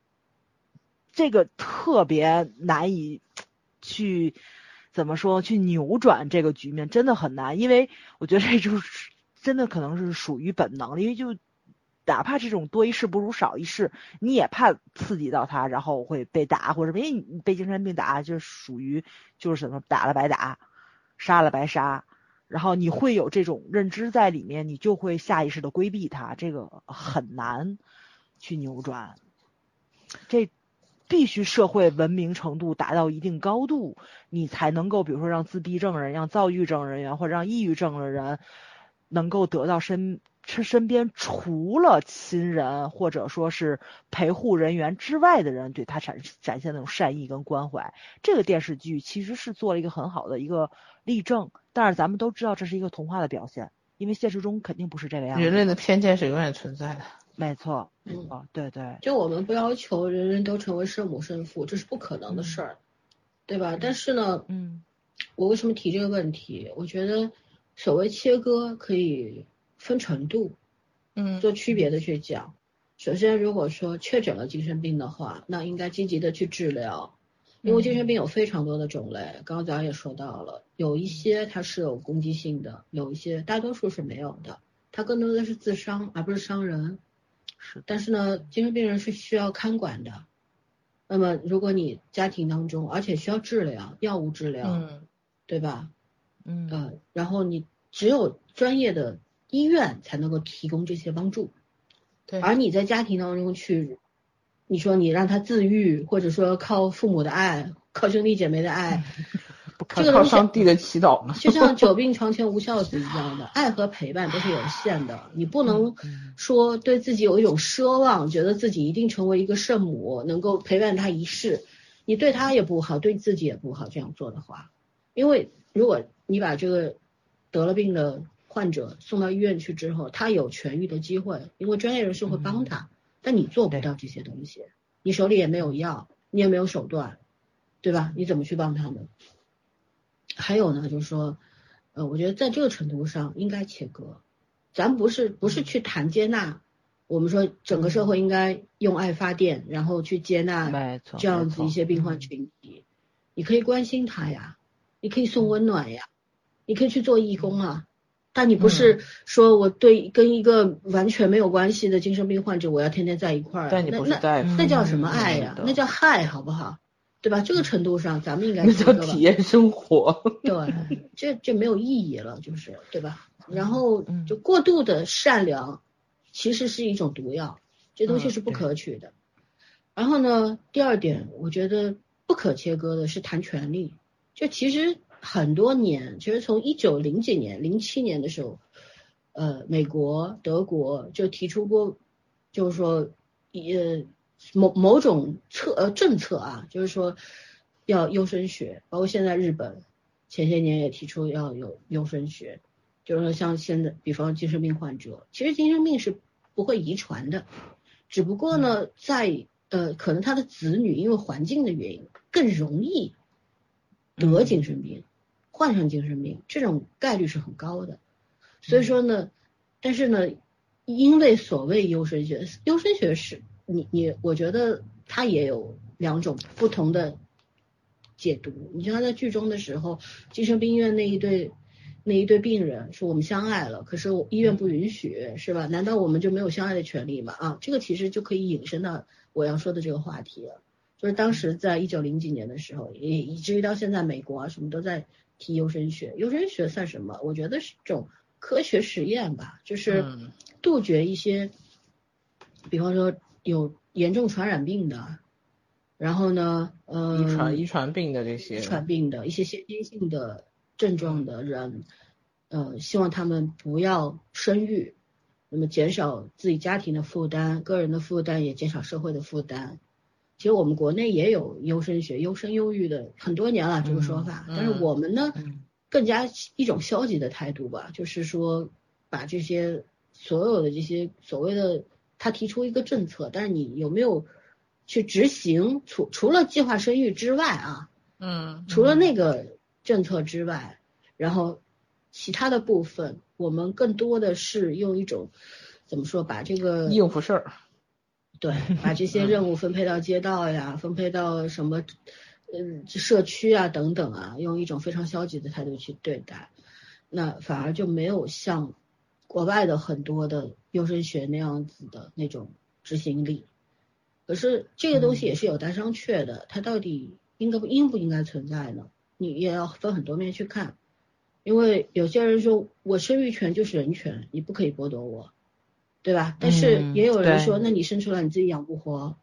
C: 这个特别难以去怎么说去扭转这个局面，真的很难，因为我觉得这就是 真的可能是属于本能了，因为就。哪怕这种多一事不如少一事，你也怕刺激到他，然后会被打或者什么，因为你被精神病打就属于就是什么打了白打，杀了白杀，然后你会有这种认知在里面，你就会下意识的规避它，这个很难去扭转。这必须社会文明程度达到一定高度，你才能够，比如说让自闭症人、让躁郁症人员或者让抑郁症的人，能够得到身身身边除了亲人或者说是陪护人员之外的人对他展展现那种善意跟关怀。这个电视剧其实是做了一个很好的一个例证，但是咱们都知道这是一个童话的表现，因为现实中肯定不是这个样
D: 人
C: 子。
D: 类的偏见是永远存在的。
C: 没错，
B: 嗯
C: 哦，对对，
B: 就我们不要求人人都成为圣母圣父，这是不可能的事儿，对吧？但是呢，
C: 嗯
B: 我为什么提这个问题？我觉得所谓切割可以分程度，
D: 嗯
B: 做区别的去讲。首先，如果说确诊了精神病的话，那应该积极的去治疗，因为精神病有非常多的种类，刚刚咱也说到了，有一些它是有攻击性的，有一些大多数是没有的，它更多的是自伤而不是伤人。
C: 是的，
B: 但是呢，精神病人是需要看管的。那么，如果你家庭当中，而且需要治疗，药物治疗，
D: 嗯
B: 对吧？
C: 嗯
B: 呃，然后你只有专业的医院才能够提供这些帮助。
D: 对，
B: 而你在家庭当中去，你说你让他自愈，或者说靠父母的爱，靠兄弟姐妹的爱，
D: 不
B: 这个
D: 靠靠
B: 东西
D: 上帝的祈祷嘛。
B: 就像久病床前无孝子一样的，爱和陪伴都是有限的。你不能说对自己有一种奢望，觉得自己一定成为一个圣母，能够陪伴他一世，你对他也不好，对自己也不好。这样做的话，因为如果你把这个得了病的患者送到医院去之后，他有痊愈的机会，因为专业人士会帮他，但你做不到这些东西，你手里也没有药，你也没有手段，对吧？你怎么去帮他们？还有呢，就是说，呃，我觉得在这个程度上应该切割，咱不是不是去谈接纳，我们说整个社会应该用爱发电，然后去接纳
C: 没错，
B: 嗯这样
C: 没
B: 子
C: 错
B: 一些病
D: 嗯
B: 患群体，你可以关心他呀，你可以
D: 嗯
B: 送温暖呀，你可以去做义工啊。但你不
D: 嗯
B: 是说我对跟一个完全没有关系的精神病患者，我要天天在一块儿啊，
D: 但你
B: 那
D: 不是
B: 那
D: 大夫，
B: 那叫什么爱呀、
C: 嗯
B: 那叫害，好不好？对吧？这个程度上，咱们应该
D: 那
B: 切
D: 叫
B: 割吧
D: 体验生活。
B: 对，这这没有意义了，就是对吧？然后
C: 嗯
B: 就过度的善良，其实是一种毒药，这东西
D: 嗯
B: 是不可取的。然后呢，第二点，我觉得不可切割的是谈权利。就其实很多年，其实从一九零几年、零七年的时候，呃，美国、德国就提出过，就是说，呃，某某种策呃政策啊，就是说要优生学，包括现在日本前些年也提出要有优生学，就是说像现在，比方精神病患者，其实精神病是不会遗传的，只不过呢，在呃可能他的子女因为环境的原因更容易得精神病，患上精神病这种概率是很高的。所以说呢，但是呢，因为所谓优生学，优生学是你你，我觉得它也有两种不同的解读。你像在剧中的时候，精神病院那一对那一对病人说我们相爱了，可是我医院不允许，是吧？难道我们就没有相爱的权利吗？啊，这个其实就可以引申到我要说的这个话题了。就是当时在一九零几年的时候，也以至于到现在，美国啊什么都在提优生学。优生学算什么？我觉得是一种科学实验吧，就是
D: 嗯
B: 杜绝一些，比方说有严重传染病的，然后呢，呃，
D: 遗传遗传病的这些
B: 遗，传病的一些先天性的症状的人，呃，希望他们不要生育，那么减少自己家庭的负担、个人的负担，也减少社会的负担。其实我们国内也有优生学、优生优育的很多年了这个说法，
D: 嗯
B: 但是我们呢，
C: 嗯
B: 更加一种消极的态度吧，就是说把这些所有的这些所谓的他提出一个政策，但是你有没有去执行？除除了计划生育之外啊，
D: 嗯
B: 除了那个政策之外，然后其他的部分，我们更多的是用一种怎么说，把这个
D: 应付事儿，
B: 对，把这些任务分配到街道呀，分配到什么，嗯，社区啊等等啊，用一种非常消极的态度去对待，那反而就没有像国外的很多的优生学那样子的那种执行力。可是这个东西也是有待商榷的，它到底应该不应不应该存在呢？你也要分很多面去看，因为有些人说我生育权就是人权，你不可以剥夺我，对吧？但是
C: 嗯
B: 也有人
D: 对
B: 说，那你生出来你自己养不活，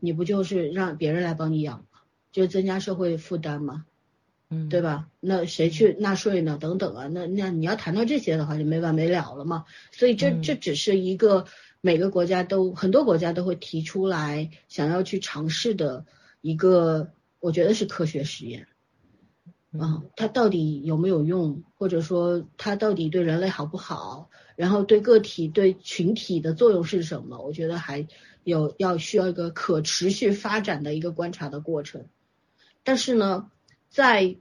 B: 你不就是让别人来帮你养吗？就增加社会负担吗？
C: 嗯，
B: 对？吧？那谁去纳税呢？等等啊，那那你要谈到这些的话，就没完没了了嘛。所以这
C: 嗯
B: 这只是一个每个国家都很多国家都会提出来想要去尝试的一个，我觉得是科学实验。
C: 嗯
B: 啊，它到底有没有用，或者说它到底对人类好不好，然后对个体、对群体的作用是什么？我觉得还有要需要一个可持续发展的一个观察的过程。但是呢，在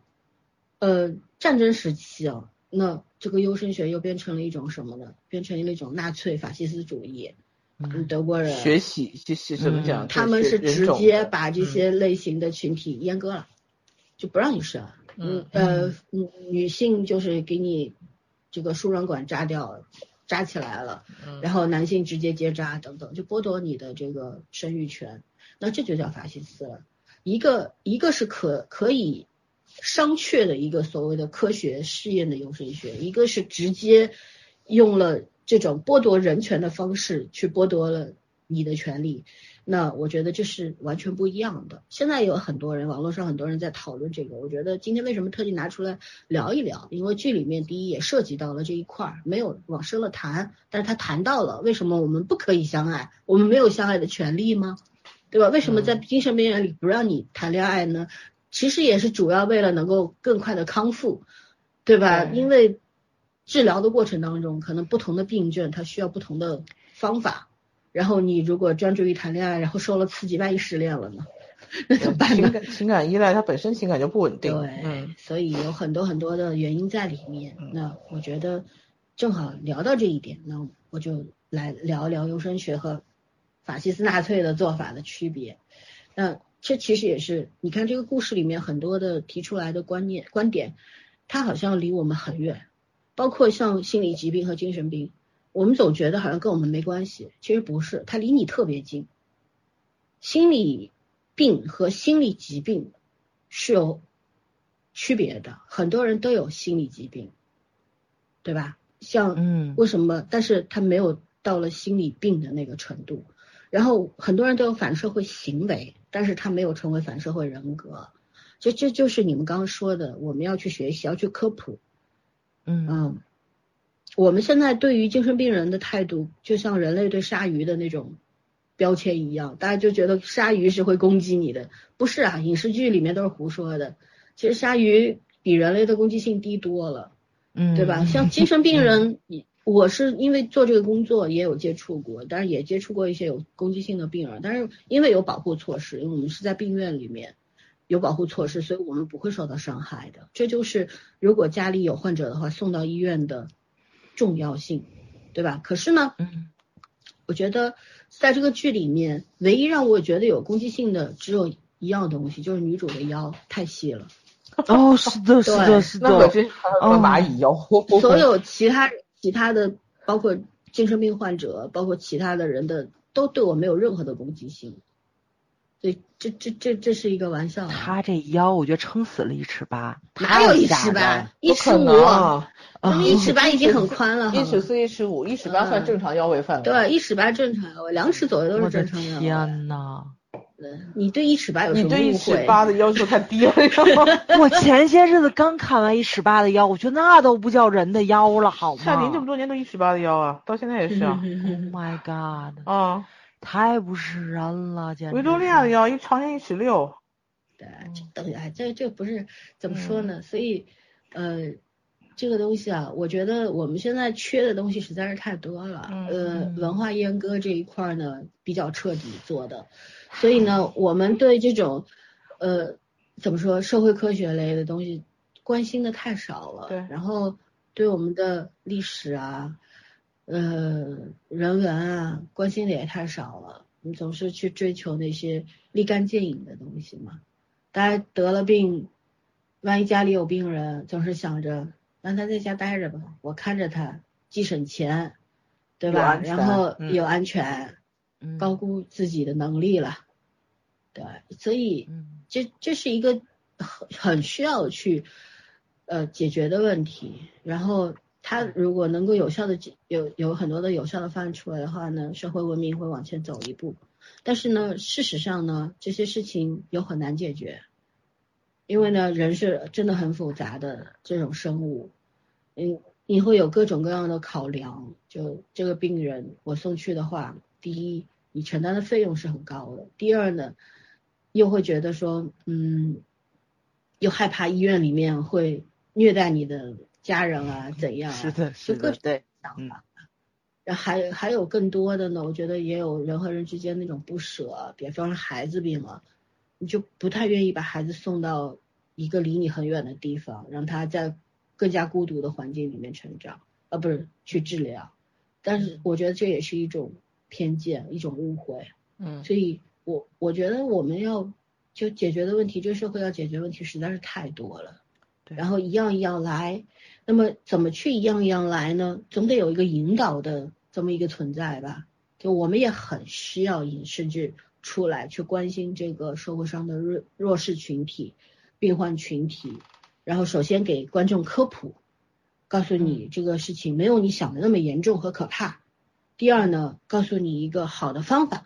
B: 呃战争时期啊，那这个优生学又变成了一种什么呢？变成了一种纳粹法西斯主义，嗯，
C: 嗯
B: 德国人
D: 学习就是怎么讲？
C: 嗯
B: 他们是
D: 是
B: 直接把
D: 嗯
B: 这些类型的群体阉割了，就不让你生。嗯
D: 嗯
B: 呃，女女性就是给你这个输卵管扎掉，扎起来了，然后男性直接结扎等等，就剥夺你的这个生育权。那这就叫法西斯了。一个一个是可可以商榷的一个所谓的科学试验的优生学，一个是直接用了这种剥夺人权的方式去剥夺了你的权利。那我觉得这是完全不一样的。现在有很多人，网络上很多人在讨论这个，我觉得今天为什么特地拿出来聊一聊？因为剧里面第一也涉及到了这一块儿，没有往深了谈，但是他谈到了为什么我们不可以相爱，我们没有相爱的权利吗？对吧？为什么在精神病院里不让你谈恋爱呢？其实也是主要为了能够更快的康复，对吧？
D: 对
B: 因为治疗的过程当中，可能不同的病症它需要不同的方法，然后你如果专注于谈恋爱，然后受了刺激，万一失恋了呢？那怎么办呢
D: 情？感情感依赖，他本身情感就不稳定。
B: 对
D: 嗯，
B: 所以有很多很多的原因在里面
D: 嗯。
B: 那我觉得正好聊到这一点，那我就来聊一聊优生学和法西斯纳粹的做法的区别。那这其实也是，你看这个故事里面很多的提出来的观念观点，它好像离我们很远，包括像心理疾病和精神病，我们总觉得好像跟我们没关系，其实不是，它离你特别近。心理病和心理疾病是有区别的，很多人都有心理疾病，对吧？像
C: 嗯
B: 为什么？但是他没有到了心理病的那个程度。然后很多人都有反社会行为，但是他没有成为反社会人格。这这就是你们刚刚说的，我们要去学习，要去科普，
C: 嗯
B: 嗯，我们现在对于精神病人的态度，就像人类对鲨鱼的那种标签一样，大家就觉得鲨鱼是会攻击你的，不是啊？影视剧里面都是胡说的，其实鲨鱼比人类的攻击性低多了，
C: 嗯，
B: 对吧？像精神病人，你我是因为做这个工作也有接触过，但是也接触过一些有攻击性的病人，但是因为有保护措施，因为我们是在病院里面有保护措施，所以我们不会受到伤害的。这就是如果家里有患者的话，送到医院的重要性，对吧？可是呢，
C: 嗯
B: 我觉得在这个剧里面，唯一让我觉得有攻击性的只有一样东西，就是女主的腰太细了。
C: 哦，是的，是
B: 对
C: 的，是
D: 那本
C: 的，
D: 身还有什么蚂蚁腰，
B: 所有其他其他的，包括精神病患者，包括其他的人的，都对我没有任何的攻击性。所以这这这这是一个玩笑、啊，
C: 他这腰我觉得撑死了一尺八，
B: 哪有一
C: 太吓
B: 尺
C: 人
B: 八
C: 了？，
B: 一
D: 不
B: 尺
D: 可
B: 五，
D: 能啊，
B: 那么一尺八已经很宽了，好
D: 一
B: 吗
D: 尺四、一尺五、一尺八算正常腰围范围。
B: 对，，一尺八正常腰围，两尺左右都
C: 我
B: 是
C: 的
B: 正常腰围。
C: 天呐！
B: 你对一尺八有什
D: 你
B: 么
D: 对一
B: 误
D: 尺
B: 会？
D: 八的要求太低了。
C: 我前些日子刚砍完一尺八的腰，我觉得那都不叫人的腰了，好吗
D: 夏琳这么多年都一尺八的腰啊，到现在也是
B: 嗯
D: 啊。
C: ？Oh my god，
D: 啊，
C: 太不是人了，简直！
D: 维多利亚的，腰一常年一尺六，
B: 对，这等于哎，这这不是怎么说呢？所以，呃，这个东西啊，我觉得我们现在缺的东西实在是太多了。
D: 嗯
B: 呃，
C: 嗯
B: 文化阉割这一块儿呢，比较彻底做的，所以呢，我们对这种，呃，怎么说社会科学类的东西关心的太少了。
D: 对
B: 然后对我们的历史啊，呃，人文啊，关心的也太少了。你总是去追求那些立竿见影的东西嘛。大家得了病，万一家里有病人，总是想着让他在家待着吧，我看着他，既省钱，对
D: 有
B: 吧？
D: 安全
B: 然后
D: 嗯
B: 有安全，
C: 嗯
B: 高估自己的能力了。对，所以
C: 嗯
B: 这这是一个很很需要去呃解决的问题。然后它如果能够有效的有有很多的有效的方案出来的话呢，社会文明会往前走一步。但是呢，事实上呢，这些事情又很难解决，因为呢，人是真的很复杂的这种生物，嗯，你会有各种各样的考量。就这个病人，我送去的话，第一，你承担的费用是很高的；第二呢，又会觉得说，嗯，又害怕医院里面会虐待你的家人啊，怎样啊？
C: 是的，
B: 就是各
C: 的，
B: 种
C: 对，
B: 想
C: 嗯
B: 法。然后还还有更多的呢，我觉得也有人和人之间那种不舍，比方说孩子病了，你就不太愿意把孩子送到一个离你很远的地方，让他在更加孤独的环境里面成长，啊，不是去治疗。但是我觉得这也是一种偏见，一种误会。
D: 嗯
B: 所以我我觉得我们要就解决的问题，这个社会要解决问题实在是太多了。
C: 对
B: 然后一样一样来，那么怎么去一样一样来呢？总得有一个引导的这么一个存在吧。就我们也很需要影视剧出来去关心这个社会上的弱弱势群体、病患群体，然后首先给观众科普，告诉
D: 嗯
B: 你这个事情没有你想的那么严重和可怕。第二呢，告诉你一个好的方法，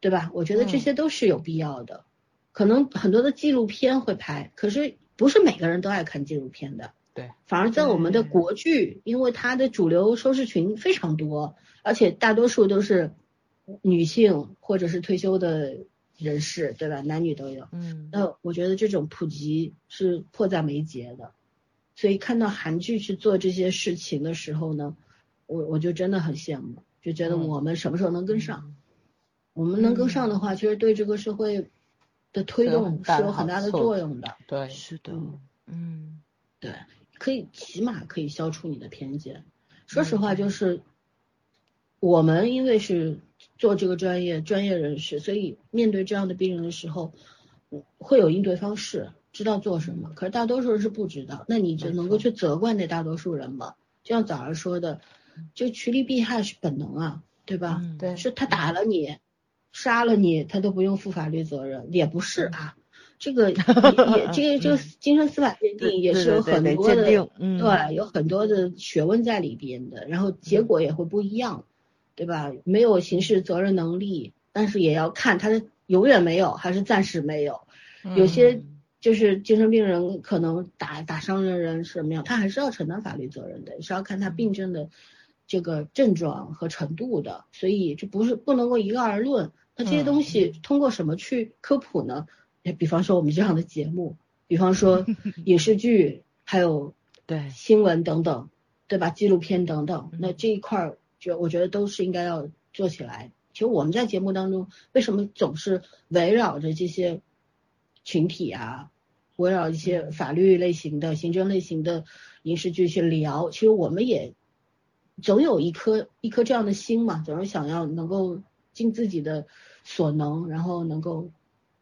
B: 对吧？我觉得这
D: 嗯
B: 些都是有必要的。可能很多的纪录片会拍，可是不是每个人都爱看纪录片的。
D: 对，嗯
B: 反而在我们的
D: 对
B: 国剧，因为它的主流收视群非常多，而且大多数都是女性或者是退休的人士，对吧？男女都有。
C: 嗯，
B: 那我觉得这种普及是迫在眉睫的，所以看到韩剧去做这些事情的时候呢，我我就真的很羡慕，就觉得
D: 嗯
B: 我们什么时候能跟上？我们能跟上的话，其实对这个社会的推
D: 是有很
B: 动
D: 大
B: 是
D: 的
B: 有很大
D: 好
B: 的
D: 处
B: 作用的。
D: 对，
C: 是的，
B: 嗯
C: 嗯，
B: 对，可以起码可以消除你的偏见。说实话，就是我们因为是做这个专业专业人士，所以面对这样的病人的时候，嗯会有应对方式，知道做什么。可是大多数人是不知道，那你就能够去责怪那大多数人吗？就像早上说的，就趋利避害是本能啊，对吧？
C: 嗯
D: 对
B: 是他打了你，杀了你，他都不用负法律责任，也不是
C: 嗯
B: 啊。这 个也也这个这个精神司法鉴定也是有
C: 对对
B: 很
C: 对
B: 多的
C: 鉴定，嗯，
B: 对，有很多的学问在里边的，然后
C: 嗯
B: 结果也会不一样，对吧？没有刑事责任能力，但是也要看他是永远没有还是暂时没有。有些
C: 嗯
D: 嗯
B: 就是精神病人可能打打伤了人什么样，他还是要承担法律责任的，也是要看他病症的这个症状和程度的，所以这不是不能够一概而论。那这些东西通过什么去科普呢？哎比方说我们这样的节目，比方说影视剧，还有
C: 对，
B: 新闻等等，对吧？纪录片等等，
C: 嗯
B: 那这一块儿，就我觉得都是应该要做起来。其实我们在节目当中，为什么总是围绕着这些群体啊，围绕一
C: 嗯
B: 些法律类型的、刑侦类型的影视剧去聊？其实我们也总有一颗一颗这样的心嘛，总是想要能够尽自己的所能，然后能够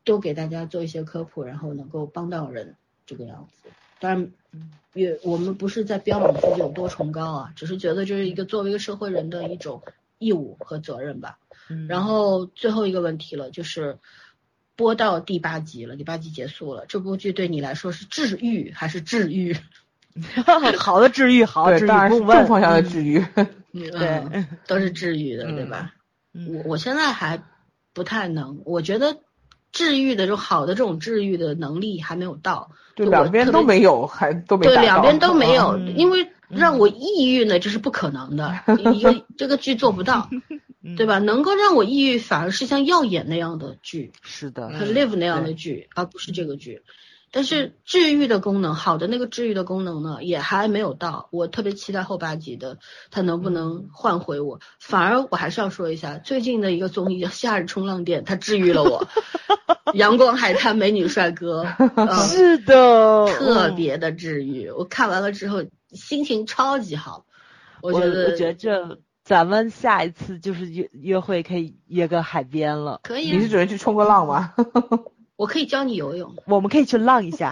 B: 多给大家做一些科普，然后能够帮到人这个样子。当然
C: 嗯，
B: 也我们不是在标榜自己有多崇高啊，只是觉得这是一个作为一个社会人的一种义务和责任吧。
C: 嗯
B: 然后最后一个问题了，就是播到第八集了，第八集结束了，这部剧对你来说是治愈还是治愈？
C: 好的治愈，好的
D: 对，
C: 治愈，
D: 当然
C: 不
D: 是
C: 问嗯
D: 正方向的治 愈。
B: 对
C: 对
B: 嗯都是治愈的，
D: 嗯
B: 对吧？
C: 嗯
B: 我我现在还不太能，我觉得治愈的这种好的这种治愈的能力还没有到，
D: 对，
B: 就我
D: 两边
B: 特
D: 都
B: 别
D: 没有，哦还都没
B: 对，
D: 达
B: 两
D: 到
B: 边都没有，
C: 嗯
B: 因为让我抑郁呢，这是不可能 的，因为这个剧做不到，
C: 嗯
B: 对吧？能够让我抑郁，反而是像《耀眼》那样的剧，
C: 是的，
D: 嗯
B: 和《Live》那样的剧，而不是这个剧。但是治愈的功能，好的那个治愈的功能呢，也还没有到。我特别期待后八集的，它能不
D: 嗯
B: 能换回我？反而我还是要说一下，最近的一个综艺叫《夏日冲浪店》，它治愈了 我。阳光海滩美女帅哥，嗯、
C: 是的，
B: 特
C: 嗯
B: 别的治愈。我看完了之后心情超级好，我
C: 我
B: 觉得
C: 我觉着咱们下一次就是约约会可以约个海边了，
B: 可
D: 你
B: 以、
D: 是
B: 啊，
D: 准备去冲个浪吗？
B: 我可以教你游泳，
C: 我们可以去浪一下，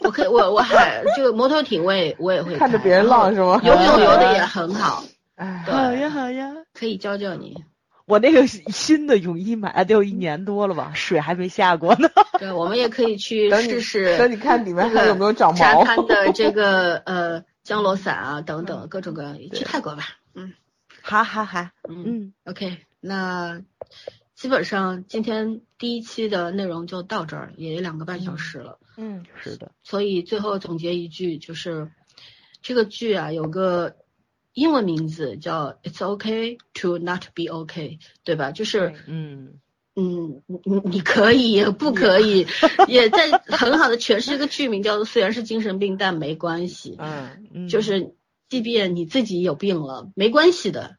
B: 我可以我我还就摩托艇我也我也会
D: 看着别人
B: 然后
D: 浪嗯是 吗？
B: 游泳游的也很好，
D: 哎，
C: 好
B: 对，
C: 呀好呀。
B: 可以教教你。
C: 我那个新的泳衣买了得有一年多了吧，水还没下过呢。
B: 对，我们也可以去
D: 等你
B: 试 试
D: 等你看里面
B: 这个
D: 还有没有长
B: 沙
D: 毛。
B: 滩的这个呃降落伞啊等等
D: 嗯
B: 各种各样的，去
C: 对
B: 泰国吧，嗯
C: 好好好，
B: 嗯
C: 嗯，
B: ，OK，那基本上今天第一期的内容就到这儿，也两个半小时了。
D: 嗯，
C: 是的，
B: 所以最后总结一句，就是这个剧啊有个英文名字叫 "It's OK to not be OK"，对吧？就是
D: 对
C: 嗯，
B: 嗯，你你你可以也不可 以，也在很好的诠释这个剧名，叫做虽然是精神病，但没关系，
D: 嗯，
C: 嗯
B: 就是即便你自己有病了，没关系的，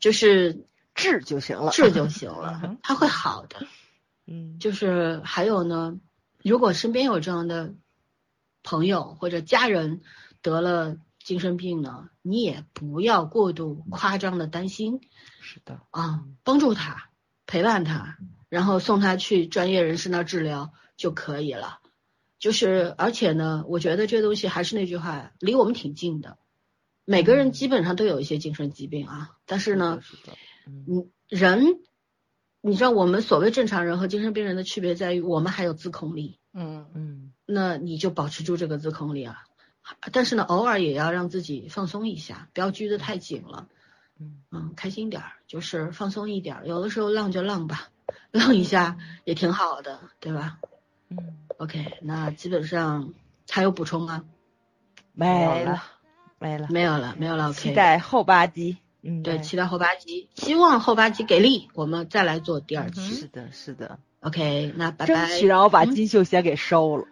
B: 就是
C: 治就行了，
B: 治就行
D: 嗯
B: 了
D: 哼，
B: 它会好的。
C: 嗯，
B: 就是还有呢，如果身边有这样的朋友或者家人得了精神病呢，你也不要过度夸张的担心
C: 嗯是的，嗯
B: 啊，帮助他，陪伴他，然后送他去专业人士那儿治疗就可以了。就是，而且呢，我觉得这东西还是那句话，离我们挺近的。每个人基本上都有一些精神疾病啊，但是呢，
C: 嗯是的，嗯，
B: 你人，你知道我们所谓正常人和精神病人的区别在于，我们还有自控力，
D: 嗯，
C: 嗯，
B: 那你就保持住这个自控力啊。但是呢，偶尔也要让自己放松一下，不要拘得太紧了。
C: 嗯，
B: 嗯，开心点儿，就是放松一点儿，有的时候浪就浪吧，浪一下也挺好的，对吧
C: 嗯，
B: ？OK，那基本上还有补充吗？
C: 没了，没了，
B: 没有了，没有了。
C: 期
B: OK，
C: 待后八集，嗯，
B: 对，期待后八集，希望后八集给力，我们再来做第二期。
C: 是的，是的，
B: OK，那拜
C: 嗯争
B: 拜。
C: 取让我把
B: 嗯
C: 金秀贤给收了，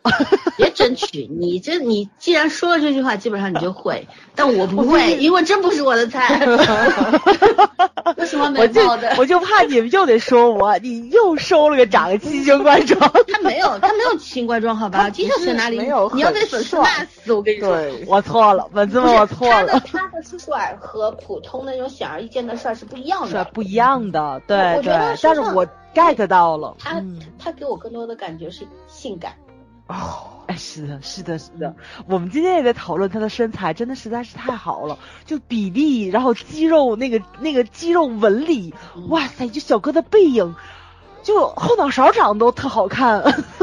B: 别争取，你这你既然说了这句话，基本上你就会，但我不会，因为真不是我的 菜。为什么
C: 我
B: 没
C: 就
B: 报的？
C: 我就怕你们又得说我，你又收了个长得七星观众，
B: 他没有，他没有新冠状，好吧？金小雪哪里？
D: 没有
B: 你要
D: 很
B: 被粉丝
D: 帅
B: 骂死，我跟你说。
D: 对，嗯
C: 我错了，粉丝
B: 不
C: 们
B: 是
C: 我错
B: 他的
C: 了，
B: 他的帅和普通的那种显而易见的帅是不一样
C: 是啊
B: 的。
C: 不一样的，对
B: 我觉
C: 对
B: 得，
C: 但
B: 说
C: 是
B: 唱
C: 我 get 到了，
B: 他
C: 嗯
B: 他给我更多的感觉是性感。
D: 哦，
C: 哎，是的，是的，是
B: 嗯
C: 的，我们今天也在讨论她的身材，真的实在是太好了，就比例，然后肌肉那个那个肌肉纹理，
B: 嗯
C: 哇塞，就小哥的背影，就后脑勺长得都特好看，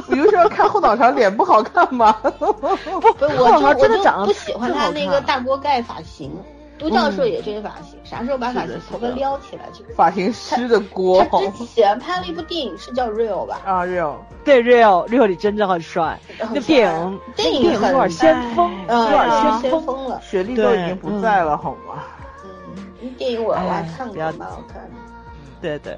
D: 你就说看后脑勺脸不好看吗？
C: 不，
B: 嗯不是，
C: 后
B: 我
C: 脑勺
B: 就我
C: 真的
B: 就
C: 长
B: 不
C: 得
B: 喜欢
C: 特
B: 他
C: 好
B: 那个
C: 看啊嗯
B: 大锅盖发型。都教授也这个发型，啥时候把发
D: 是
B: 型
D: 的
B: 头发
D: 是的
B: 撩起来？就是
D: 发型师的锅
B: 他之前拍了一部电影是叫《Real》吧？
D: 啊，real，
C: 对 real real 里真的很帅，那电影
B: 电影
C: 电影有点
B: 很哎
C: 先锋，有
B: 呃
C: 点
D: 啊
B: 先
C: 先锋，
B: 锋了。
D: 学历都已经不在了，好吗？
B: 嗯，电影我我还
C: 哎
B: 看
C: 不
B: 过，
C: 要
B: 蛮好看的。
C: 对对，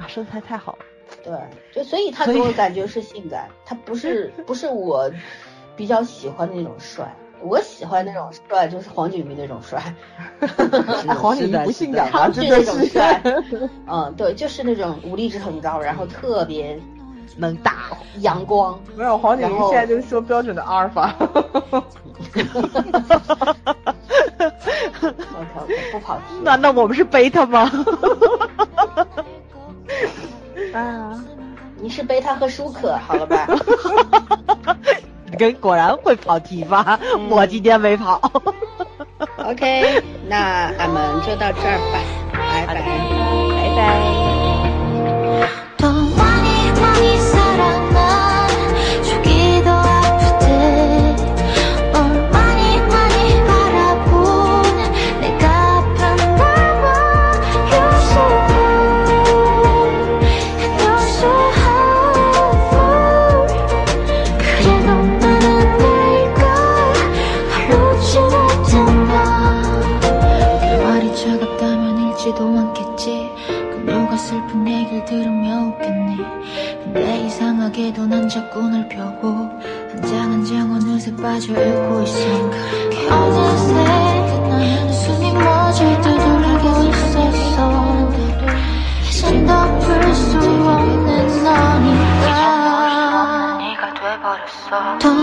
C: 啊，身材太好了，
B: 对，就所以他
C: 所以
B: 给我感觉是性感，他不 是不是我比较喜欢的那种帅。我喜欢那种帅，就是黄景瑜那种 帅，
D: 哎黄景瑜不性感吗？
B: 他
D: 真
B: 是 那
D: 的
B: 种
D: 是，
B: 帅， 嗯，对，就是那种武力值很高，然后特别
C: 能打，
B: 阳光，
D: 没有黄景瑜
B: 然后
D: 现在就是说标准的阿尔 法，
B: OK OK，不跑题。
C: 难道我们是贝塔吗？
D: 啊，
B: 你是贝塔和舒克，好了 吧？
C: 跟果然会跑题吧？我今天没跑。
B: OK，那俺们就到这儿吧，拜拜。
E: 더 많이 많이 사랑나 죽이 더 아프대 널 많이 많이 바라본 내가 그 아팠나봐 You're so cold and you're so hard 그래도 나는 내가 알지 못했나 내 말이 차갑다면 읽지도 않겠지 그녀가 슬픈 얘기를 들으며 웃겠니 근데 이상하게도 난 자꾸 널 펴고 한 장 한 장 어느새 빠져 읽고 있어 어느새 나는 숨이 멎을 때 돌리고 있었어 이젠 덮을 수 없는 너니까
F: 네가 돼버렸어
E: 더